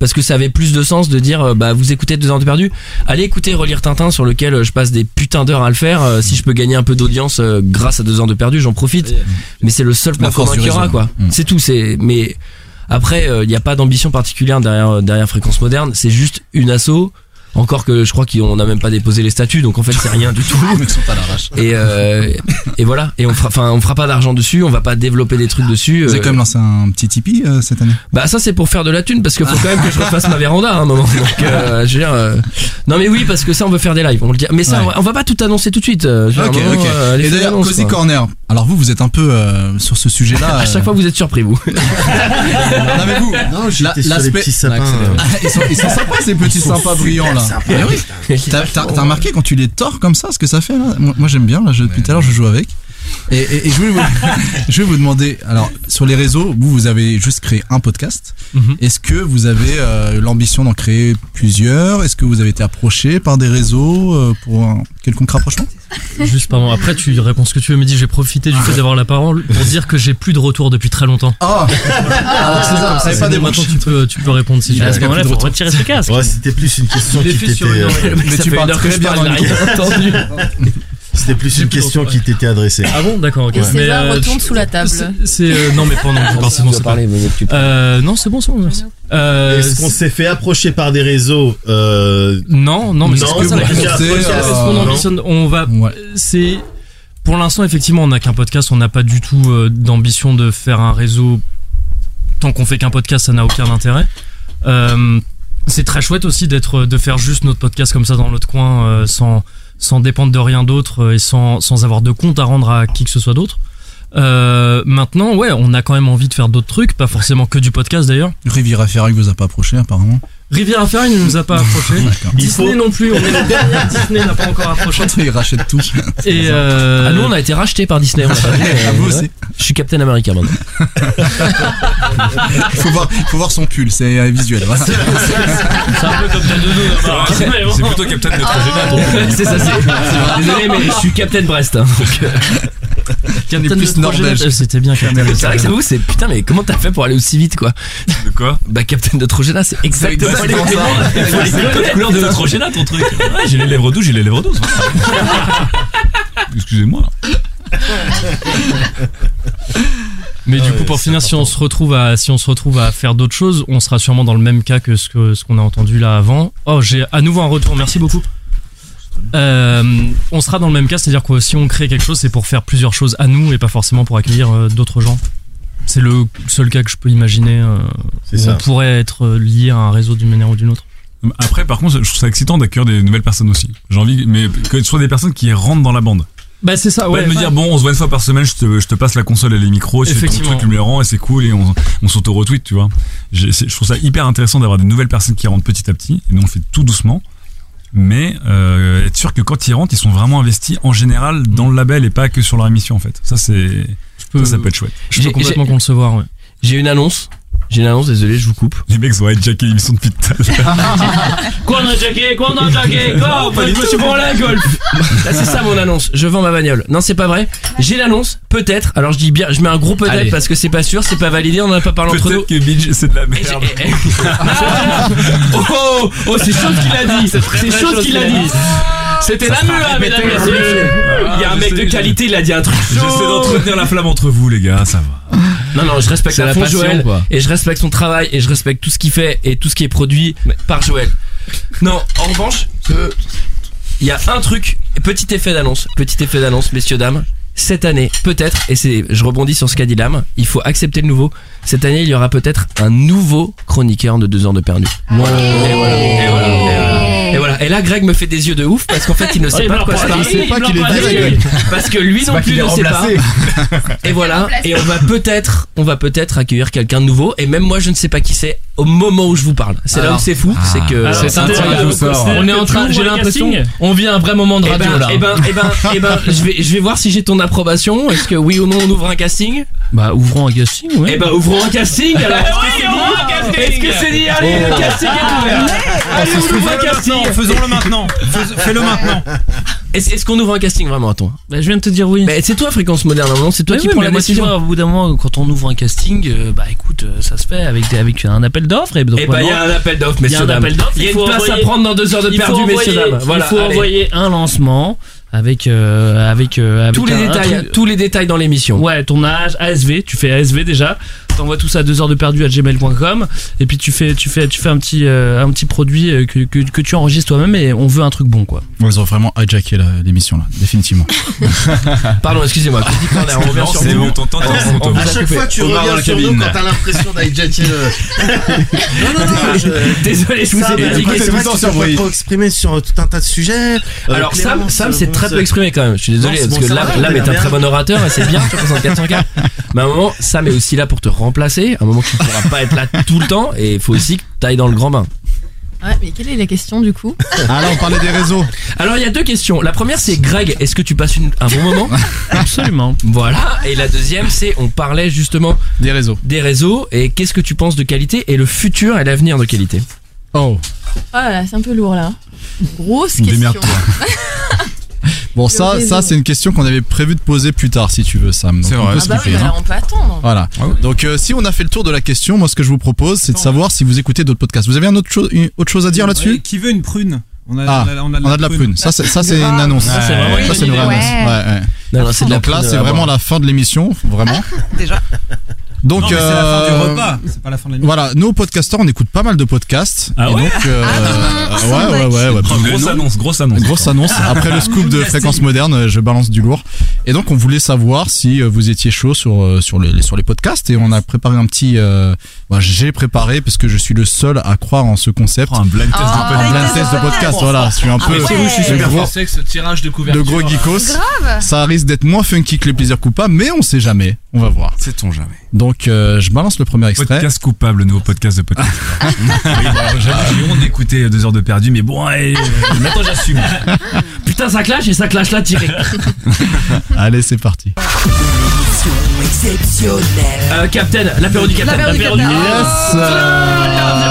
Parce que ça avait plus de sens de dire euh, bah vous écoutez deux heures de perdu, allez écouter relire Tintin sur lequel euh, je passe des putains d'heures à le faire. euh, si je peux gagner un peu d'audience euh, grâce à deux heures de perdu, j'en profite. Mais c'est le seul La point force commun du qu'il y aura réseau. Mm. quoi. C'est tout. C'est mais après il n'y a pas d'ambition particulière derrière euh, derrière fréquence moderne. C'est juste une asso. Encore que je crois qu'on n'a même pas déposé les statuts, donc en fait c'est rien du tout. Et, euh, et voilà. Et on fera, enfin, on fera pas d'argent dessus, on va pas développer des trucs dessus. Vous avez euh, quand même lancé un petit Tipeee euh, cette année. Bah ça c'est pour faire de la thune parce que faut quand même que je refasse ma véranda à un moment. Donc euh, je veux dire, euh, non mais oui parce que ça on veut faire des lives, on le dit. Mais ça Ouais. on va pas tout annoncer tout de suite. euh, je veux Ok, dire, à un moment, ok. euh, allez, Et faites d'ailleurs, l'annonce, Cozy quoi. Corner. Alors vous, vous êtes un peu euh, sur ce sujet-là. À chaque fois vous êtes surpris vous. Non mais vous, non, j'étais sur les petits sapins, euh. ils, sont, ils sont sympas ces petits Ils sont sympas super brillants là. sympas. Eh oui. T'as t'as- t'as remarqué quand tu les tords comme ça, ce que ça fait là Moi, moi, j'aime bien là. je- depuis tout à l'heure je joue avec. Et, et- et je, vais vous, je vais vous demander, alors sur les réseaux, vous, vous avez juste créé un podcast. Mhm. Est-ce que vous avez euh, l'ambition d'en créer plusieurs Est-ce que vous avez été approché par des réseaux euh, pour un quelconque rapprochement Juste, pardon, après tu réponds ce que tu veux, mais dis j'ai profité Ah. du fait d'avoir la parole pour dire que j'ai plus de retour depuis très longtemps. Ah Alors, c'est ça, Ah, c'est bon, maintenant tu peux, tu peux répondre si tu veux. À ce moment-là, faut retirer ce casque. Ouais, c'était plus une question Il est qui plus sur t'était. euh, une oreille. Mais Ça tu fait parles une heure très que je bien parle, dans le j'ai micro. rien C'était plus une question qui t'était adressée. Ah bon, d'accord, ok. Et César euh, retourne tu- sous la table. c'est- C'est euh, non mais pendant que forcément c'est pas. Euh, non c'est bon c'est bon merci. Euh, Est-ce qu'on s'est fait approcher par des réseaux euh, Non, non, mais c'est pas ça la question. approché C'est par- ce qu'on ambitionne. On va. C'est pour l'instant effectivement on n'a qu'un podcast. On n'a pas du tout euh, d'ambition de faire un réseau. Tant qu'on fait qu'un podcast, ça n'a aucun intérêt. Euh, c'est très chouette aussi d'être euh, de faire juste notre podcast comme ça dans notre coin euh, sans sans dépendre de rien d'autre euh, et sans sans avoir de compte à rendre à qui que ce soit d'autre. Euh, maintenant, ouais, on a quand même envie de faire d'autres trucs, pas forcément que du podcast d'ailleurs. Riviera Ferraille vous a pas approché apparemment. Riviera Ferraille ne nous a pas approché. Disney non plus, on est les derniers à Disney. n'a pas encore approché. Ils rachètent tout. Et Ah, nous, on a été rachetés par Disney. on l'a pas dit, mais, Ah, vous ouais. aussi. Je suis Captain America maintenant. faut, voir, faut voir son pull, c'est euh, visuel. voilà. C'est un peu comme ta C'est dodo c'est plutôt Captain de Trajana, ton pull. C'est ça, c'est- c'est- désolé, mais je suis Captain Brest. hein, donc, euh, Captain de Projet Natal, C'était bien Captain de C'est vrai que Projet c'est vous, c'est putain, mais comment t'as fait pour aller aussi vite quoi De quoi Bah Captain de Trojana, c'est exactement C'est les exactement ça. Il faut les C'est codes la couleurs de Neutrogena, ton truc. Ouais, j'ai les lèvres douces, j'ai les lèvres douces. Excusez-moi. Mais Ah du coup, pour finir, si on se retrouve à si on se retrouve à faire d'autres choses, on sera sûrement dans le même cas que ce que ce qu'on a entendu là avant. Oh, j'ai à nouveau un retour. Merci beaucoup. Euh, on sera dans le même cas, c'est-à-dire que si on crée quelque chose, c'est pour faire plusieurs choses à nous et pas forcément pour accueillir euh, d'autres gens. C'est le seul cas que je peux imaginer euh, C'est où ça. on pourrait être euh, lié à un réseau d'une manière ou d'une autre. Après, par contre, je trouve ça excitant d'accueillir des nouvelles personnes aussi. J'ai envie, mais que ce soit des personnes qui rentrent dans la bande. Bah c'est ça, Pas ouais. de me dire, bon, on se voit une fois par semaine, je te, je te passe la console et les micros, je fais ton Effectivement. truc, tu me les rends et c'est cool et on, on s'auto-retweet, tu vois. J'ai- c'est- Je trouve ça hyper intéressant d'avoir des nouvelles personnes qui rentrent petit à petit et nous on le fait tout doucement. Mais euh, être sûr que quand ils rentrent, ils sont vraiment investis en général dans le label et pas que sur leur émission en fait. Ça, c'est. Ça, ça peut être chouette. J'ai- j'ai- concevoir, J'ai une annonce. J'ai une annonce, désolé, je vous coupe. Les mecs vont être jackés l'émission depuis tout à l'heure. Quoi on a jacké Quoi on a jacké Quoi on peut tout pour la golf Là Bah, c'est ça mon annonce, je vends ma bagnole. Non c'est pas vrai, j'ai l'annonce, peut-être, alors je dis bien, je mets un gros peut-être Allez. parce que c'est pas sûr, c'est pas validé, on en a pas parlé entre nous. Peut-être que Midge c'est de la merde. Ah. oh, oh c'est chose qu'il a dit, c'est chose qu'il a dit. C'était la mue, mesdames et messieurs. Il y a un mec de qualité, il a dit un truc Ah, J'essaie d'entretenir la flamme entre vous, les gars, ça va. Non, non, je respecte C'est à la fond passion, Joël. quoi. Et je respecte son travail et je respecte tout ce qu'il fait et tout ce qui est produit par Joël. Non, en revanche, euh, il y a un truc, petit effet d'annonce, petit effet d'annonce, messieurs, dames. Cette année, peut-être, et c'est, je rebondis sur ce qu'a dit l'âme, il faut accepter le nouveau. Cette année, il y aura peut-être un nouveau chroniqueur de deux heures de perdu. Et voilà, et voilà, et voilà. Et voilà. Et là, Greg me fait des yeux de ouf parce qu'en fait, il ne sait Il pas pleure de quoi pas, se parle. il sait pas pleure qu'il est parce que- Greg. Parce que lui C'est non pas plus qu'il est ne sait pas. remplacé. Et voilà. remplacé. Et on va peut-être, on va peut-être accueillir quelqu'un de nouveau. Et même moi, je ne sais pas qui c'est au moment où je vous parle. C'est là Alors. où c'est fou, Ah. c'est que Alors, c'est incroyable. On est en train, j'ai l'impression, on vit un vrai moment de Eh radio ben, là. Eh ben, eh ben, eh ben, je vais, je vais voir si j'ai ton approbation. Est-ce que oui ou non on ouvre un casting Bah ouvrons un casting, ouais. Eh ben, ouvrons un casting alors. Est-ce que c'est dit Est-ce que c'est dit Allez, le casting est ouvert. Allez, se on trouve ouvre Ah, un le casting. maintenant, faisons-le maintenant. Fais- fais-le maintenant. Est-ce est-ce qu'on ouvre un casting vraiment à toi Bah, je viens de te dire oui. Mais c'est toi fréquence moderne, non c'est toi Mais qui oui, prends mais la moi, décision. tu vois, au bout d'un moment, quand on ouvre un casting, euh, bah écoute, euh, ça se fait avec, des- avec un appel d'offres. Et donc, Eh ben, il y a maintenant, un appel d'offres, il y a messieurs, un dames. appel d'offres, Il y a une faut place à envoyer- prendre dans deux heures de il faut perdu, messieurs, envoyer- dames. Voilà, Il faut allez. envoyer un lancement avec. euh, avec, euh, avec Tous les un- un détails, truc- tous les détails dans l'émission. Ouais, ton âge, ASV, tu fais ASV déjà. T'envoies tout ça à 2 heures de perdu à gmail.com et puis tu fais tu fais tu fais un petit euh, un petit produit euh, que, que, que tu enregistres toi-même et on veut un truc bon quoi. Ils ont vraiment hijacké la- l'émission là, définitivement. Pardon, excusez-moi. Chronique Corner, on revient sur C'est vous. bon, t'entends, On- t'entends, on t'entends. vous a À chaque coupé. fois, tu Omar reviens dans la sur nous cabine. quand t'as l'impression d'hijacker le. Non, non, non, je- Désolé, je vous Ça, ai bah, dit écoute, que C'est vrai que tu t'es pas trop exprimé sur euh, tout un tas de sujets. Euh, Alors Sam, Clémence, Sam euh, s'est bon, très ça- peu exprimé quand même. Je suis désolé Non, c'est parce bon, que ça l'âme va, l'âme mais est un merde. très bon orateur et c'est bien sur 64 Mais à un moment, Sam est aussi là pour te remplacer. À un moment, tu ne pourras pas être là tout le temps et il faut aussi que tu ailles dans le grand bain. Ouais, mais quelle est la question du coup Alors, on parlait des réseaux. Alors, il y a deux questions. La première, c'est Greg, est-ce que tu passes une- un bon moment Absolument. Voilà. Et la deuxième, c'est on parlait justement des réseaux. Des réseaux. Et qu'est-ce que tu penses de qualité et le futur et l'avenir de qualité Oh. Oh là là, c'est un peu lourd là. Grosse question. Démerde-toi. Bon, ça, réseau. ça c'est une question qu'on avait prévu de poser plus tard, si tu veux, Sam. Donc, C'est on vrai. peut Ah se bah oui, couper, hein. alors on peut attendre. Voilà. Ah Donc, euh, si on a fait le tour de la question, moi, ce que je vous propose, c'est de savoir si vous écoutez d'autres podcasts. Vous avez un autre chose, une autre chose à dire là-dessus Qui veut une prune on a, Ah, on a- on a de la prune. Ça, c'est, ça, c'est une annonce. Ça, c'est vraiment une Ça, c'est bonne vraie idée. annonce. Ouais. Ouais, ouais. Non, non, c'est de la Donc là, prune euh, c'est à vraiment boire. la fin de l'émission, vraiment. Déjà. Donc, Non, mais c'est la fin euh, du repas, c'est pas la fin de la nuit. Voilà, nous, podcasteurs, on écoute pas mal de podcasts. Ah et ouais donc, euh, Ah, ouais, ouais, ouais, ouais, Grosse Parce que nous- annonce, grosse annonce. Grosse annonce. Après le scoop de fréquence moderne, euh, je balance du lourd. Et donc, on voulait savoir si euh, vous étiez chaud sur, euh, sur, les, les- sur les podcasts. Et on a préparé un petit. euh, bah, J'ai préparé, parce que je suis le seul à croire en ce concept. Oh, Un blind Oh, test, Ah, de, podcast. Voilà, je suis Ah, un peu. C'est vous, je suis le super gros- français que ce tirage de de couverture. gros là. geekos. Ça risque d'être moins funky que les plaisirs coupables, mais on sait jamais. On va voir. C'est ton jamais. Donc, euh, je balance le premier extrait. Podcast coupable, le nouveau podcast de podcast. Ah. J'ai honte d'écouter euh, deux heures de perdu, mais bon, allez, euh, maintenant j'assume. Putain, ça clash et ça clash là tiré. Allez, c'est parti. Exceptionnel. Euh, Captain, l'apéro du Captain. L'apéro du L'apéro du Captain. Yes.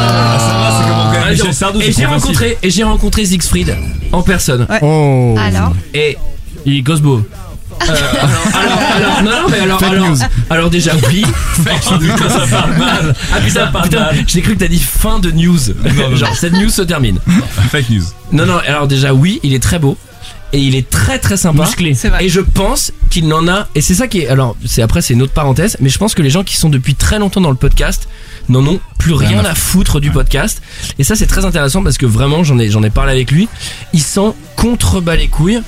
Ah, Michel donc, Sardou, et c'est j'ai compréhensible. rencontré et j'ai rencontré Siegfried en personne. Oh. Alors Et il gosse beau. Euh, alors, alors, alors, non, non, mais alors, Fake alors, news. alors déjà oui. Oh, putain, ça parle mal. Ah putain, putain, j'ai cru que t'as dit fin de news. Genre cette news se termine. Fake news. Non, non, alors déjà, oui, il est très beau. Et il est très très sympa. Et je pense qu'il n'en a. Et c'est ça qui est. Alors, c'est après, c'est une autre parenthèse. Mais je pense que les gens qui sont depuis très longtemps dans le podcast n'en ont plus Rien rien à à foutre du podcast. Et ça, c'est très intéressant parce que vraiment, j'en ai, j'en ai parlé avec lui. Il s'en contrebat les couilles.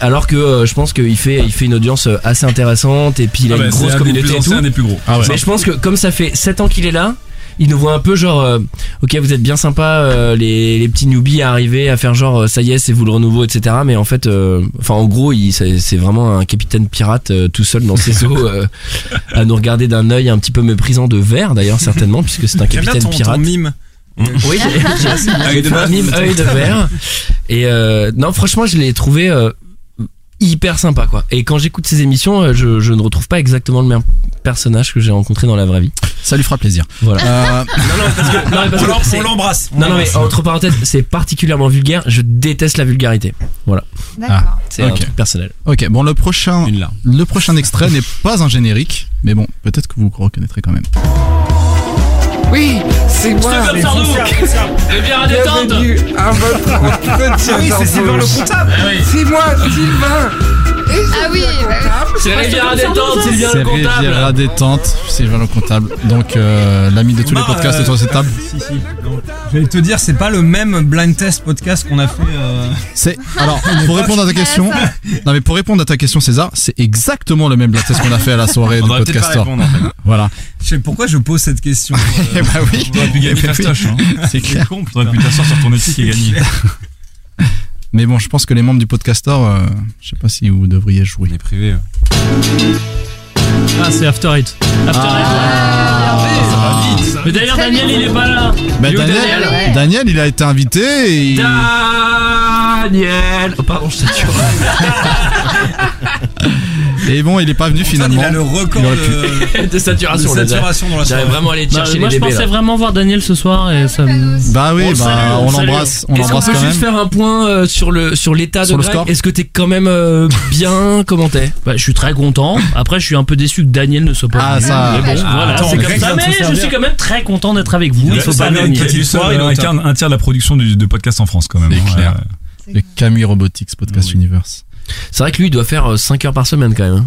Alors que euh, je pense qu'il fait, il fait une audience euh, assez intéressante et puis il a Ah bah, une c'est grosse un des communauté plus et anciens, tout. un des plus gros. Ah ouais. Ouais. Mais je pense que comme ça fait 7 ans qu'il est là, il nous voit un peu genre, euh, ok, vous êtes bien sympa, euh, les, les petits newbies à arriver à faire genre, euh, ça y est, c'est vous le renouveau, etc. Mais en fait, euh, enfin, en gros, il- c'est c'est vraiment un capitaine pirate euh, tout seul dans ses eaux, euh, à nous regarder d'un œil un petit peu méprisant de verre d'ailleurs certainement, puisque c'est un J'aime bien capitaine ton- ton pirate. mime. Oui, j'ai- j'ai- Œil j'ai de fait un bœuf. mime œil de verre. Et euh, non, franchement, je l'ai trouvé euh, hyper sympa, quoi. Et quand j'écoute ces émissions, euh, je, je ne retrouve pas exactement le même personnage que j'ai rencontré dans la vraie vie. Ça lui fera plaisir. Voilà. Euh, Non, non, parce que- non, mais parce On que l'em- on c'est- l'embrasse. On Non, non, mais l'embrasse. entre parenthèses, c'est particulièrement vulgaire. Je déteste la vulgarité. Voilà. D'accord. C'est un Ah, Ok. truc personnel. Ok, bon, le prochain, le prochain extrait n'est pas un générique, mais bon, peut-être que vous vous reconnaîtrez quand même. Oui, c'est moi. Stéphane Sardou. Le bière à détente. Bienvenue à votre petit Ah oui, c'est Sardou. Sylvain le comptable. Ah oui. C'est moi, Sylvain. Et Ah oui, C'est Rivière à détente, Sylvain C'est Riviera Détente, Sylvain le comptable. Donc, euh, l'ami de tous les Omar, podcasts euh, autour de cette table. Si, si. non. Je vais te dire, c'est pas le même blind test podcast qu'on a fait. euh, C'est alors pour répondre à ta question. Non mais pour répondre à ta question César, c'est exactement le même blind test qu'on a fait à la soirée On du devrait peut-être podcaster. pas répondre, en fait. Voilà. Je sais pourquoi je pose cette question. Eh bah Euh, oui. Eh bah oui. hein. C'est clair. T'aurais pu t'asseoir sur ton éthique et gagner. Mais bon, je pense que les membres du podcaster, euh, je sais pas si vous devriez jouer. Les privés. Ah, c'est After Eight. After Ah, Eight. Mais d'ailleurs, Daniel, il est pas là. Bah, Il est où, Daniel, Daniel, il a été invité. Et il- Daniel. Oh, pardon, je t'ai tué. Et bon, il est pas venu finalement. il a le record aurait pu. de, de saturation. de saturation dans la soirée. Bah, Moi, je pensais vraiment voir Daniel ce soir et ça me. Bah oui, le bah, salue, on le salue. l'embrasse, on Oh, Est-ce qu'on l'embrasse peut quand juste même. faire un point euh, sur le sur l'état de Sur le Greg score Est-ce que t'es quand même euh, bien commenté Bah, je suis très content. Après, je suis un peu déçu que Daniel ne soit pas Ah, venu. ça- Mais bon, Ah, voilà, attends, c'est Greg comme ça. vient de se Mais je servir. suis quand même très content d'être avec vous. Il faut pas le nier. Ah. le seul, euh, un, quart- un tiers de la production du- de podcast en France quand même. hein, C'est clair. Ouais. Le Camus Robotics Podcast Ah Universe. C'est vrai que lui, il doit faire 5 heures par semaine quand même.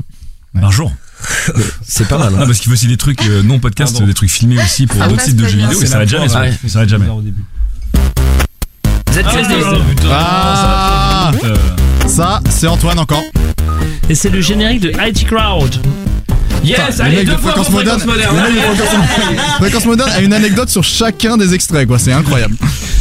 hein. Par jour. C'est pas mal. hein. Ah Non, Ah, parce qu'il faut aussi des trucs euh, non podcast, Pardon. des trucs filmés aussi pour Ah, d'autres passe sites de pas jeux bien. vidéo. C'est Et ça arrête la jamais. poire, ça. ouais. Ça arrête jamais. ZQSD. Ah, ça, c'est Antoine encore. Et c'est le générique de IT Crowd. Putain, le mec de fréquence moderne, le mec de fréquence- fréquence moderne a une anecdote sur chacun des extraits, quoi. C'est incroyable.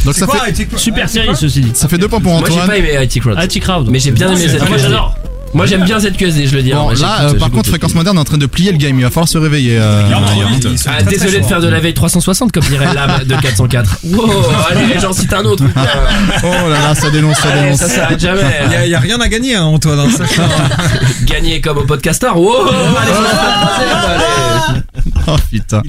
Donc ça fait Super série ceci dit. ça fait deux points pour Moi, j'ai Antoine. pas aimé IT Crowd. IT Crowd. Mais j'ai bien Non, aimé c'est- ZQSD. moi, j'adore. Moi j'aime bien ZQSD, je le dis. Bon, hein, là, j'écoute- euh, par j'écoute contre, tout. fréquence moderne est en train de plier le game. Il va falloir se réveiller. euh, Ah, désolé de faire de la veille 360 comme dirait l'âme de 404. Wow, allez, j'en cite un autre. Oh là là, ça dénonce, ça Allez, dénonce. ça s'arrête jamais. Il y a- il y a rien à gagner, hein, Antoine. hein, ça. Gagner comme au podcaster. Wow, allez, je vais le passer, allez. Oh putain.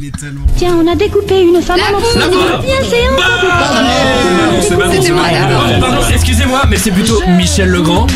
Tiens, on a découpé une femme en morceaux. La pauvre. Bien, c'est un C'est Manon, c'est Manon. Pardon, Pardon, excusez-moi, mais c'est plutôt Michel Legrand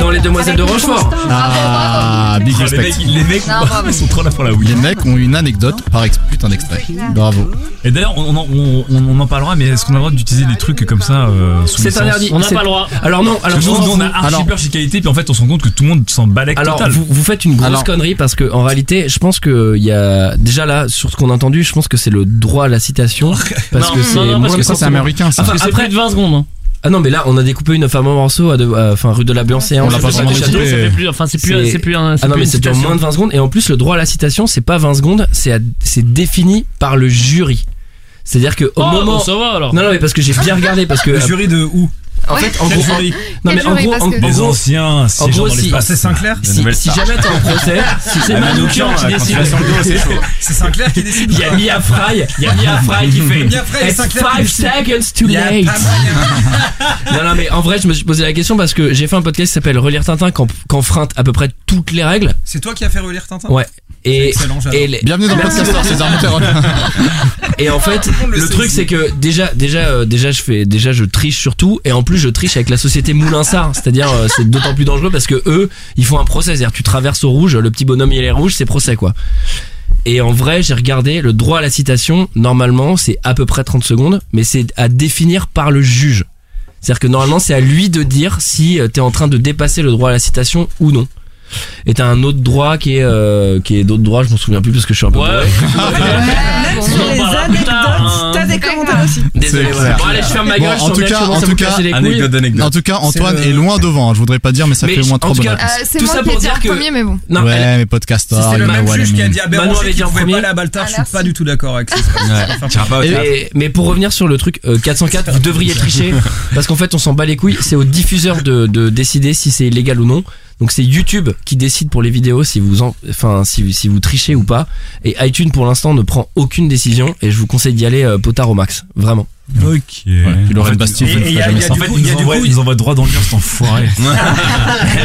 dans Les Demoiselles de Rochefort. Ah, big Oh, les respect. mecs- les mecs, Non, bravo. sont trop là pour la oui. Les mecs ont une anecdote par ex putain d'extrait. Bravo. Et d'ailleurs, on, en- on- on- on en parlera, mais est-ce qu'on a le droit d'utiliser des trucs comme ça euh, sous C'est licence interdit. On n'a C'est- pas le droit. Alors non, alors Parce que nous, non, nous, on a vous- archi alors- peur chez qualité, puis en fait, on se rend compte que tout le monde s'en balèque Alors, total. vous, vous faites une grosse connerie parce que, en réalité, je pense que il y a déjà là sur ce qu'on a entendu, je pense que c'est le droit à la citation parce Non, que non, c'est non, parce moins que ça, de c'est 100 secondes. américain, ça. Parce que c'est plus de 20 secondes, hein. Ah non, mais là, on a découpé une femme en morceaux à de- à- enfin rue de la Béancée, On on l'a l'a pas pas vraiment vraiment découpé, ça fait plus- enfin, c'est plus- c'est plus un- c'est Ah non, plus mais une c'est dure citation. moins de 20 secondes et en plus le droit à la citation, c'est pas 20 secondes, c'est à- c'est défini par le jury. C'est-à-dire que au Oh, moment bon, ça va, alors. Non non, mais parce que j'ai bien regardé parce que Le jury de où en Ouais. fait, en Quel gros, jury non mais Quel en jury, gros, parce en- que- en Les gros, anciens, ces en gens gros, dans si- l'espace. C'est Sinclair Si, si jamais t'es en procès, si c'est euh, Ah, Manoukian, Manoukian qui quand il décide. va sur le dos, c'est chaud. C'est Sinclair qui décide. Il y a Mia Fry, il y a Mia Fry qui fait. Mia Fry et It's Sinclair five qui fait. seconds too Il y a pas late. non, non, mais en vrai, je me suis posé la question parce que j'ai fait un podcast qui s'appelle Relire Tintin quand quand freinte à peu près toutes les règles. C'est toi qui as fait relire Tintin Ouais. Et, excellent, j'adore. et les- Bienvenue dans le Merci podcast, beaucoup. César Monteiro. Et en fait, le, truc c'est que déjà, déjà, euh, déjà, je fais, déjà, je triche surtout, et en plus, je triche avec la société Moulinsart. C'est-à-dire, euh, c'est d'autant plus dangereux parce que eux, ils font un procès. C'est-à-dire, tu traverses au rouge, le petit bonhomme il est rouge, c'est procès quoi. Et en vrai, j'ai regardé le droit à la citation. Normalement, c'est à peu près 30 secondes, mais c'est à définir par le juge. C'est-à-dire que normalement, c'est à lui de dire si euh, t'es en train de dépasser le droit à la citation ou non. Et t'as un autre droit qui est, euh, qui est d'autres droits, je m'en souviens plus parce que je suis un peu bourré. Sur les anecdotes, t'as des commentaires aussi. Désolé, C'est voilà. clair. Bon, allez, je ferme ma Bon, gueule. en tout cas, en tout cas, en tout cas, Antoine est loin devant. hein, Je voudrais pas dire, mais ça Mais fait au moins en trois tout bonnes cas, réponses. Euh, c'est Tout moi ça qui ai pour dit dire en que- premier, mais bon. Non, Ouais, elle- mais podcast. ah, Si c'est le même juge qui a dit à Manon Béranger avait qu'il dit en pouvait premier. pas aller à Baltar, je suis pas du tout d'accord avec ça. Et- mais, mais pour revenir sur le truc euh, 404, vous devriez tricher parce qu'en fait on s'en bat les couilles. C'est au diffuseur de, de décider si c'est légal ou non. Donc c'est YouTube qui décide pour les vidéos si vous en, enfin si, si vous trichez ou pas. Et iTunes pour l'instant ne prend aucune décision et je vous conseille d'y aller euh, potard au max, vraiment. Ok. Puis Lorraine En fait, Bastien, et- vous ne et ferez il y a- jamais il y a ça. du En fait, coup- il il nous y a du envoie- coup- il ils nous envoient droit dans le mur, cet enfoiré. Ah,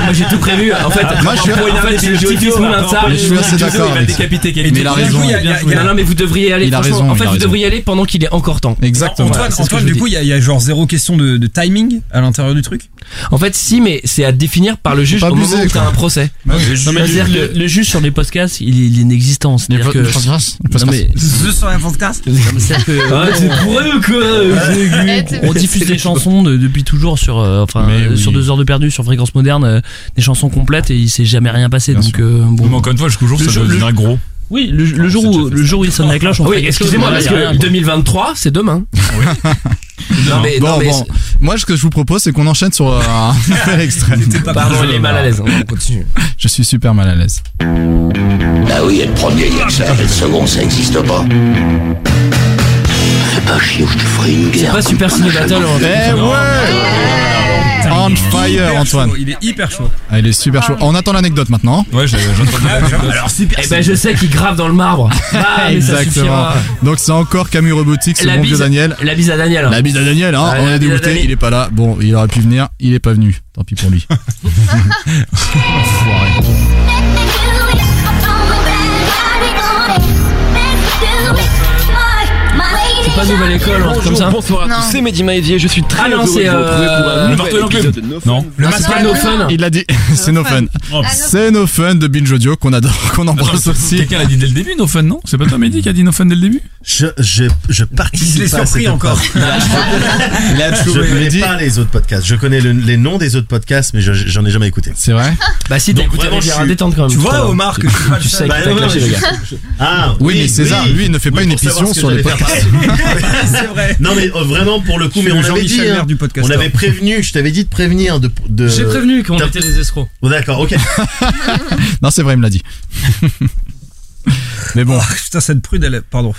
Moi j'ai tout prévu. En fait, Moi, je suis- pour une en fait, fois, je suis j'ai joué au petit fils fils, Moulin de Sarre, je suis il assez va d'accord avec ça. décapiter quelqu'un. Mais il a Bien raison, joué, il a- bien il a- joué. Non, non, mais vous devriez aller. Il a franchement, raison, En il fait, a vous raison. devriez y aller pendant qu'il est encore temps. Antoine, Voilà, c'est ce que Antoine, je du dis. coup, il y, a- il y a genre zéro question de, de timing à l'intérieur du truc. En fait, si, mais c'est à définir par le juge pas au moment abuser, où t'as quoi. un procès. Bah oui. Non, mais C'est-à-dire le, que- le juge sur les podcasts, il est il est inexistant. C'est-à-dire po- que. le podcast Le Non, mais- Je sur un podcast. Ah, Ah, c'est bourré ou quoi On diffuse des chansons de- depuis toujours sur, euh, enfin, euh, sur deux heures de perdu sur fréquence moderne, euh, des chansons complètes et il s'est jamais rien passé. donc euh, bon. Mais encore une fois, jusqu'au jour, Le ça jour- doit le- devenir gros. Oui, le, le jour où le jour où il sonne la cloche, on Oui, fait quelque chose, excusez-moi, mais parce il y a rien, que quoi. 2023, Ah, c'est demain. Non, mais- bon, non, mais bon. Moi, ce que je vous propose, c'est qu'on enchaîne sur euh, un nouvel extrait. Pardon, il est mal à l'aise. hein, On continue. Je suis super mal à l'aise. Bah oui, et le premier, il y a que ça, et le second, ça n'existe pas. C'est pas chier où je te ferai une guerre. C'est pas Super Ciné Battle. Eh ouais On fire, Antoine. Il est hyper chaud. Ah, il est super chaud. On attend l'anecdote maintenant. Ouais, Alors, Eh ben, je sais qu'il grave dans le marbre. Ah, mais ça Exactement. suffira. Donc c'est encore Camus Robotique, ce La bon bise- vieux Daniel. La bise à Daniel. La bise à Daniel, hein. Ouais, on la est bise à dégoûté, Daniel. il est pas là. Bon, il aurait pu venir, il est pas venu. Tant pis pour lui. C'est pas nouvelle école, un truc comme ça. Bonsoir à tous, c'est Mehdi Maïdier, je suis très Ah non, heureux de vous c'est, retrouver pour euh, un le nouvel Barthelin Club. épisode de No Fun. Ah, Non, Ah, Le masque à No Fun. Il l'a dit, c'est no fun. Oh, C'est no fun de Binge Audio qu'on adore, qu'on embrasse aussi. Quelqu'un l'a dit dès le début, No Fun, non C'est pas toi, Mehdi, qui a dit No Fun dès le début Je, je, je participe. Il se l'est pas à surpris cette encore. épreuve. Il a je trouvé. connais Il dit- pas les autres podcasts. Je connais le- les noms des autres podcasts, mais je- j'en ai jamais écouté. C'est vrai Bah, si, t'as écouté Riviera Détente quand même. tout à l'heure. Tu sais Bah, Bah, que t'as clashé, les gars. Ah, Oui, mais César, lui, il ne fait pas une pour savoir émission ce que sur les j'allais faire podcasts. passer. Non, mais euh, vraiment, pour le coup, Je mais suis on le avait dit. Jean-Michel hein, Maire du on podcasteur. avait prévenu, je t'avais dit de prévenir. De, de... J'ai prévenu qu'on T'as- était des escrocs. Oh, D'accord, ok. Non, c'est vrai, il me l'a dit. Mais bon. Ah, Putain, cette prude, elle est. Pardon.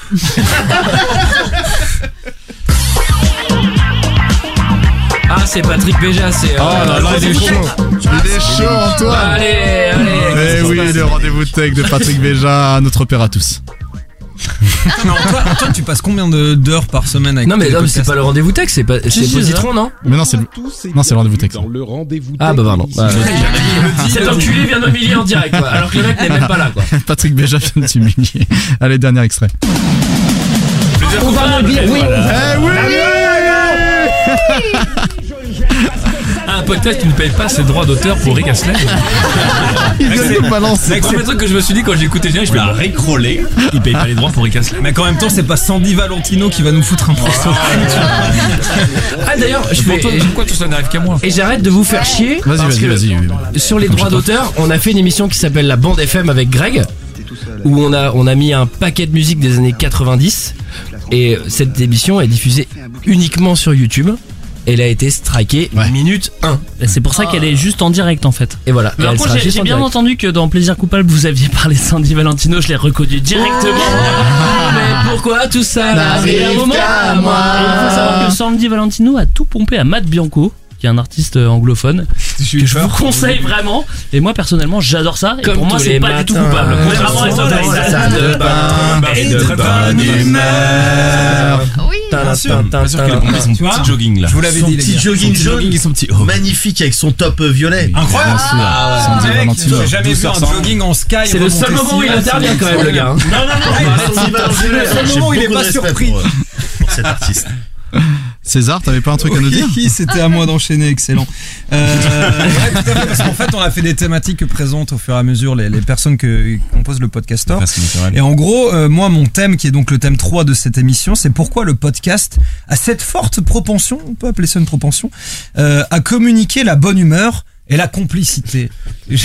Ah, c'est Patrick Béja, c'est. euh, Oh Ah, Ah, bah, là là, il est chaud. Il est chaud, Antoine. Allez, allez. Eh oui, le rendez-vous tech de Patrick Béja à notre opéra tous. Non, toi, toi, tu passes combien de- d'heures par semaine avec Non, mais les non, mais c'est podcasts pas le rendez-vous tech, c'est pas, Si, c'est si, Positron, ça. non? Mais non, c'est le, non, c'est le rendez-vous tech. le rendez-vous Ah, bah, pardon. Ouais, ouais. Cet enculé vient de m'humilier en direct, quoi. Alors que le mec n'est même pas là, quoi. Patrick Béja vient de t'humilier. Allez, dernier extrait. On va me dire, oui. Eh oui! Ah Un podcast qui ne paye pas ses droits d'auteur pour Rick Astley. Il vient de nous balancer. Le premier truc que je me suis dit quand j'ai écouté le générique, je vais Rick Rollé. Il paye pas les droits pour Rick Astley. Mais en même temps, c'est pas Sandy Valentino qui va nous foutre un morceau. Ah, d'ailleurs, je vais. Pourquoi tout ça n'arrive qu'à moi Et j'arrête de vous faire chier. Vas-y, parce vas-y, que vas-y, oui, Sur les droits d'auteur, on a fait une émission qui s'appelle La Bande FM avec Greg, où on a, on a mis un paquet de musique des années 90. Et cette émission est diffusée uniquement sur YouTube. Elle a été strikée minute 1. C'est pour ça qu'elle est juste en direct en fait. Et voilà. Mais et par elle contre, sera j'ai juste j'ai en bien direct. entendu que dans Plaisir coupable, vous aviez parlé de Sandy Valentino, je l'ai reconnu directement. Ah, mais pourquoi tout ça là N'arrive C'est un moment. qu'à Bah, moi. Et Il faut savoir que Sandy Valentino a tout pompé à Matt Bianco, qui est un artiste euh, anglophone, que je vous conseille vraiment. Et moi personnellement, j'adore ça. Et Comme pour moi, tous c'est les pas du tout matins, coupable. je Contrairement à sens Sandy. dans la salle de bain et de bonne humeur. Oui. Bien sûr. Bien sûr que les pompiers sont Tu vois petits jogging, là. Je vous l'avais Son dit. les petit gars. jogging Son petit jaune. jogging. Magnifique avec son top euh, violet. Incroyable. Ah, Ah, ouais. mec, Valentino. J'ai jamais vu Douceur un sans- jogging en sky. C'est le remonter seul moment si où il haut. intervient, quand même, le gars, hein. Non, non, non. Sandy Valentino, Le seul j'ai moment où il est beaucoup pas de respect surpris. pour, euh, Pour cet artiste. César, t'avais pas un truc à nous dire? Oui, c'était à moi d'enchaîner, excellent. Euh, ouais, tout à fait, parce qu'en fait, on a fait des thématiques que présentent au fur et à mesure les, les personnes que, qui composent le podcaster. Et en gros, euh, moi, mon thème, qui est donc le thème 3 de cette émission, c'est pourquoi le podcast a cette forte propension, on peut appeler ça une propension, euh, à communiquer la bonne humeur et la complicité. Genre,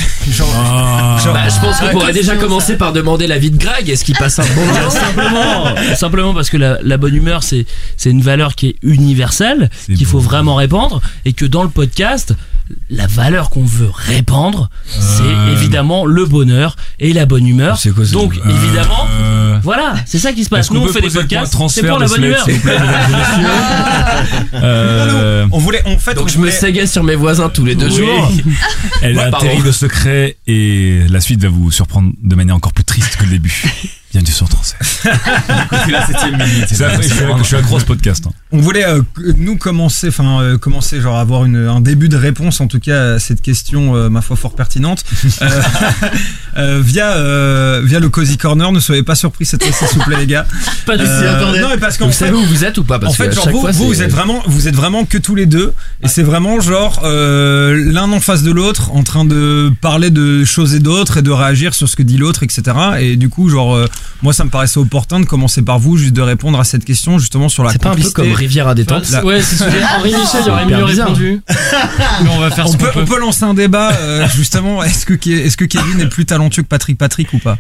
genre- Bah, je pense qu'on Ah, pourrait question, déjà commencer par demander l'avis de Greg. Est-ce qu'il passe un bon moment simplement, simplement parce que la, la bonne humeur, c'est c'est une valeur qui est universelle, qu'il faut vraiment répandre, et que dans le podcast, la valeur qu'on veut répandre, Euh. c'est évidemment le bonheur et la bonne humeur. Donc évidemment, voilà, c'est ça qui se passe. euh, Est-ce qu'on Nous on peut fait des poser le point podcasts, c'est transfert pour de la ce bonne mec, humeur. s'il vous plaît, Euh, On voulait, en fait, Donc on je me voulait- séguais sur mes voisins tous les deux Oui. jours. Elle Ouais, a un pardon. terrible secret et la suite va vous surprendre de manière encore plus triste que le début. Bienvenue sur Transfert. la septième minute. C'est après, je suis- je suis accro à ce podcast. hein. On voulait euh, que- nous commencer, enfin euh, commencer, genre avoir une, un début de réponse en tout cas à cette question, euh, ma foi fort pertinente, Euh, euh, via euh, via le cozy corner. Ne soyez pas surpris cette fois-ci, s'il vous plaît les gars. Pas de Euh, souci, attendez. Non mais parce qu'en Vous fait, savez où vous êtes ou pas Parce en fait, que genre à chaque vous, fois, vous, vous c'est- êtes vraiment, vous êtes vraiment que tous les deux, et c'est vraiment genre euh, l'un en face de l'autre, en train de parler de choses et d'autres, et de réagir sur ce que dit l'autre, etc. Et du coup, genre euh, moi, ça me paraissait opportun de commencer par vous, juste de répondre à cette question, justement sur la. C'est pas un peu complicité. comme Rivière à détente. La- Ouais, c'est ce que j'ai- Henri Michel aurait mieux hyper bizarre. répondu. Mais Ah. on va faire on, ce qu'on peut, peut. on peut lancer un débat, euh, justement, est-ce que, Ke- est-ce que Kevin est plus talentueux que Patrick Patrick ou pas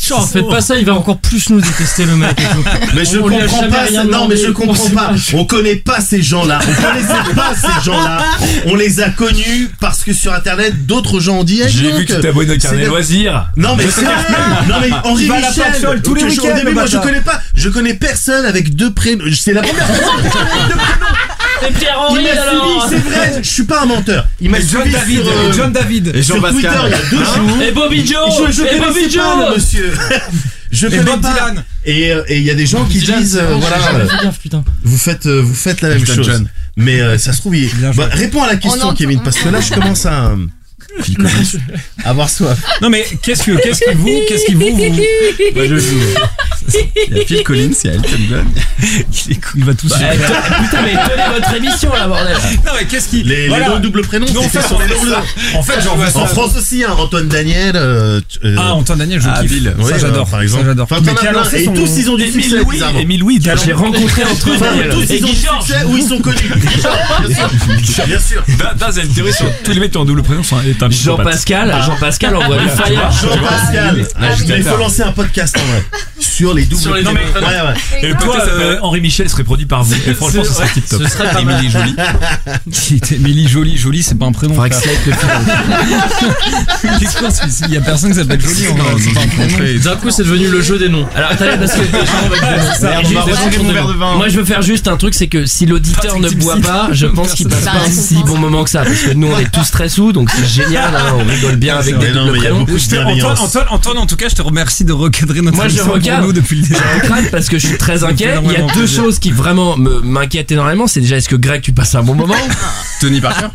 Genre, faites pas ça, il va encore plus nous détester le mec. Mais je On lui a comprends jamais pas. rien ça- Non, demandé, mais je comprends on pas. sait On connaît pas ces gens-là. On connaissait pas ces gens-là. On les a connus parce que sur Internet, d'autres gens ont dit. eh, J'ai donc, vu que tu t'abonnais au carnet c'est- loisirs. Non mais Je c'est sais pas. non mais Henri Il va à la Michel Pactole tous les que je- week-ends, Au début le moi je bâtard. connais pas je connais personne avec deux prénoms c'est la première fois Et Pierre-Henri il m'a suivi alors c'est vrai je suis pas un menteur il m'a Et John suivi David, sur, euh, et Hein John David. sur Twitter il y a deux jours Et Bobby Joe je, je Et Bobby connaissais Joe pas le monsieur je Et connais Bob pas Dylan. et euh, et il y a des gens qui Dylan, disent euh, oh, voilà j'ai jamais euh, fait gaffe, putain. vous faites euh, vous faites la même Elton chose John. mais euh, ça se trouve il... Bien joué. Bah, réponds à la entend- question Kevin parce que là je commence à euh, avoir soif Non mais qu'est-ce que, qu'est-ce que vous, qu'est-ce qui vous, vous- Bah, je joue. Il y a Phil Collins, il y a Elton John. Il est cool, il va tous Eh, te- Putain, mais tenez votre émission là, bordel. Non mais qu'est-ce qui, les, Voilà. les noms double prénoms Nous, on c'était fait- sur on les fait noms ça. En fait, j'en veux En France aussi, hein, Antoine Daniel. euh, tu- euh, Ah, Antoine Daniel, je Ah, kiffe. Bill. Ça, ouais, j'adore. euh, par Ça, exemple. j'adore. Enfin, Mais t'en qui a as plein, lancé et son- tous ils ont du succès, bizarrement. Emile Louis, Je l'ai rencontré Enfin, entre tous Daniel ils ont du succès ou ils sont connus. Bien sûr. Bien sûr. Bah, Daz a une théorie sur tous les mecs qui ont un double prénom. sont- est un Ah. psychopathe. Bah, Jean-Pascal, Jean-Pascal envoie le fire. Jean-Pascal. Ah, Mais Il faut d'accord. lancer un podcast en vrai. Sur les doubles. Sur les Non, doubles. mais- ouais, ouais. Et le podcast s'appelle Henri Michel serait produit par vous. Et franchement, ce serait tip top. Émilie Jolie. Émilie Jolie, Jolie, c'est pas un prénom. Faudrait frère. que Slate Qu'est-ce qu'on se- Il y a personne qui s'appelle Jolie. en vrai, c'est pas un prénom. D'un coup, c'est devenu le jeu des noms. Alors attendez, parce que Merde, on va retirer mon verre de vin. hein. Moi, je veux faire juste un truc, c'est que si l'auditeur ne boit pas, je pense qu'il Bah, passe pas un si bon moment que ça, parce que nous, on est tous très sous, donc c'est génial. hein, on rigole bien Ah, c'est avec vrai. des doubles prénoms. Je te- Antoine, Antoine, Antoine, en tout cas, je te remercie de recadrer notre Moi, je émission pour regarde. nous depuis le Je début. recrade parce que je suis très Ça me fait inquiet. Il y a énormément deux plaisir. choses qui vraiment me- m'inquiètent énormément. C'est déjà, est-ce que Greg, tu passes un bon moment Tony Parker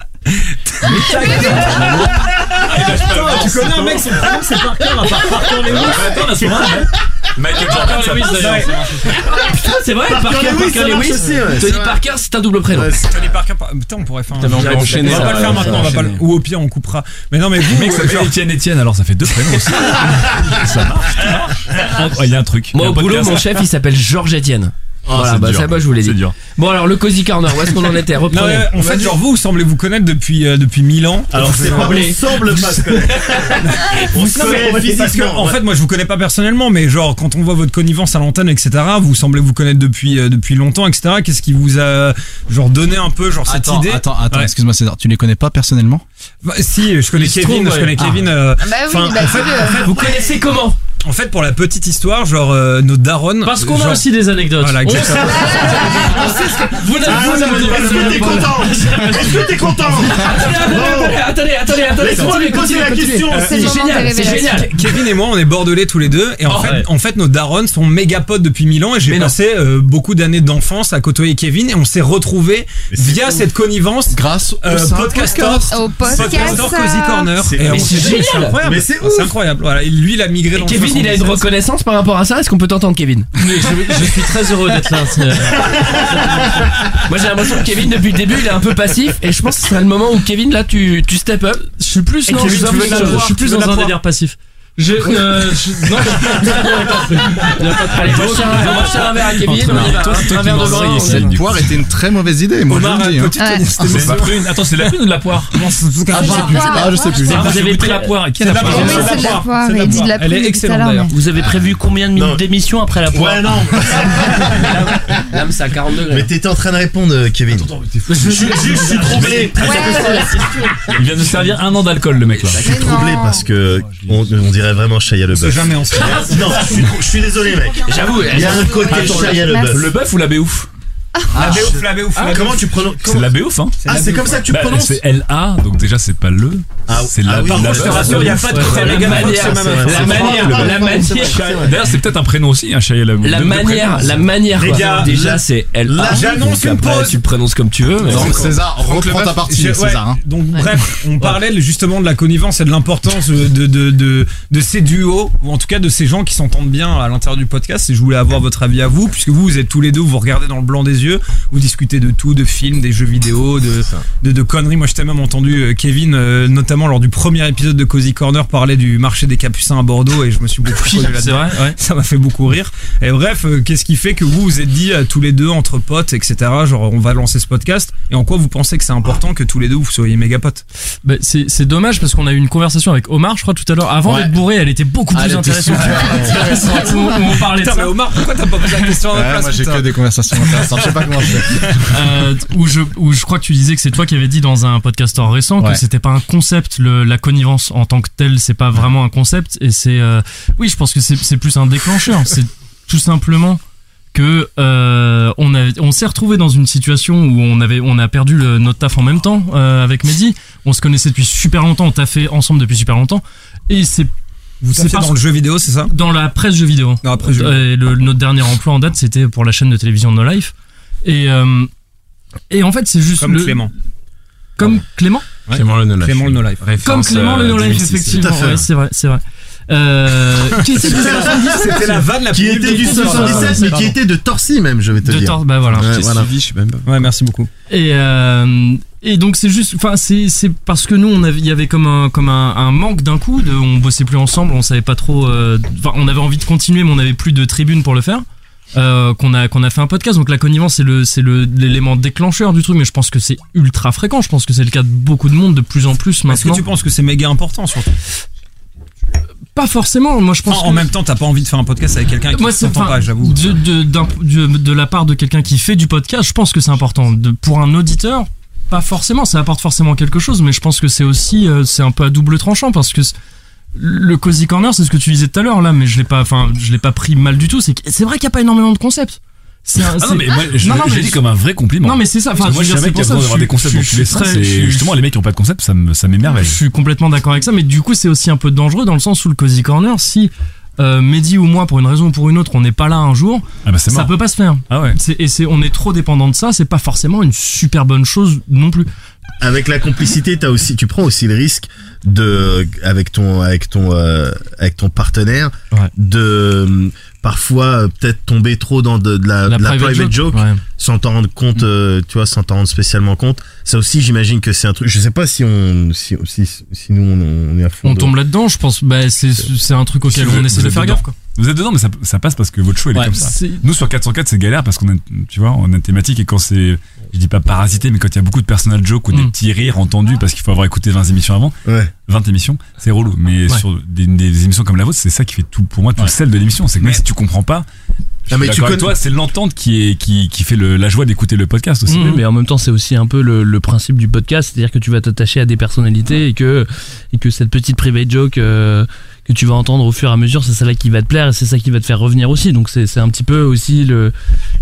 Attends, tu connais un mec, son prénom c'est Parker, à part Parker les mousses. Attends, là, c'est vrai. Michael Ah, Jordan, ça Lewis, passe. hein. d'ailleurs. Putain, c'est vrai, Parker Parker, Lewis, Parker ça marche Lewis. aussi, ouais, c'est Tony vrai. Parker, c'est un double prénom. Ouais, c'est Tony Parker, par- putain, on pourrait faire un. Putain, mais on va enchaîner, on va ça, pas le faire ça, maintenant, on va pas le- enchaîner. ou au pire on coupera. Mais non, mais vous, Mec, ça euh, genre- fait Etienne Etienne, alors ça fait deux prénoms aussi. Ça marche, ça marche. Ah, Il y a un truc. Il Moi, y a au un boulot, podcast. mon chef, il s'appelle Georges Etienne. Oh, Ah, voilà, c'est bah, dur. ça, bah, je vous l'ai dit. C'est dur. Bon, alors, le Cozy Corner, où est-ce qu'on en était Non, Reprenez. mais en fait, genre vous, vous semblez vous connaître depuis euh, depuis 1000 ans. Alors, Vous c'est pas- on semblez- semble pas se connaître. On Vous se non, mais connaît en fait, parce que, physiquement, en ouais. fait, moi, je vous connais pas personnellement, mais genre, quand on voit votre connivence à l'antenne, etc., vous semblez vous connaître depuis, euh, depuis longtemps, etc. Qu'est-ce qui vous a, genre, donné un peu, genre, Attends, cette idée attends, attends, Ouais. excuse-moi César, tu les connais pas personnellement Bah, si, je connais Il se Kevin, trouve, je connais ouais. Kevin. Ah. euh, Ah bah oui, enfin, bah, en fait- c'est en fait- Vous connaissez comment En fait, pour la petite histoire, genre, euh, nos darons. Parce qu'on a genre- aussi des anecdotes. Voilà, On sait- exactement. Ah, On sait ce que- Vous Ah, n'avez- vous ça n'avez me pas dit- Est-ce que t'es content Est-ce que t'es content Attendez, attendez, attendez. Laisse-moi lui poser la question. ah, C'est génial, c'est génial. Ah Kevin et moi, on est bordelais tous les deux. Et en, fait, en fait, nos darons sont méga potes depuis mille ans. Et j'ai passé euh, beaucoup d'années d'enfance à côtoyer Kevin. Et on s'est retrouvés via cette connivence. euh, Grâce au podcaster. Au podcast. Cozy Corner. C'est- Et mais on s'est c'est dit, génial. incroyable. Mais c'est ouf. incroyable. Voilà. Et lui, il a migré Et dans Kevin, le il a une 77. reconnaissance par rapport à ça Est-ce qu'on peut t'entendre, Kevin Je suis très heureux d'être là. euh, Moi, j'ai l'impression que Kevin, depuis le début, il est un peu passif. Et je pense que ce sera le moment où Kevin, là, tu, tu step up. Je suis plus, non, je suis plus dans- je suis plus dans un délire passif. Je, euh, je- non, je- Il y a pas de problème. Allez, on va chercher un verre à Kevin. Entre on y va. toi, toi Un qui verre de m'enseignes, vin. essaye, on- du coup. Poire était une très mauvaise idée, moi Omar, je le dis. hein. petite Ouais. anecdote, C'est c'est pas- la prune. Attends, c'est la prune ou de la poire Non, c'est- c'est- Ah, je sais plus. Ah, je sais plus. Ah, Vous avez pris la poire. Qui a la poire Oui, c'est de la poire. Il dit de la pluie depuis tout à l'heure, mais- Vous avez prévu combien de minutes d'émission après la poire Ouais, non. Là, mais c'est à 40 degrés. Mais t'étais en train de euh, répondre, Kevin. Je suis troublé. Il vient de servir un an d'alcool, le mec là. Je suis troublé parce que on, on dirait vraiment Shia On sait LeBeuf. jamais, on sait jamais. Non, je suis, je suis désolé, mec. J'avoue, il y a un côté Shia Ah, LeBeuf. Le bœuf ou la béouf Ah, Ah, La béouf, la béouf, la Comment béouf. tu prononces C'est la béouf, hein Ah, c'est comme ça que tu Bah, prononces C'est LA, donc déjà, c'est pas le. C'est la oui, la- d'accord. la- rassure, il y a pas de côté Ouais, méga la fox, manière, c'est c'est même- vrai, la c'est manière, vrai. la manière. D'ailleurs, c'est peut-être un prénom aussi, hein, un Shia LaBeouf. La Deux- deux manière, prénoms. la manière. Les quoi. gars, déjà, c'est elle. là, Ah, j'annonce donc une après, pause. Tu le prononces comme tu veux. mais- Donc, César, reprends ta partie, J'ai- ouais. César. hein. Donc bref, on parlait justement de la connivence et de l'importance de, de, de, de ces duos, ou en tout cas de ces gens qui s'entendent bien à l'intérieur du podcast. Et je voulais avoir votre avis à vous, puisque vous, vous êtes tous les deux, vous regardez dans le blanc des yeux, vous discutez de tout, de films, des jeux vidéo, de, de, de conneries. Moi, je t'ai même entendu, euh, Kevin, euh, notamment lors du premier épisode de Cozy Corner, parler du marché des Capucins à Bordeaux, et je me suis beaucoup Oui, reconnu c'est là-dedans. vrai, ouais. Ça m'a fait beaucoup rire. Et bref, euh, qu'est-ce qui fait que vous vous êtes dit euh, tous les deux entre potes, etc. Genre, on va lancer ce podcast. Et en quoi vous pensez que c'est important que tous les deux vous soyez méga potes Bah, c'est c'est dommage parce qu'on a eu une conversation avec Omar, je crois, tout à l'heure. Avant Ouais. d'être bourré, elle était beaucoup Ah, plus elle était intéressante. super. Où- où on parlait de Putain, ça. mais Omar, pourquoi t'as pas posé la question à ma Ouais, place, moi j'ai putain que des conversations intéressantes, je sais pas comment je fais. Euh, où, je, où je crois que tu disais que c'est toi qui avais dit dans un podcast en récent Ouais. que c'était pas un concept, le- la connivence en tant que telle, c'est pas vraiment un concept. Et c'est. euh, oui, je pense que c'est c'est plus un déclencheur. c'est tout simplement que euh, on, avait- on s'est retrouvé dans une situation où on, avait, on a perdu le- notre taf en même temps euh, avec Mehdi. On se connaissait depuis super longtemps, on taffait ensemble depuis super longtemps. Et c'est. Vous c'est taffez parce- dans le jeu vidéo, c'est ça Dans la presse jeux vidéo. Euh, Dans la presse jeux Et le- notre dernier emploi en date, c'était pour la chaîne de télévision No Life. Et, euh, et en fait, c'est juste. Comme le- Clément. Comme Clément Clément le No Life. Clément le No Life. Comme Référence, Clément le euh, No Life, 2006, effectivement. tout à fait. Ouais, c'est vrai, c'est vrai. Euh, qui était du 77 C'était la vanne la plus Qui était nulle de du tous, pardon. 77, mais qui Pardon. était de Torcy même, je vais te De dire. Tor- bah voilà. Ouais, J'ai voilà. suivi, Ouais, merci beaucoup. Et, euh, et donc c'est juste, enfin c'est c'est parce que nous on avait, il y avait comme un comme un, un manque d'un coup, de, on bossait plus ensemble, on savait pas trop, euh, enfin on avait envie de continuer mais on avait plus de tribune pour le faire. Euh, qu'on a qu'on a fait un podcast donc la connivence c'est le c'est le l'élément déclencheur du truc mais je pense que c'est ultra fréquent je pense que c'est le cas de beaucoup de monde de plus en plus Est-ce que maintenant tu penses que c'est méga important surtout Pas forcément, moi je pense. en que- même temps, t'as pas envie de faire un podcast avec quelqu'un qui Moi, ne c'est- s'entend enfin, pas, j'avoue. euh. De, de- d'un- de- de la part de quelqu'un qui fait du podcast, je pense que c'est important. De- pour un auditeur, pas forcément, ça apporte forcément quelque chose, mais je pense que c'est aussi, euh, c'est un peu à double tranchant parce que c- le cozy corner, c'est ce que tu disais tout à l'heure là, mais je l'ai pas, enfin, je l'ai pas pris mal du tout. C'est que- c'est vrai qu'il y a pas énormément de concepts. C'est un- Ah non, c'est- mais moi, je- Non, non, je mais dis je- comme un vrai compliment. Non, mais c'est ça. Enfin, Parce que moi, je je veux savais dire, qu'il y c'est a pour besoin d'avoir des ça, je suis- concepts dans je tous les suis sens. très- je Et suis- justement, les mecs qui ont pas de concept, ça me- ça m'émerveille. Je suis complètement d'accord avec ça, mais du coup, c'est aussi un peu dangereux dans le sens où le Cozy Corner, si euh, Mehdi ou moi, pour une raison ou pour une autre, on n'est pas là un jour, c'est ça mort. peut pas se faire. C'est- et c'est, on est trop dépendant de ça, c'est pas forcément une super bonne chose non plus. Avec la complicité, t'as aussi, tu prends aussi le risque de, avec ton, avec ton, euh, avec ton partenaire, de euh, parfois euh, peut-être tomber trop dans de, de la, La de la private private, joke, joke, ouais. Mm. sans t'en rendre compte, euh, tu vois, sans t'en rendre spécialement compte. Ça aussi, j'imagine que c'est un truc. Je sais pas si on, si, si, si nous on, on est à fond. On de- tombe là-dedans, je pense, bah, c'est, c'est un truc auquel Vous on êtes- essaie vous de êtes faire dedans. gaffe, quoi. Vous êtes dedans, mais ça, ça passe parce que votre show, il Ouais, est comme ça. c'est- Nous, sur 404, c'est galère parce qu'on a, tu vois, on a une thématique et quand c'est, je dis pas parasité, mais quand il y a beaucoup de personal jokes ou des Mm. petits rires entendus parce qu'il faut avoir écouté 20 émissions avant, 20 émissions, c'est relou. Mais Ouais. sur des, des émissions comme la vôtre, c'est ça qui fait tout, pour moi, tout le sel de l'émission. C'est que même si tu comprends pas, je Ah, suis mais tu d'accord avec connais- toi, c'est l'entente qui est, qui, qui fait le- la joie d'écouter le podcast aussi. Oui, mais en même temps, c'est aussi un peu le, le principe du podcast, c'est-à-dire que tu vas t'attacher à des personnalités et que, et que cette petite private joke euh, que tu vas entendre au fur et à mesure, c'est celle-là qui va te plaire et c'est ça qui va te faire revenir aussi. Donc c'est c'est un petit peu aussi le.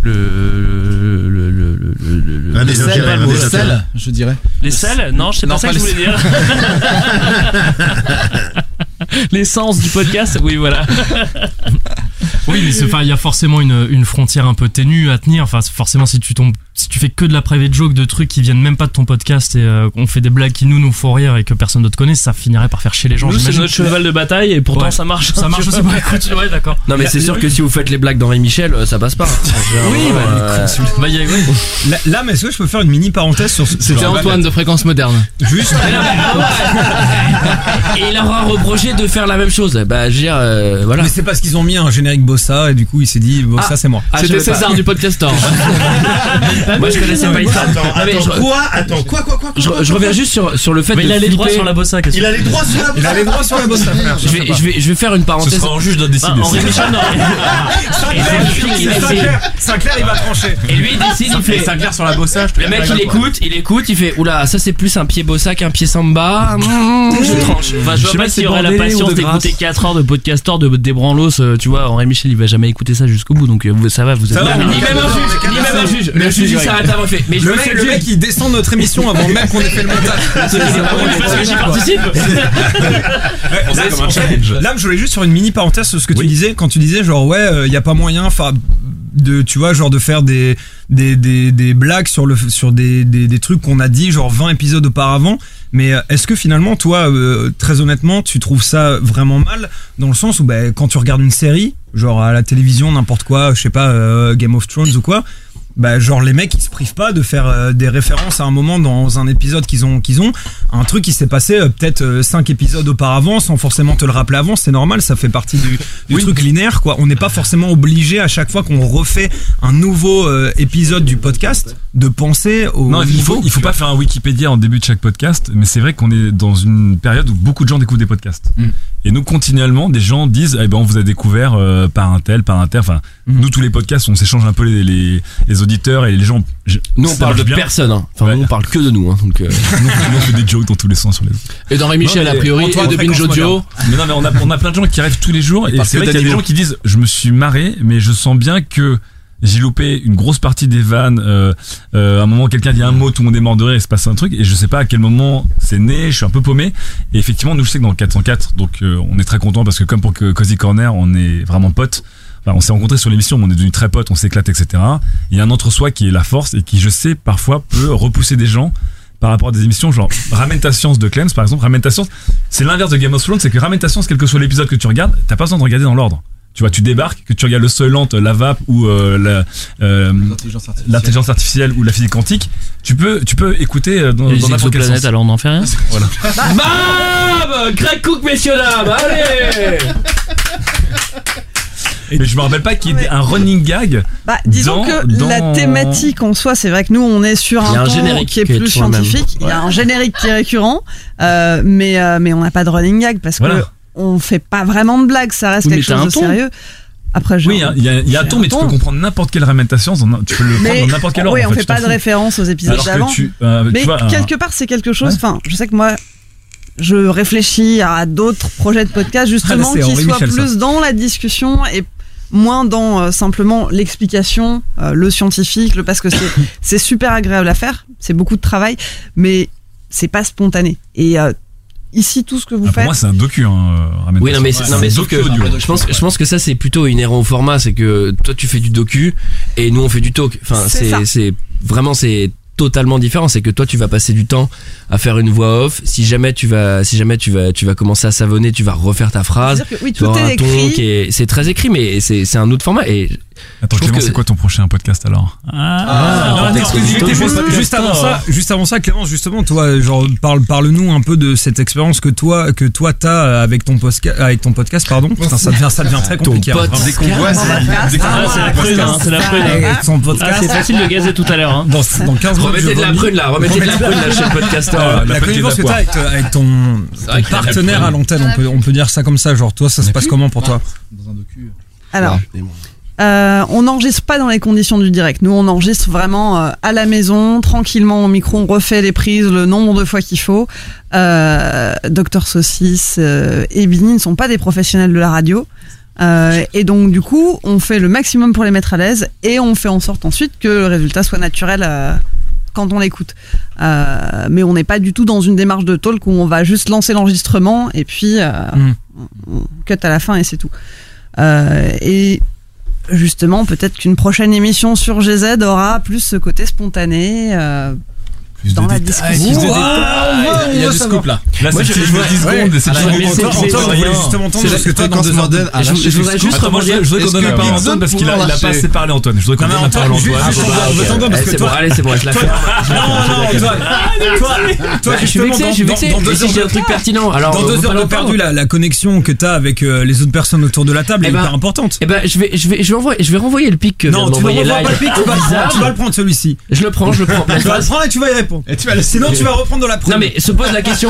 le, le, le, le, le- le- Un le des sel, intérêts, pas le un mot. des Le intérêts. sel. Je dirais. Les selles Non, je sais Non, pas ça pas que je les voulais dire. L'essence du podcast, oui, voilà. Oui, mais c'est- enfin, il y a forcément une, une frontière un peu ténue à tenir. Enfin, c'est forcément, si tu tombes, si tu fais que de la private joke, de trucs qui viennent même pas de ton podcast et euh, qu'on fait des blagues qui nous nous font rire et que personne d'autre connaît, ça finirait par faire chier les gens. Nous, c'est j'imagine. notre cheval de bataille et pourtant Ouais. ça marche. Ça marche aussi. Écoute, ouais, d'accord. Non, mais La- c'est sûr que si vous faites les blagues d'Henri Michel, euh, ça passe pas. euh, Oui, bah, Là, là, mais est-ce que je peux faire une mini parenthèse sur ce C'était Antoine de Fréquence Moderne. Juste. Et il leur a reproché de faire la même chose. Bah, je veux dire, euh, voilà. Mais c'est parce qu'ils ont mis un générique Bossa et du coup il s'est dit Bossa Ah. c'est moi. Ah, C'était je savais pas. César du podcastor. Ah, Moi, je connaissais pas Islam. Attends, Ah, mais attends, je- quoi Attends, quoi, quoi, quoi, quoi, Je, quoi, je quoi, reviens quoi juste sur, sur le fait Mais de il a les flipper. droits sur la bossa, qu'est-ce que- Il a les droits sur la bossa. Il a les droits sur la bossa, frère. Je vais, je, vais, je vais faire une parenthèse. Ce sera en juge d'en décider. Bah, Henri ça. Michel, non. Sinclair, Et lui, il c'est décide. Sinclair, Sinclair, il va trancher. Et lui, il décide, il fait. sur la bossa. Le mec, il écoute, il écoute, il fait Oula, ça c'est plus un pied bossa qu'un pied samba. Mmh, Je tranche. Enfin, je vois pas s'il aurait la patience d'écouter 4 heures de podcastor de Débranlos. euh, Tu vois, Henri Michel, il va jamais écouter ça jusqu'au bout. Donc euh, vous- ça va, vous êtes Ça va, bien. ni même un juge, ni même un juge. Le juge, il s'arrête avant. il Fait. Mais je le me fais mec, le mec, il descend notre émission avant même qu'on ait fait le montage. C'est ça, oui, parce que j'y participe. Ouais, ça, là, comme un en fait, challenge. Là, je voulais juste sur une mini parenthèse sur ce que tu disais quand tu disais genre ouais, il y a pas moyen, enfin de tu vois genre de faire des des, des, des blagues sur le sur des, des, des trucs qu'on a dit genre 20 épisodes auparavant. Mais euh, est-ce que finalement, toi, euh, très honnêtement, tu trouves ça vraiment mal dans le sens où bah, quand tu regardes une série, genre à la télévision, n'importe quoi, je sais pas, euh, Game of Thrones ou quoi, bah genre les mecs ils se privent pas de faire euh, des références à un moment dans un épisode qu'ils ont qu'ils ont un truc qui s'est passé euh, peut-être euh, cinq épisodes auparavant sans forcément te le rappeler avant c'est normal ça fait partie du, du truc linéaire quoi on n'est pas forcément obligé à chaque fois qu'on refait un nouveau euh, épisode du podcast de penser au Non, il niveau faut, il faut pas faire un Wikipédia en début de chaque podcast, mais c'est vrai qu'on est dans une période où beaucoup de gens découvrent des podcasts. Mm. Et nous, continuellement, des gens disent, eh ben, on vous a découvert euh, par un tel, par un tel. Enfin, Mm. nous, tous les podcasts, on s'échange un peu les, les, les auditeurs et les gens. je- Nous, on ça parle marche de bien. personne. hein. Enfin, nous, on parle que de nous. hein, donc, euh. Nous, on fait des jokes dans tous les sens sur les autres. Et d'Henri Michel, Non, mais a priori, Antoine, et de fréquence Binge Audio. moderne. Mais non, mais on a, on a plein de gens qui arrivent tous les jours Et et, parce c'est que vrai qu'il y a des Danilo- gens qui disent Je me suis marré, mais je sens bien que j'ai loupé une grosse partie des vannes. Euh, euh, à un moment, quelqu'un dit un mot, tout le monde est mort de rire, il se passe un truc et je sais pas à quel moment c'est né, je suis un peu paumé. Et effectivement, nous, je sais que dans le 404, donc euh, on est très content parce que comme pour que Cozy Corner, on est vraiment potes. Enfin, on s'est rencontrés sur l'émission, mais on est devenus très potes, on s'éclate, etc. Il y a un entre-soi qui est la force et qui, je sais, parfois peut repousser des gens par rapport à des émissions genre Ramène ta science de Clems par exemple Ramène ta science c'est l'inverse de Game of Thrones c'est que Ramène ta science quel que soit l'épisode que tu regardes t'as pas besoin de regarder dans l'ordre tu vois tu débarques que tu regardes le Soylent la vape ou euh, la, euh, L'intelligence artificielle. l'intelligence artificielle ou la physique quantique tu peux tu peux écouter euh, dans, Et dans les n'importe quel exoplanètes, sens. alors on en fait rien voilà Bam Crack Cook, messieurs Ah, dames, bah, allez mais je me rappelle pas qu'il y ait un running gag Bah, disons dans- que dans- la thématique en soi, c'est vrai que nous, on est sur Il y a un, un ton générique qui est qui est plus toujours le même. scientifique. Il y a Ouais. un générique qui est récurrent, euh, mais, euh, mais on n'a pas de running gag parce Voilà. que on fait pas vraiment de blagues, ça reste Oui, quelque mais chose t'as un de ton. sérieux. Après, genre, Oui, il y a- il y a, il y a un j'ai ton, mais tu peux comprendre n'importe quelle réinventation, dans- tu peux le prendre Mais- dans n'importe quel ordre. Oui, en on fait, fait je t'en pas de fous. référence aux épisodes Alors que d'avant. tu- euh, tu mais vois, un- quelque part, c'est quelque chose. Enfin, je sais que moi, je réfléchis à d'autres projets de podcast justement Ah, là, c'est qui Henri soient Michel, ça. plus dans la discussion et moins dans euh, simplement l'explication, euh, le scientifique, le parce que c'est c'est super agréable à faire, c'est beaucoup de travail, mais c'est pas spontané. Et euh, ici, tout ce que vous Ah, Pour faites, moi, c'est un docu, hein, euh, Oui, non, mais, Ramène-toi. non, mais C'est un sauf que docu audio. je pense, je pense que ça, c'est plutôt inhérent au format. C'est que toi, tu fais du docu et nous, on fait du talk. Enfin, C'est ça. c'est, c'est vraiment, c'est totalement différent. C'est que toi, tu vas passer du temps à faire une voix off. Si jamais tu vas, si jamais tu vas, tu vas commencer à savonner, tu vas refaire ta phrase. C'est-à-dire que oui, Tu tout auras est un écrit. qui est- c'est très écrit, mais c'est, c'est un autre format. Et Attends, Clément, c'est quoi ton prochain podcast alors Ah, Ah, attends, attends, excuse- juste- juste- juste- Juste avant Castor. ça, juste avant ça, Clémence, justement, toi, genre, parle, parle-nous un peu de cette expérience que toi, que toi t'as avec ton podcast, avec ton podcast, pardon. Putain, ça devient, ça devient très Ton compliqué. podcast. hein. Dès qu'on voit, c'est- Ah, dès qu'on voit, c'est la prune, hein, c'est la prune, hein. Et Son podcast. Ah, c'est facile de gazer tout à l'heure, hein. Dans, dans 15 minutes, Remettez je de la vomis. prune, là, remettez de la prune, là, chez le podcaster, Euh, là, la La prune connivence de que la t'as avec, euh, poire. avec ton, ton C'est vrai qu'il y a de la partenaire prune. à l'antenne, on peut, on peut dire ça comme ça. Genre, toi, ça se passe comment Bah, pour toi alors. Euh, on n'enregistre pas dans les conditions du direct. Nous, on enregistre vraiment euh, à la maison, tranquillement au micro. On refait les prises le nombre de fois qu'il faut. Euh, Docteur Saucisse euh, et Bini ne sont pas des professionnels de la radio. Euh, et donc, du coup, on fait le maximum pour les mettre à l'aise et on fait en sorte ensuite que le résultat soit naturel euh, quand on l'écoute. Euh, mais on n'est pas du tout dans une démarche de talk où on va juste lancer l'enregistrement et puis euh, Mhm. on on cut à la fin et c'est tout. Euh, et justement, peut-être qu'une prochaine émission sur GZ aura plus ce côté spontané. euh, dans la discussion. plus de détails. Il y a du scoop, là. Là, Moi, c'est je- filmé je- 10 secondes, ouais. et c'est Ah, toujours mais bon. c'est- Antoine, c'est- Antoine, on voulait c'est- justement entendre c'est- parce que toi, attends, dans deux Morden, secondes. à la Je- je chute, je voudrais juste comprends pas. rebondir- Je voudrais qu'on donne la Est-ce parole à que- Antoine, parce qu'il a- il a pas assez parlé, Antoine. Je voudrais qu'on Non, mais donne la Antoine, parole à juste- Antoine. juste- Ah, bah, je vous ok. entends, parce Eh, que c'est toi- bon, allez, c'est bon, je la Toi- ferme. Non, non, Je la Antoine. ferme. Toi, toi, Bah, je suis justement, vexé, dans- je suis dans- vexé. dans Mais deux si heures j'ai de- un truc pertinent, alors, dans on deux va heures pas de en perdu, parler. la, la connexion que t'as avec euh, les autres personnes autour de la table Eh est ben- hyper importante. Eh ben, je vais, je vais, je vais envoyer, je vais renvoyer le pic que vient Non, tu de vas m'envoyer revoir live. pas le pic, tu vas le prendre, tu vas le prendre celui-ci. Je le prends, je le prends. tu vas le prendre et tu vas y répondre. Et tu vas Sinon, tu vas reprendre dans la prune. Non mais se pose la question,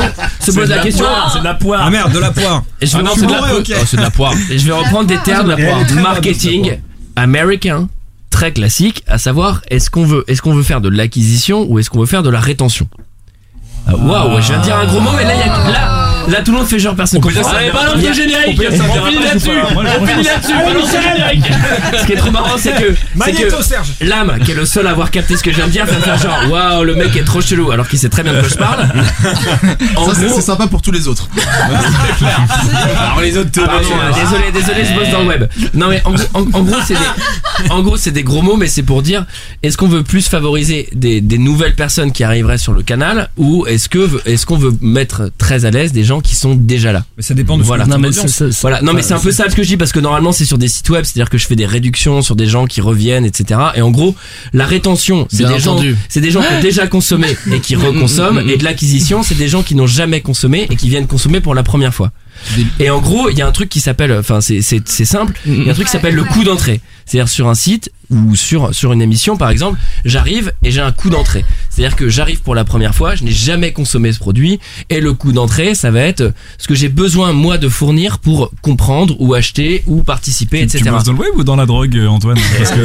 C'est se pose de la la question. poire, c'est de la poire. Ah merde, de la poire. Et je vais Ah non, reprendre- c'est de la poire, Oh, ok. c'est de la poire. Et je vais reprendre des termes de la Elle est poire. très bonne, cette Marketing américain, très classique, à savoir est-ce qu'on veut, est-ce qu'on veut faire de l'acquisition ou est-ce qu'on veut faire de la rétention. Ah, Waouh, je viens de dire un gros mot, mais là, il y a- là, là, tout le monde fait genre personne On peut dire comprend. ça Allez, bien. balance On le peut générique. dire ça bien. On finit Moi, je là-dessus. trouve pas. Moi, je On trouve finit ça. là-dessus. Allez, Balance le Michel. générique. Ce qui est trop marrant, c'est que, c'est Magnéto, Serge. que l'âme, qui est le seul à avoir capté ce que je viens de dire, fait faire genre waouh, le mec est trop chelou, alors qu'il sait très bien de quoi je parle. En Ça, c'est- gros- c'est sympa pour tous les autres. alors les autres Pardon, euh, désolé, désolé, je bosse dans le web. Non mais en, gros- en- en gros c'est des, en gros c'est des gros mots, mais c'est pour dire est-ce qu'on veut plus favoriser des, des nouvelles personnes qui arriveraient sur le canal ou est-ce que est-ce qu'on veut mettre très à l'aise des gens qui sont déjà là Mais ça dépend de ce voilà. que t'as Non, mais d'audience. c'est- c'est- voilà. Non mais c'est un peu ça ce que je dis parce que normalement c'est sur des sites web, c'est-à-dire que je fais des réductions sur des gens qui reviennent, etc. Et en gros la rétention c'est Bien des gens entendu. c'est des gens qui ont déjà consommé et qui reconsomment et de l'acquisition c'est des gens qui n'ont jamais consommé et qui viennent consommer pour la première fois. Et en gros, il y a un truc qui s'appelle, enfin c'est c'est c'est simple, il y a un truc qui s'appelle le coût d'entrée. C'est-à-dire sur un site ou sur sur une émission par exemple, j'arrive et j'ai un coût d'entrée. C'est-à-dire que j'arrive pour la première fois, je n'ai jamais consommé ce produit et le coût d'entrée, ça va être ce que j'ai besoin moi de fournir pour comprendre ou acheter ou participer, Tu- etc. Tu bosses dans le web ou dans la drogue, euh, Antoine Parce que.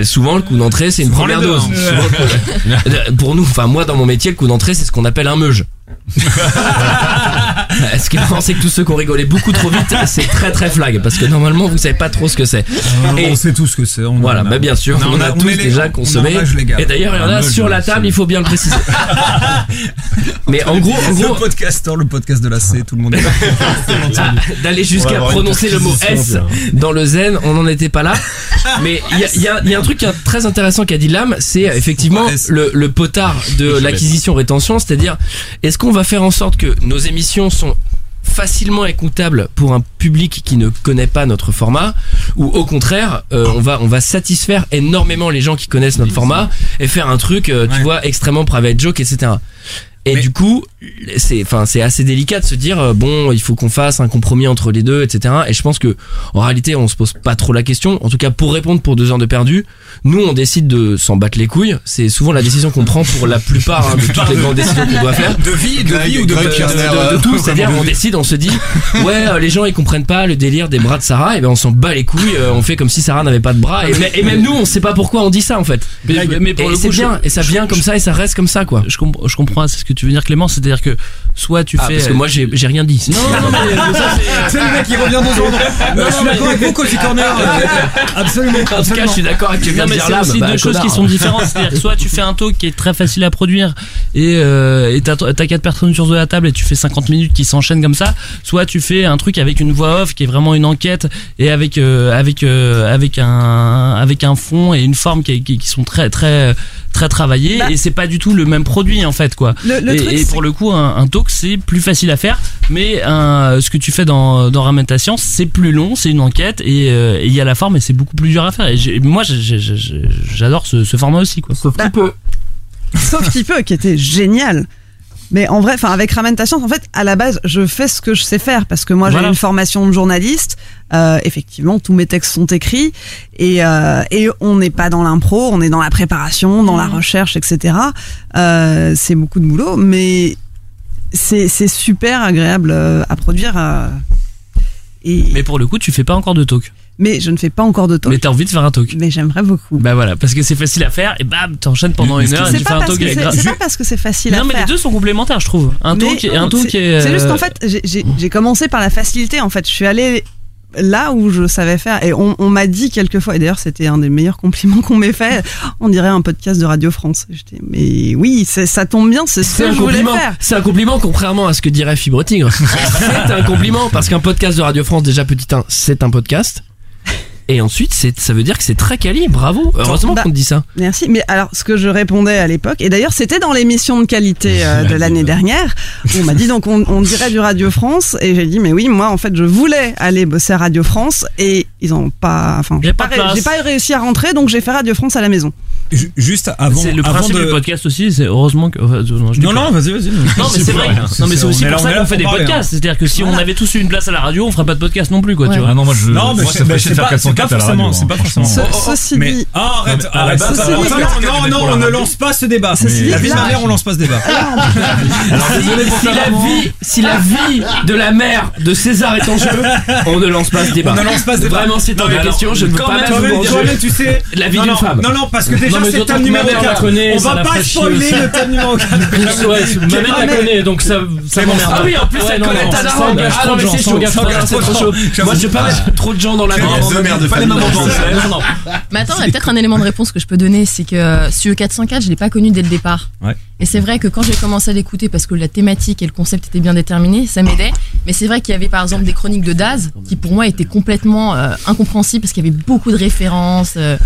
Euh, souvent le coup d'entrée c'est une Souvent première les deux, dose. hein. Souvent, le coup- Euh, pour nous, enfin moi dans mon métier, le coup d'entrée c'est ce qu'on appelle un meuge. Euh, ce qui est marrant, c'est que tous ceux qui ont rigolé beaucoup trop vite, c'est très très flag parce que normalement vous savez pas trop ce que c'est. Euh, on sait tous ce que c'est. on- Voilà, on a- bah bien sûr, Non, on, a, tous est les- on a déjà un consommé. âge légal. Et d'ailleurs, il y en Un a âge, sur la c'est- table, il faut bien le préciser. Mais en gros, en gros, le podcaster, le podcast de la C, tout le monde. Ah, d'aller On va jusqu'à avoir une hein. prononcer le mot S perquisition, bien. dans le zen, on n'en était pas là. Mais il y a, il y a- il y a un truc qui est très intéressant qu'a dit Lame, c'est effectivement le, le potard de l'acquisition-rétention, c'est-à-dire est-ce qu'on va faire en sorte que nos émissions sont facilement écoutables pour un public qui ne connaît pas notre format ou au contraire euh, on va on va satisfaire énormément les gens qui connaissent notre format et faire un truc euh, tu vois extrêmement private joke etc et du coup c'est enfin c'est assez délicat de se dire euh, bon il faut qu'on fasse un compromis entre les deux etc et je pense que en réalité on se pose pas trop la question en tout cas pour répondre pour deux heures de perdu nous on décide de s'en battre les couilles c'est souvent la décision qu'on prend pour la plupart hein, de toutes les grandes décisions qu'on doit faire De vie, de vie ou de- de, de- de- de tout Vraiment c'est à dire de euh, on vie. décide on se dit ouais euh, les gens ils comprennent pas le délire des bras de Sarah et ben on s'en bat les couilles euh, on fait comme si Sarah n'avait pas de bras et, me- et même nous on sait pas pourquoi on dit ça en fait Mais- mais pour et le c'est coup, je- bien et ça vient comme ça et ça reste comme ça quoi je, comprends je comprends c'est ce que tu veux dire Clément c'est-à-dire que soit tu Ah, fais euh, parce que moi, j'ai- j'ai rien dit non non, non mais euh, ça, c'est- C'est le mec qui revient dans son Non, Je suis non, mais- d'accord avec vous, coach du corner. euh, Absolument. En tout cas, je suis d'accord avec ce que vient Non, de mais dire c'est là. aussi bah, deux choses qui connard. sont différentes. C'est-à-dire que soit tu fais un talk qui est très facile à produire et euh, et t'as t'as quatre personnes sur la table et tu fais 50 minutes qui s'enchaînent comme ça, soit tu fais un truc avec une voix off qui est vraiment une enquête et avec euh, avec euh, avec un avec un fond et une forme qui, est- qui, qui sont très très très travaillées et c'est pas du tout le même produit en fait quoi. Bah. Le- le et, truc, et c'est- pour le coup un, un talk c'est plus facile à faire mais un- ce que tu fais dans, dans Ramène ta science c'est plus long c'est une enquête et euh, et il y a la forme et c'est beaucoup plus dur à faire et j'ai- moi j'ai- j'ai- j'ai- j'adore ce, ce format aussi quoi sauf peu Bah. sauf petit peu qui était génial mais en vrai enfin avec Ramène ta science en fait à la base je fais ce que je sais faire parce que moi j'ai Voilà. une formation de journaliste Euh, effectivement tous mes textes sont écrits et, euh, et on n'est pas dans l'impro on est dans la préparation dans la recherche etc Euh, c'est beaucoup de boulot mais c'est c'est super agréable euh, à produire euh, mais pour le coup tu fais pas encore de talk mais je ne fais pas encore de talk mais t'as envie de faire un talk mais j'aimerais beaucoup bah voilà parce que c'est facile à faire et bam t'enchaînes pendant Mais une heure et c'est tu fais pas un parce talk que avec c'est- gra- c'est pas parce que c'est facile à non mais faire les deux sont complémentaires je trouve un Mais talk et un c'est- talk et, C'est juste euh, qu'en fait, j'ai- j'ai j'ai commencé par la facilité. En fait, je suis allée là où je savais faire et on, on m'a dit quelquefois et d'ailleurs c'était un des meilleurs compliments qu'on m'ait fait on dirait un podcast de Radio France j'étais mais oui c'est- ça tombe bien c'est ce C'est que un je voulais compliment. faire C'est un compliment, contrairement à ce que dirait Fibre Tigre. c'est un compliment parce qu'un podcast de Radio France, déjà petit 1, c'est un podcast. Et ensuite, c'est, ça veut dire que c'est très quali. Bravo. Heureusement Bah, qu'on te dit ça. Merci. Mais alors, ce que je répondais à l'époque, et d'ailleurs, c'était dans l'émission de qualité euh, de l'année dernière, où on m'a dit donc on, on dirait du Radio France, et j'ai dit mais oui, moi en fait, je voulais aller bosser à Radio France, et ils ont pas, enfin, j'ai pas pas, de place. ré- j'ai pas réussi à rentrer, donc j'ai fait Radio France à la maison. Juste avant, c'est le avant principe de- du podcast aussi c'est heureusement que enfin, non, je dis Non, pas. non, vas-y, vas-y. Non mais c'est vrai. Non mais c'est aussi on est là- pour on est ça là qu'on fait des parler, podcasts. hein. C'est-à-dire que si on avait tous eu une place à la radio, on ferait pas de podcast non plus quoi. Tu Ouais. vois. Ah non, moi, je- Non, mais moi, ça c'est- me fait mais chier de c'est faire pas- 404 c'est pas à la radio, forcément- hein, c'est pas franchement. forcément- Ce- ceci Mais- dit, Ah, arrête, Non, mais arrête. arrête, ça, ceci non, dit- non, non, on ne lance pas ce débat. Ceci dit, La vie de ma là- mère, on lance pas ce débat. Alors, Ah, désolé pour si ça, la maman. vie, si la vie de la mère de César est en jeu, on ne lance pas ce débat. On ne lance pas ce débat. Vraiment, c'est Non, hors mais de alors, question. Je ne veux quand pas même, même toi-même, vous toi-même, tu sais. La vie Non, d'une non, femme. non, non, parce que déjà, c'est le thème numéro 4. On va pas spoiler le thème numéro Ah, 4. ma mère la connaît donc ça ça m'emmerde. Ah oui, en plus, elle connaît ta daronne. Ah non, mais c'est chaud. Ah non, c'est trop chaud. Moi, je veux Ah. pas mettre trop de gens dans la Il y a merde. deux mères de Pas les famille. mamans dans le C'est- cercle. non. Mais attends, il y a peut-être un élément de réponse que je peux donner, c'est que euh, ce 404, je l'ai pas connu dès le départ. Ouais. Et c'est vrai que quand j'ai commencé à l'écouter, parce que la thématique et le concept étaient bien déterminés, ça m'aidait. Mais c'est vrai qu'il y avait par exemple des chroniques de Daz qui pour moi étaient complètement euh, incompréhensibles parce qu'il y avait beaucoup de références. euh.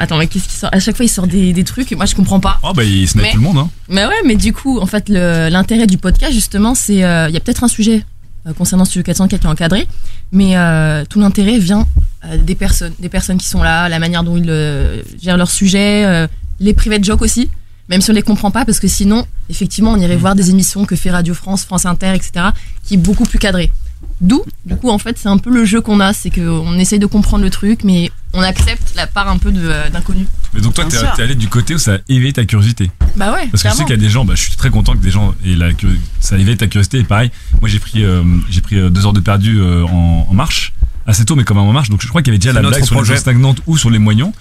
Attends, mais qu'est-ce qu'il sort À chaque fois, il sort des, des trucs et moi je comprends pas. Oh bah il snipe Mais- tout le monde hein. Mais ouais, mais du coup, en fait, le- l'intérêt du podcast, justement, c'est. euh, Il y a peut-être un sujet euh, concernant ce 404 qui est encadré, mais euh, tout l'intérêt vient euh, des personnes, des personnes qui sont là, la manière dont ils euh, gèrent leur sujet, euh, les privés de jokes aussi, même si on les comprend pas, parce que sinon, effectivement, on irait Mm. voir des émissions que fait Radio France, France Inter, etc., qui est beaucoup plus cadré. D'où, du coup, en fait, c'est un peu le jeu qu'on a, c'est qu'on essaye de comprendre le truc, mais on accepte la part un peu de, euh, d'inconnu. Mais donc toi, t'es Bien sûr. t'es allé du côté où ça a éveillé ta curiosité. Bah ouais, Parce que je sais clairement. qu'il y a des gens, bah, je suis très content que des gens et la, que ça éveille ta curiosité. Et pareil, moi j'ai pris, euh, j'ai pris euh, deux heures de perdu euh, en, en marche. Assez tôt, mais quand même en marche. Donc, je crois qu'il y avait déjà C'est la notre blague sur les projet. gens stagnantes ou sur les moignons.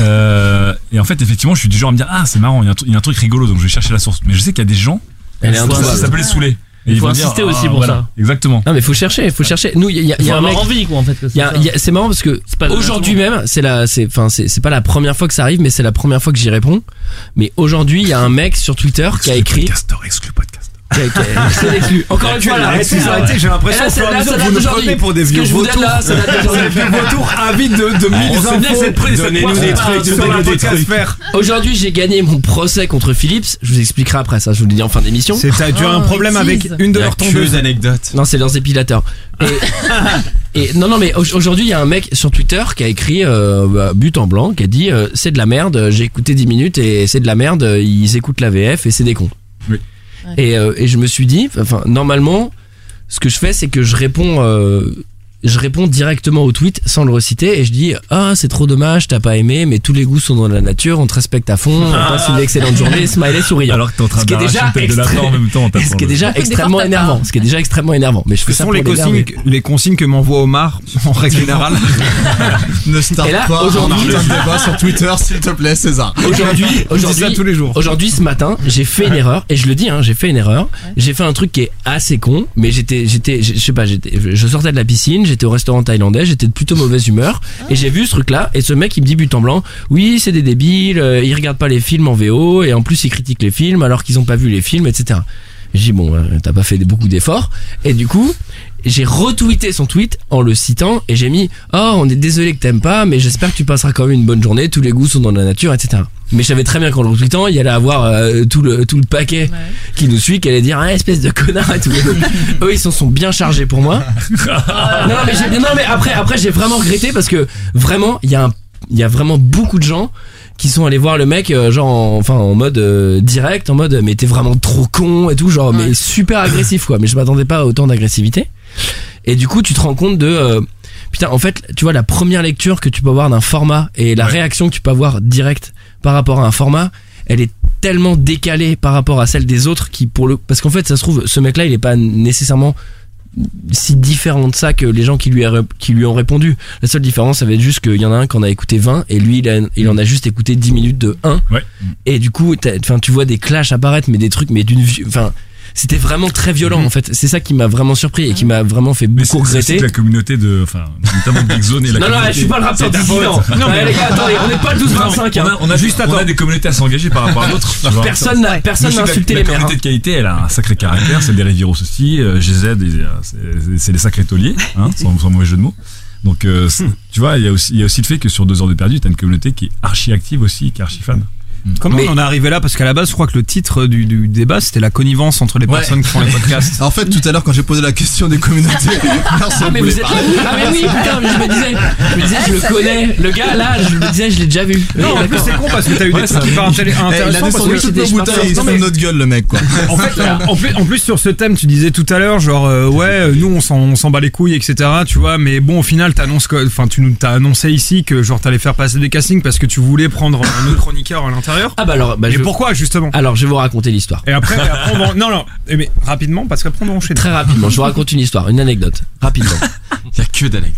Euh, et en fait, effectivement, je suis du genre à me dire Ah, c'est marrant, il y, a un truc- il y a un truc rigolo, donc je vais chercher la source. Mais je sais qu'il y a des gens, Elle est ça, introuvable. ça peut les saouler. Il ils faut vont dire, insister aussi Ah, pour voilà. ça. Exactement. Non mais faut chercher, faut chercher. Nous, il y a, il y Faut a un avoir mec. envie quoi en fait. que Il c'est y a- ça. il y a- c'est marrant parce que pas donné à aujourd'hui tout le même, c'est la, c'est, enfin, c'est, c'est pas la première fois que ça arrive, mais c'est la première fois que j'y réponds. Mais aujourd'hui, il y a un mec sur Twitter qui a écrit. Qui a- qui a- C'est l'exclu. Encore une Exclu, fois, là, exclu, exclu, arrêtez, ouais. j'ai l'impression Et là, au fur et à celle-là, mesure ça que date vous nous d'aujourd'hui. prenez pour des Ce que vieux je vous donne là, vautours. ça date d'aujourd'hui. Des vieux vautours avides de- de Ouais. mille On sait bien infos. que cette prise, ça Donnez-nous pointe des pas trucs, sur donnez-nous la des podcast trucs. faire. Aujourd'hui, j'ai gagné mon procès contre Philips. Je vous expliquerai après ça. Je vous le dis en fin d'émission. C'est- t'as dû avoir un Oh, problème avec tease. une de leurs tondeuses. anecdotes. Non, c'est leurs épilateurs. Et non, non, mais au- aujourd'hui, il y a un mec sur Twitter qui a écrit euh, bah, but en blanc, qui a dit euh, c'est de la merde, j'ai écouté 10 minutes et c'est de la merde, ils écoutent la VF et c'est des cons. Et, euh, et je me suis dit, enfin, normalement, ce que je fais, c'est que je réponds, euh, je réponds directement au tweet sans le reciter et je dis Ah, c'est trop dommage, t'as pas aimé, mais tous les goûts sont dans la nature, on te respecte à fond, on passe une excellente journée, smiley sourire. Ah. Alors que t'es en train Ce qui est d'arracher déjà une tête de lapin en même temps, en tapant Ce qui est le- déjà Beaucoup extrêmement d'efforts de ta part. énervant. Ce qui est déjà extrêmement énervant. Mais je fais Ce ça sont pour les l'énerver. consignes, les consignes que m'envoie Omar en règle générale. ne starte Et là, pas aujourd'hui- un putain de débat sur Twitter, s'il te plaît, César. Aujourd'hui, Je dis ça aujourd'hui, tous les jours. Aujourd'hui, ce matin, j'ai fait une erreur et je le dis, hein, j'ai fait une erreur. J'ai fait un truc qui est assez con, mais j'étais, j'étais, je je sais pas, j'étais, je sortais de la piscine, j'étais au restaurant thaïlandais, j'étais de plutôt mauvaise humeur et j'ai vu ce truc-là et ce mec il me dit but en blanc, oui c'est des débiles, euh, ils regardent pas les films en VO et en plus ils critiquent les films alors qu'ils ont pas vu les films, etc. J'ai dit bon, euh, t'as pas fait beaucoup d'efforts et du coup. J'ai retweeté son tweet en le citant et j'ai mis Oh, on est désolé que t'aimes pas, mais j'espère que tu passeras quand même une bonne journée, tous les goûts sont dans la nature, etc. Mais je savais très bien qu'en le retweetant, il y allait avoir euh, tout, le, tout le paquet qui nous suit, qui allait dire ah, espèce de connard et tout. Eux, ils s'en sont bien chargés pour moi. non, mais, j'ai- non, mais après, après j'ai vraiment regretté parce que vraiment, il y, a un- il y a vraiment beaucoup de gens qui sont allés voir le mec euh, genre en, enfin en mode euh, direct en mode mais t'es vraiment trop con et tout genre mais super agressif quoi mais je m'attendais pas à autant d'agressivité et du coup tu te rends compte de euh, putain en fait tu vois la première lecture que tu peux avoir d'un format et la réaction que tu peux avoir direct par rapport à un format elle est tellement décalée par rapport à celle des autres qui pour le parce qu'en fait ça se trouve ce mec là il est pas nécessairement si différent de ça que les gens qui lui, a- qui lui ont répondu. La seule différence, ça va être juste qu'il y en a un qui en a écouté 20 et lui, il, a- il en a juste écouté 10 minutes de 1. Et du coup, t'as- enfin, tu vois des clashs apparaître, mais des trucs, mais d'une vie- Enfin, c'était vraiment très violent en fait. C'est ça qui m'a vraiment surpris et qui m'a vraiment fait beaucoup Mhm. C'est aussi regretter. que la communauté de, enfin, notamment Big Zone et la Non, non, communauté- je suis pas le rappeur C'est ta dissident. faute. Non, mais les gars, attendez, on n'est pas le 12-25, Non, hein. On a, on a Juste juste on a des communautés à s'engager par rapport à d'autres. tu vois. Personne n'a- personne Mais je n'a sais que la- insulté les La maires, communauté hein. de qualité, elle a un sacré caractère. C'est des Riviros aussi. euh, GZ, et, euh, c'est- c'est des sacrés tauliers, hein, sans, sans mauvais jeu de mots. Donc, euh, Hmm. c'est- tu vois, il y, a aussi- il y a aussi le fait que sur deux heures de perdu, t'as une communauté qui est archi active aussi, qui est archi fan. Comment on en est arrivé là Parce qu'à la base, je crois que le titre du, du débat, c'était la connivence entre les personnes qui font les podcasts. En fait, tout à l'heure, quand j'ai posé la question des communautés, Ah personne mais voulait vous êtes là parler. vous Ah mais oui putain mais je me disais Je me disais je le connais Le gars là je me disais je l'ai déjà vu Non, Oui, en plus, d'accord. c'est con parce que t'as eu des trucs hyper Eh, intelli- intéressants Il a parce descendu que- toute Non, nos bouteilles, mais- il se fout de notre gueule, le mec, quoi. En fait, en, en plus, en plus, sur ce thème, tu disais tout à l'heure, genre euh, ouais, euh, nous on s'en, on s'en bat les couilles, etc. Tu vois, mais bon, au final, t'annonces, que- enfin, tu nous t'as annoncé ici que genre t'allais faire passer des castings parce que tu voulais prendre un autre chroniqueur à l'intérieur. Ah bah alors, bah mais je- pourquoi justement Alors je vais vous raconter l'histoire. Et après, et après, on va- non, non, eh, mais rapidement parce qu'après on va enchaîner. Très rapidement, je vous raconte une histoire, une anecdote, rapidement. Il y a que d'anecdotes.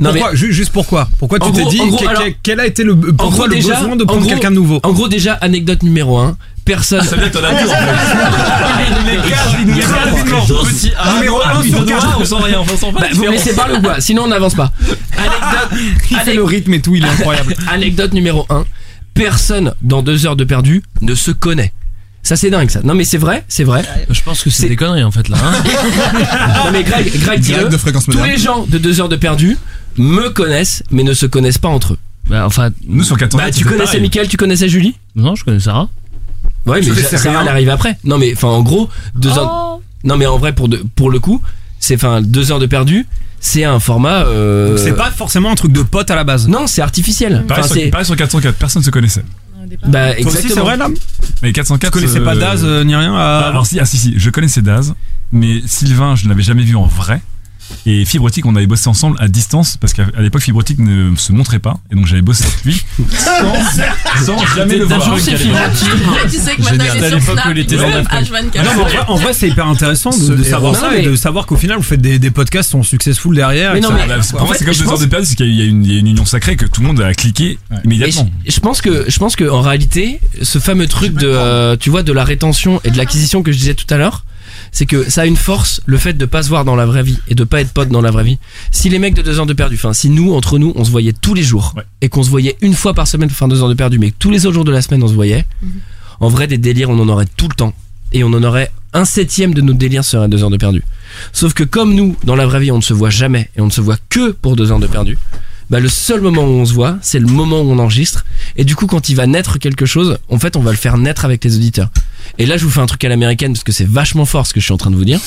Non, Pourquoi mais- Ju- Juste pourquoi Pourquoi En tu t'es gros- dit en gros, que- que- alors- quel a été le En pourquoi gros, le déjà, besoin de en prendre gros- quelqu'un de nouveau En gros, déjà, anecdote numéro 1. Personne. Ça vient de ton amour, en fait. Les gars, ils nous gardent quelque chose. Ah, numéro un sur quatre. Bah, vous me laissez pas le bois, sinon on n'avance pas. Anecdote. le rythme et tout, il est incroyable. Anecdote numéro 1. Personne dans deux heures de perdu ne se connaît. Ça c'est dingue ça. Non mais c'est vrai, c'est vrai. Je pense que c'est des conneries en fait là. hein. non mais Greg, Greg, Greg dis-le. de Fréquence Tous Moderne. les gens de deux heures de perdu me connaissent, mais ne se connaissent pas entre eux. Bah, enfin, nous sur 14 Bah, tu connaissais Mickaël, tu connaissais Julie Non, je connais Sarah. Ouais, Je mais sais ça, ça rien. va l'arriver après. Non, mais enfin, en gros, deux heures. Non, mais en vrai, pour, de- pour le coup, c'est enfin deux heures de perdu. C'est un format. euh, Donc, c'est pas forcément un truc de pote à la base. Non, c'est artificiel. Pareil, Enfin, sur, c'est- pareil sur 404, personne se connaissait. Bah, exactement. Mais 404. Tu connaissais pas Daz, euh, ni rien, euh, Bah, Alors si, ah, si, si, je connaissais Daz, mais Sylvain, je ne l'avais jamais vu en vrai. Et Fibrotique, on avait bossé ensemble à distance parce qu'à à l'époque Fibrotique ne se montrait pas et donc j'avais bossé avec lui sans, sans jamais le D'un voir. jour, c'est Tu sais que maintenant, il est sur Snap, H24. Non, mais en vrai, en vrai, c'est hyper intéressant Ce de, de héros. savoir Non, ça mais- et de savoir qu'au final, vous faites des, des podcasts qui sont successful derrière. et que ça- Bah, c'est- pour moi, c'est comme deux heures de perdu, c'est qu'il y a- il y, a une- il y a une union sacrée que tout le monde a cliqué immédiatement. Je pense que je pense que en réalité, ce fameux truc de euh, tu vois de la rétention et de l'acquisition que je disais tout à l'heure, c'est que ça a une force le fait de pas se voir dans la vraie vie et de pas être pote dans la vraie vie. Si les mecs de deux heures de perdu, enfin si nous entre nous on se voyait tous les jours et qu'on se voyait une fois par semaine, enfin deux heures de perdu, mais que tous les autres jours de la semaine on se voyait, en vrai des délires on en aurait tout le temps et on en aurait un septième de nos délires seraient deux heures de perdu. Sauf que comme nous dans la vraie vie on ne se voit jamais et on ne se voit que pour deux heures de perdu bah, le seul moment où on se voit, c'est le moment où on enregistre. Et du coup, quand il va naître quelque chose, en fait, on va le faire naître avec les auditeurs. Et là, je vous fais un truc à l'américaine parce que c'est vachement fort ce que je suis en train de vous dire.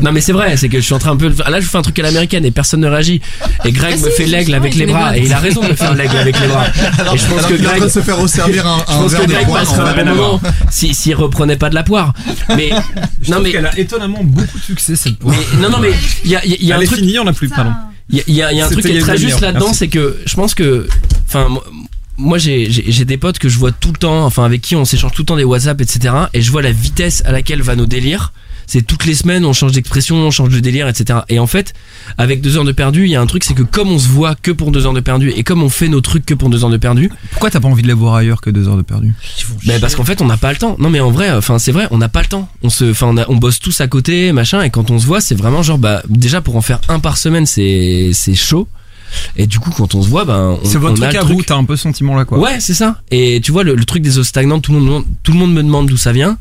Non mais c'est vrai, c'est que je suis en train un peu. Ah, Là, je fais un truc à l'américaine et personne ne réagit. Et Greg Ah, me si, fait l'aigle justement, avec il les fait bras les et mains. il a raison de me faire l'aigle avec les bras. Alors, Et je pense alors que qu'il est en Greg train de se faire resservir un- je un pense verre que de Greg poire passerait en un verre bon de moment si- s'il reprenait pas de la poire. Mais non mais Elle a étonnamment beaucoup de succès cette poire. Mais- non, non, mais il y a, il y a- il y a un Elle est truc. finie, on n'a plus, pardon. Il y a, il y a- il y a un truc C'était qui il y est a une très juste demi-heure. là-dedans, Merci. c'est que je pense que, enfin, moi- moi j'ai j'ai- j'ai des potes que je vois tout le temps, enfin avec qui on s'échange tout le temps des WhatsApp, etc. Et je vois la vitesse à laquelle va nos délires. C'est toutes les semaines, on change d'expression, on change de délire, etc. Et en fait, avec deux heures de perdu, il y a un truc, c'est que comme on se voit que pour deux heures de perdu et comme on fait nos trucs que pour deux heures de perdu, Pourquoi t'as pas envie de les voir ailleurs que deux heures de perdu ben parce qu'en fait on n'a pas le temps. Non mais en vrai, enfin c'est vrai, on n'a pas le temps. On se, enfin on, a- on bosse tous à côté, machin, et quand on se voit, c'est vraiment genre bah déjà pour en faire un par semaine, c'est c'est chaud. Et du coup quand on se voit, ben on, C'est votre on a truc le à vous, t'as un peu ce sentiment là quoi. Ouais, c'est ça. Et tu vois, le, le truc des eaux stagnantes, tout le monde, tout le monde me demande d'où ça vient.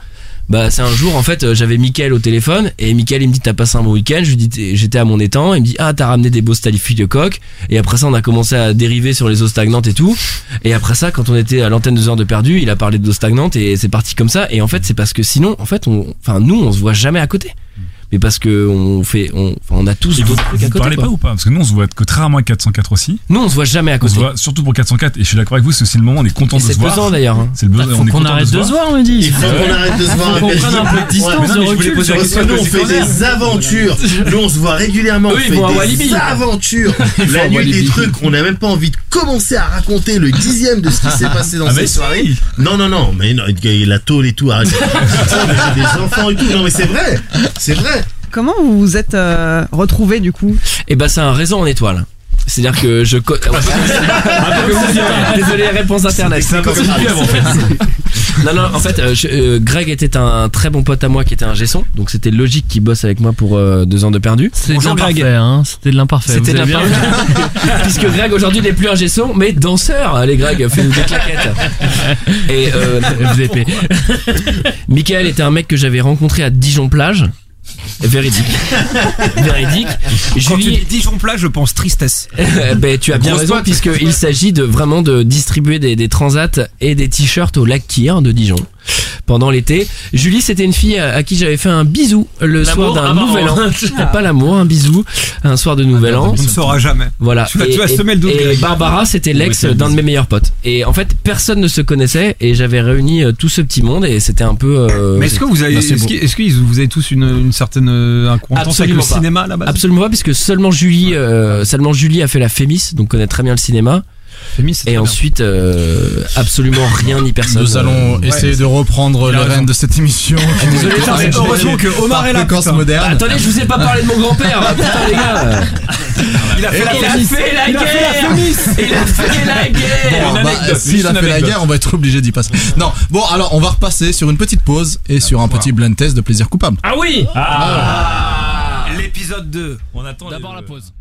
Bah, c'est un jour, en fait, euh, j'avais Mickaël au téléphone et Mickaël, il me dit T'as passé un bon week-end Je lui dis T'es- J'étais à mon étang. Il me dit Ah, t'as ramené des beaux stalifus de coq. Et après ça, on a commencé à dériver sur les eaux stagnantes et tout. Et après ça, quand on était à l'antenne deux heures de perdu, il a parlé d'eau stagnante et c'est parti comme ça. Et en fait, c'est parce que sinon, en fait, on, enfin, nous, on se voit jamais à côté. Mais parce que on fait, on, enfin, on a tous Et vous, d'autres trucs à vous côté. parlez quoi. pas ou pas Parce que nous, on se voit que très rarement à 404 aussi. Nous, on se voit jamais à On côté. se voit surtout pour 404, et je suis d'accord avec vous, c'est aussi le moment où on est content Et de c'est se voir. pesant, d'ailleurs, hein. C'est le besoin, Bah, faut on est qu'on content arrête de se de voir. se voir, on me dit. Il faut qu'on arrête de se voir. Faut qu'on prenne un peu de distance, Ouais, mais non, de mais je voulais recul poser la sur question, les Nous, on connards. fait des aventures. Nous, on se voit régulièrement. Eux, on ils fait vont à des Walibi. aventures. Ils vont à La nuit des Walibi. trucs, on n'a même pas envie de commencer à raconter le dixième de ce qui s'est passé dans Ah, cette mais si. soirée. Non, non, non, mais non, la tôle et tout. arrête. Putain, mais J'ai des enfants et tout. Non, mais c'est vrai. C'est vrai. Comment vous vous êtes euh, retrouvés du coup Et bah, c'est un réseau en étoile. C'est-à-dire que je. co- Désolé, réponse internet. C'est comme ça. en fait. Non, non, en fait, euh, je- euh, Greg était un très bon pote à moi qui était un gesson, donc c'était logique qu'il bosse avec moi pour euh, deux ans de perdu. C'était de l'imparfait, hein. C'était de l'imparfait. C'était vous de avez bien- l'imparfait. Puisque Greg aujourd'hui n'est plus un gesson, mais danseur. Allez, Greg, fais-nous des claquettes. Et euh, VP. Michael était un mec que j'avais rencontré à Dijon-Plage. Véridique. Véridique. Quand tu Julie- dis Dijon plat, je pense tristesse. ben, tu as bien Grosse raison, boîte. puisqu'il s'agit de vraiment de distribuer des, des transats et des t-shirts au lac Kyr de Dijon pendant l'été. Julie, c'était une fille à, à qui j'avais fait un bisou le L'amour, soir d'un ah, pardon. nouvel an. Euh, Ah. Pas l'amour, un bisou, un soir de nouvel an. On Ah, ne saura jamais. Voilà. Tu vas- tu vas Et- semer le doute, et Greg. Barbara, c'était l'ex Oui, c'est d'un de mes meilleurs potes. Et en fait, personne ne se connaissait et j'avais réuni euh, tout ce petit monde et c'était un peu. euh, Mais est-ce que vous avez, ben, c'est est-ce beau. que- est-ce que vous avez tous une, une certaine euh, incontence avec le pas. cinéma là-bas Absolument pas, puisque seulement Julie, euh, seulement Julie a fait la Fémis, donc connaît très bien le cinéma. et ensuite, euh, absolument rien ni personne. Nous allons Euh, essayer ouais. de reprendre Il a le raison. reine de cette émission. qui nous Désolé, était Charles, mais arrachée heureusement que par Omar est là, Fréquence putain. moderne. Bah, attendez, je vous ai pas parlé de mon grand-père. Putain, les gars. Il a fait la Et guerre. Il a fait la fémis. Il a fait la guerre. Bon, Une bah, anecdote, S'il juste a une fait la anecdote. guerre, on va être obligé d'y passer. Non, bon, alors on va repasser sur une petite pause et sur un petit blind test de plaisir coupable. Ah oui Ah. L'épisode 2. On attend d'abord la pause.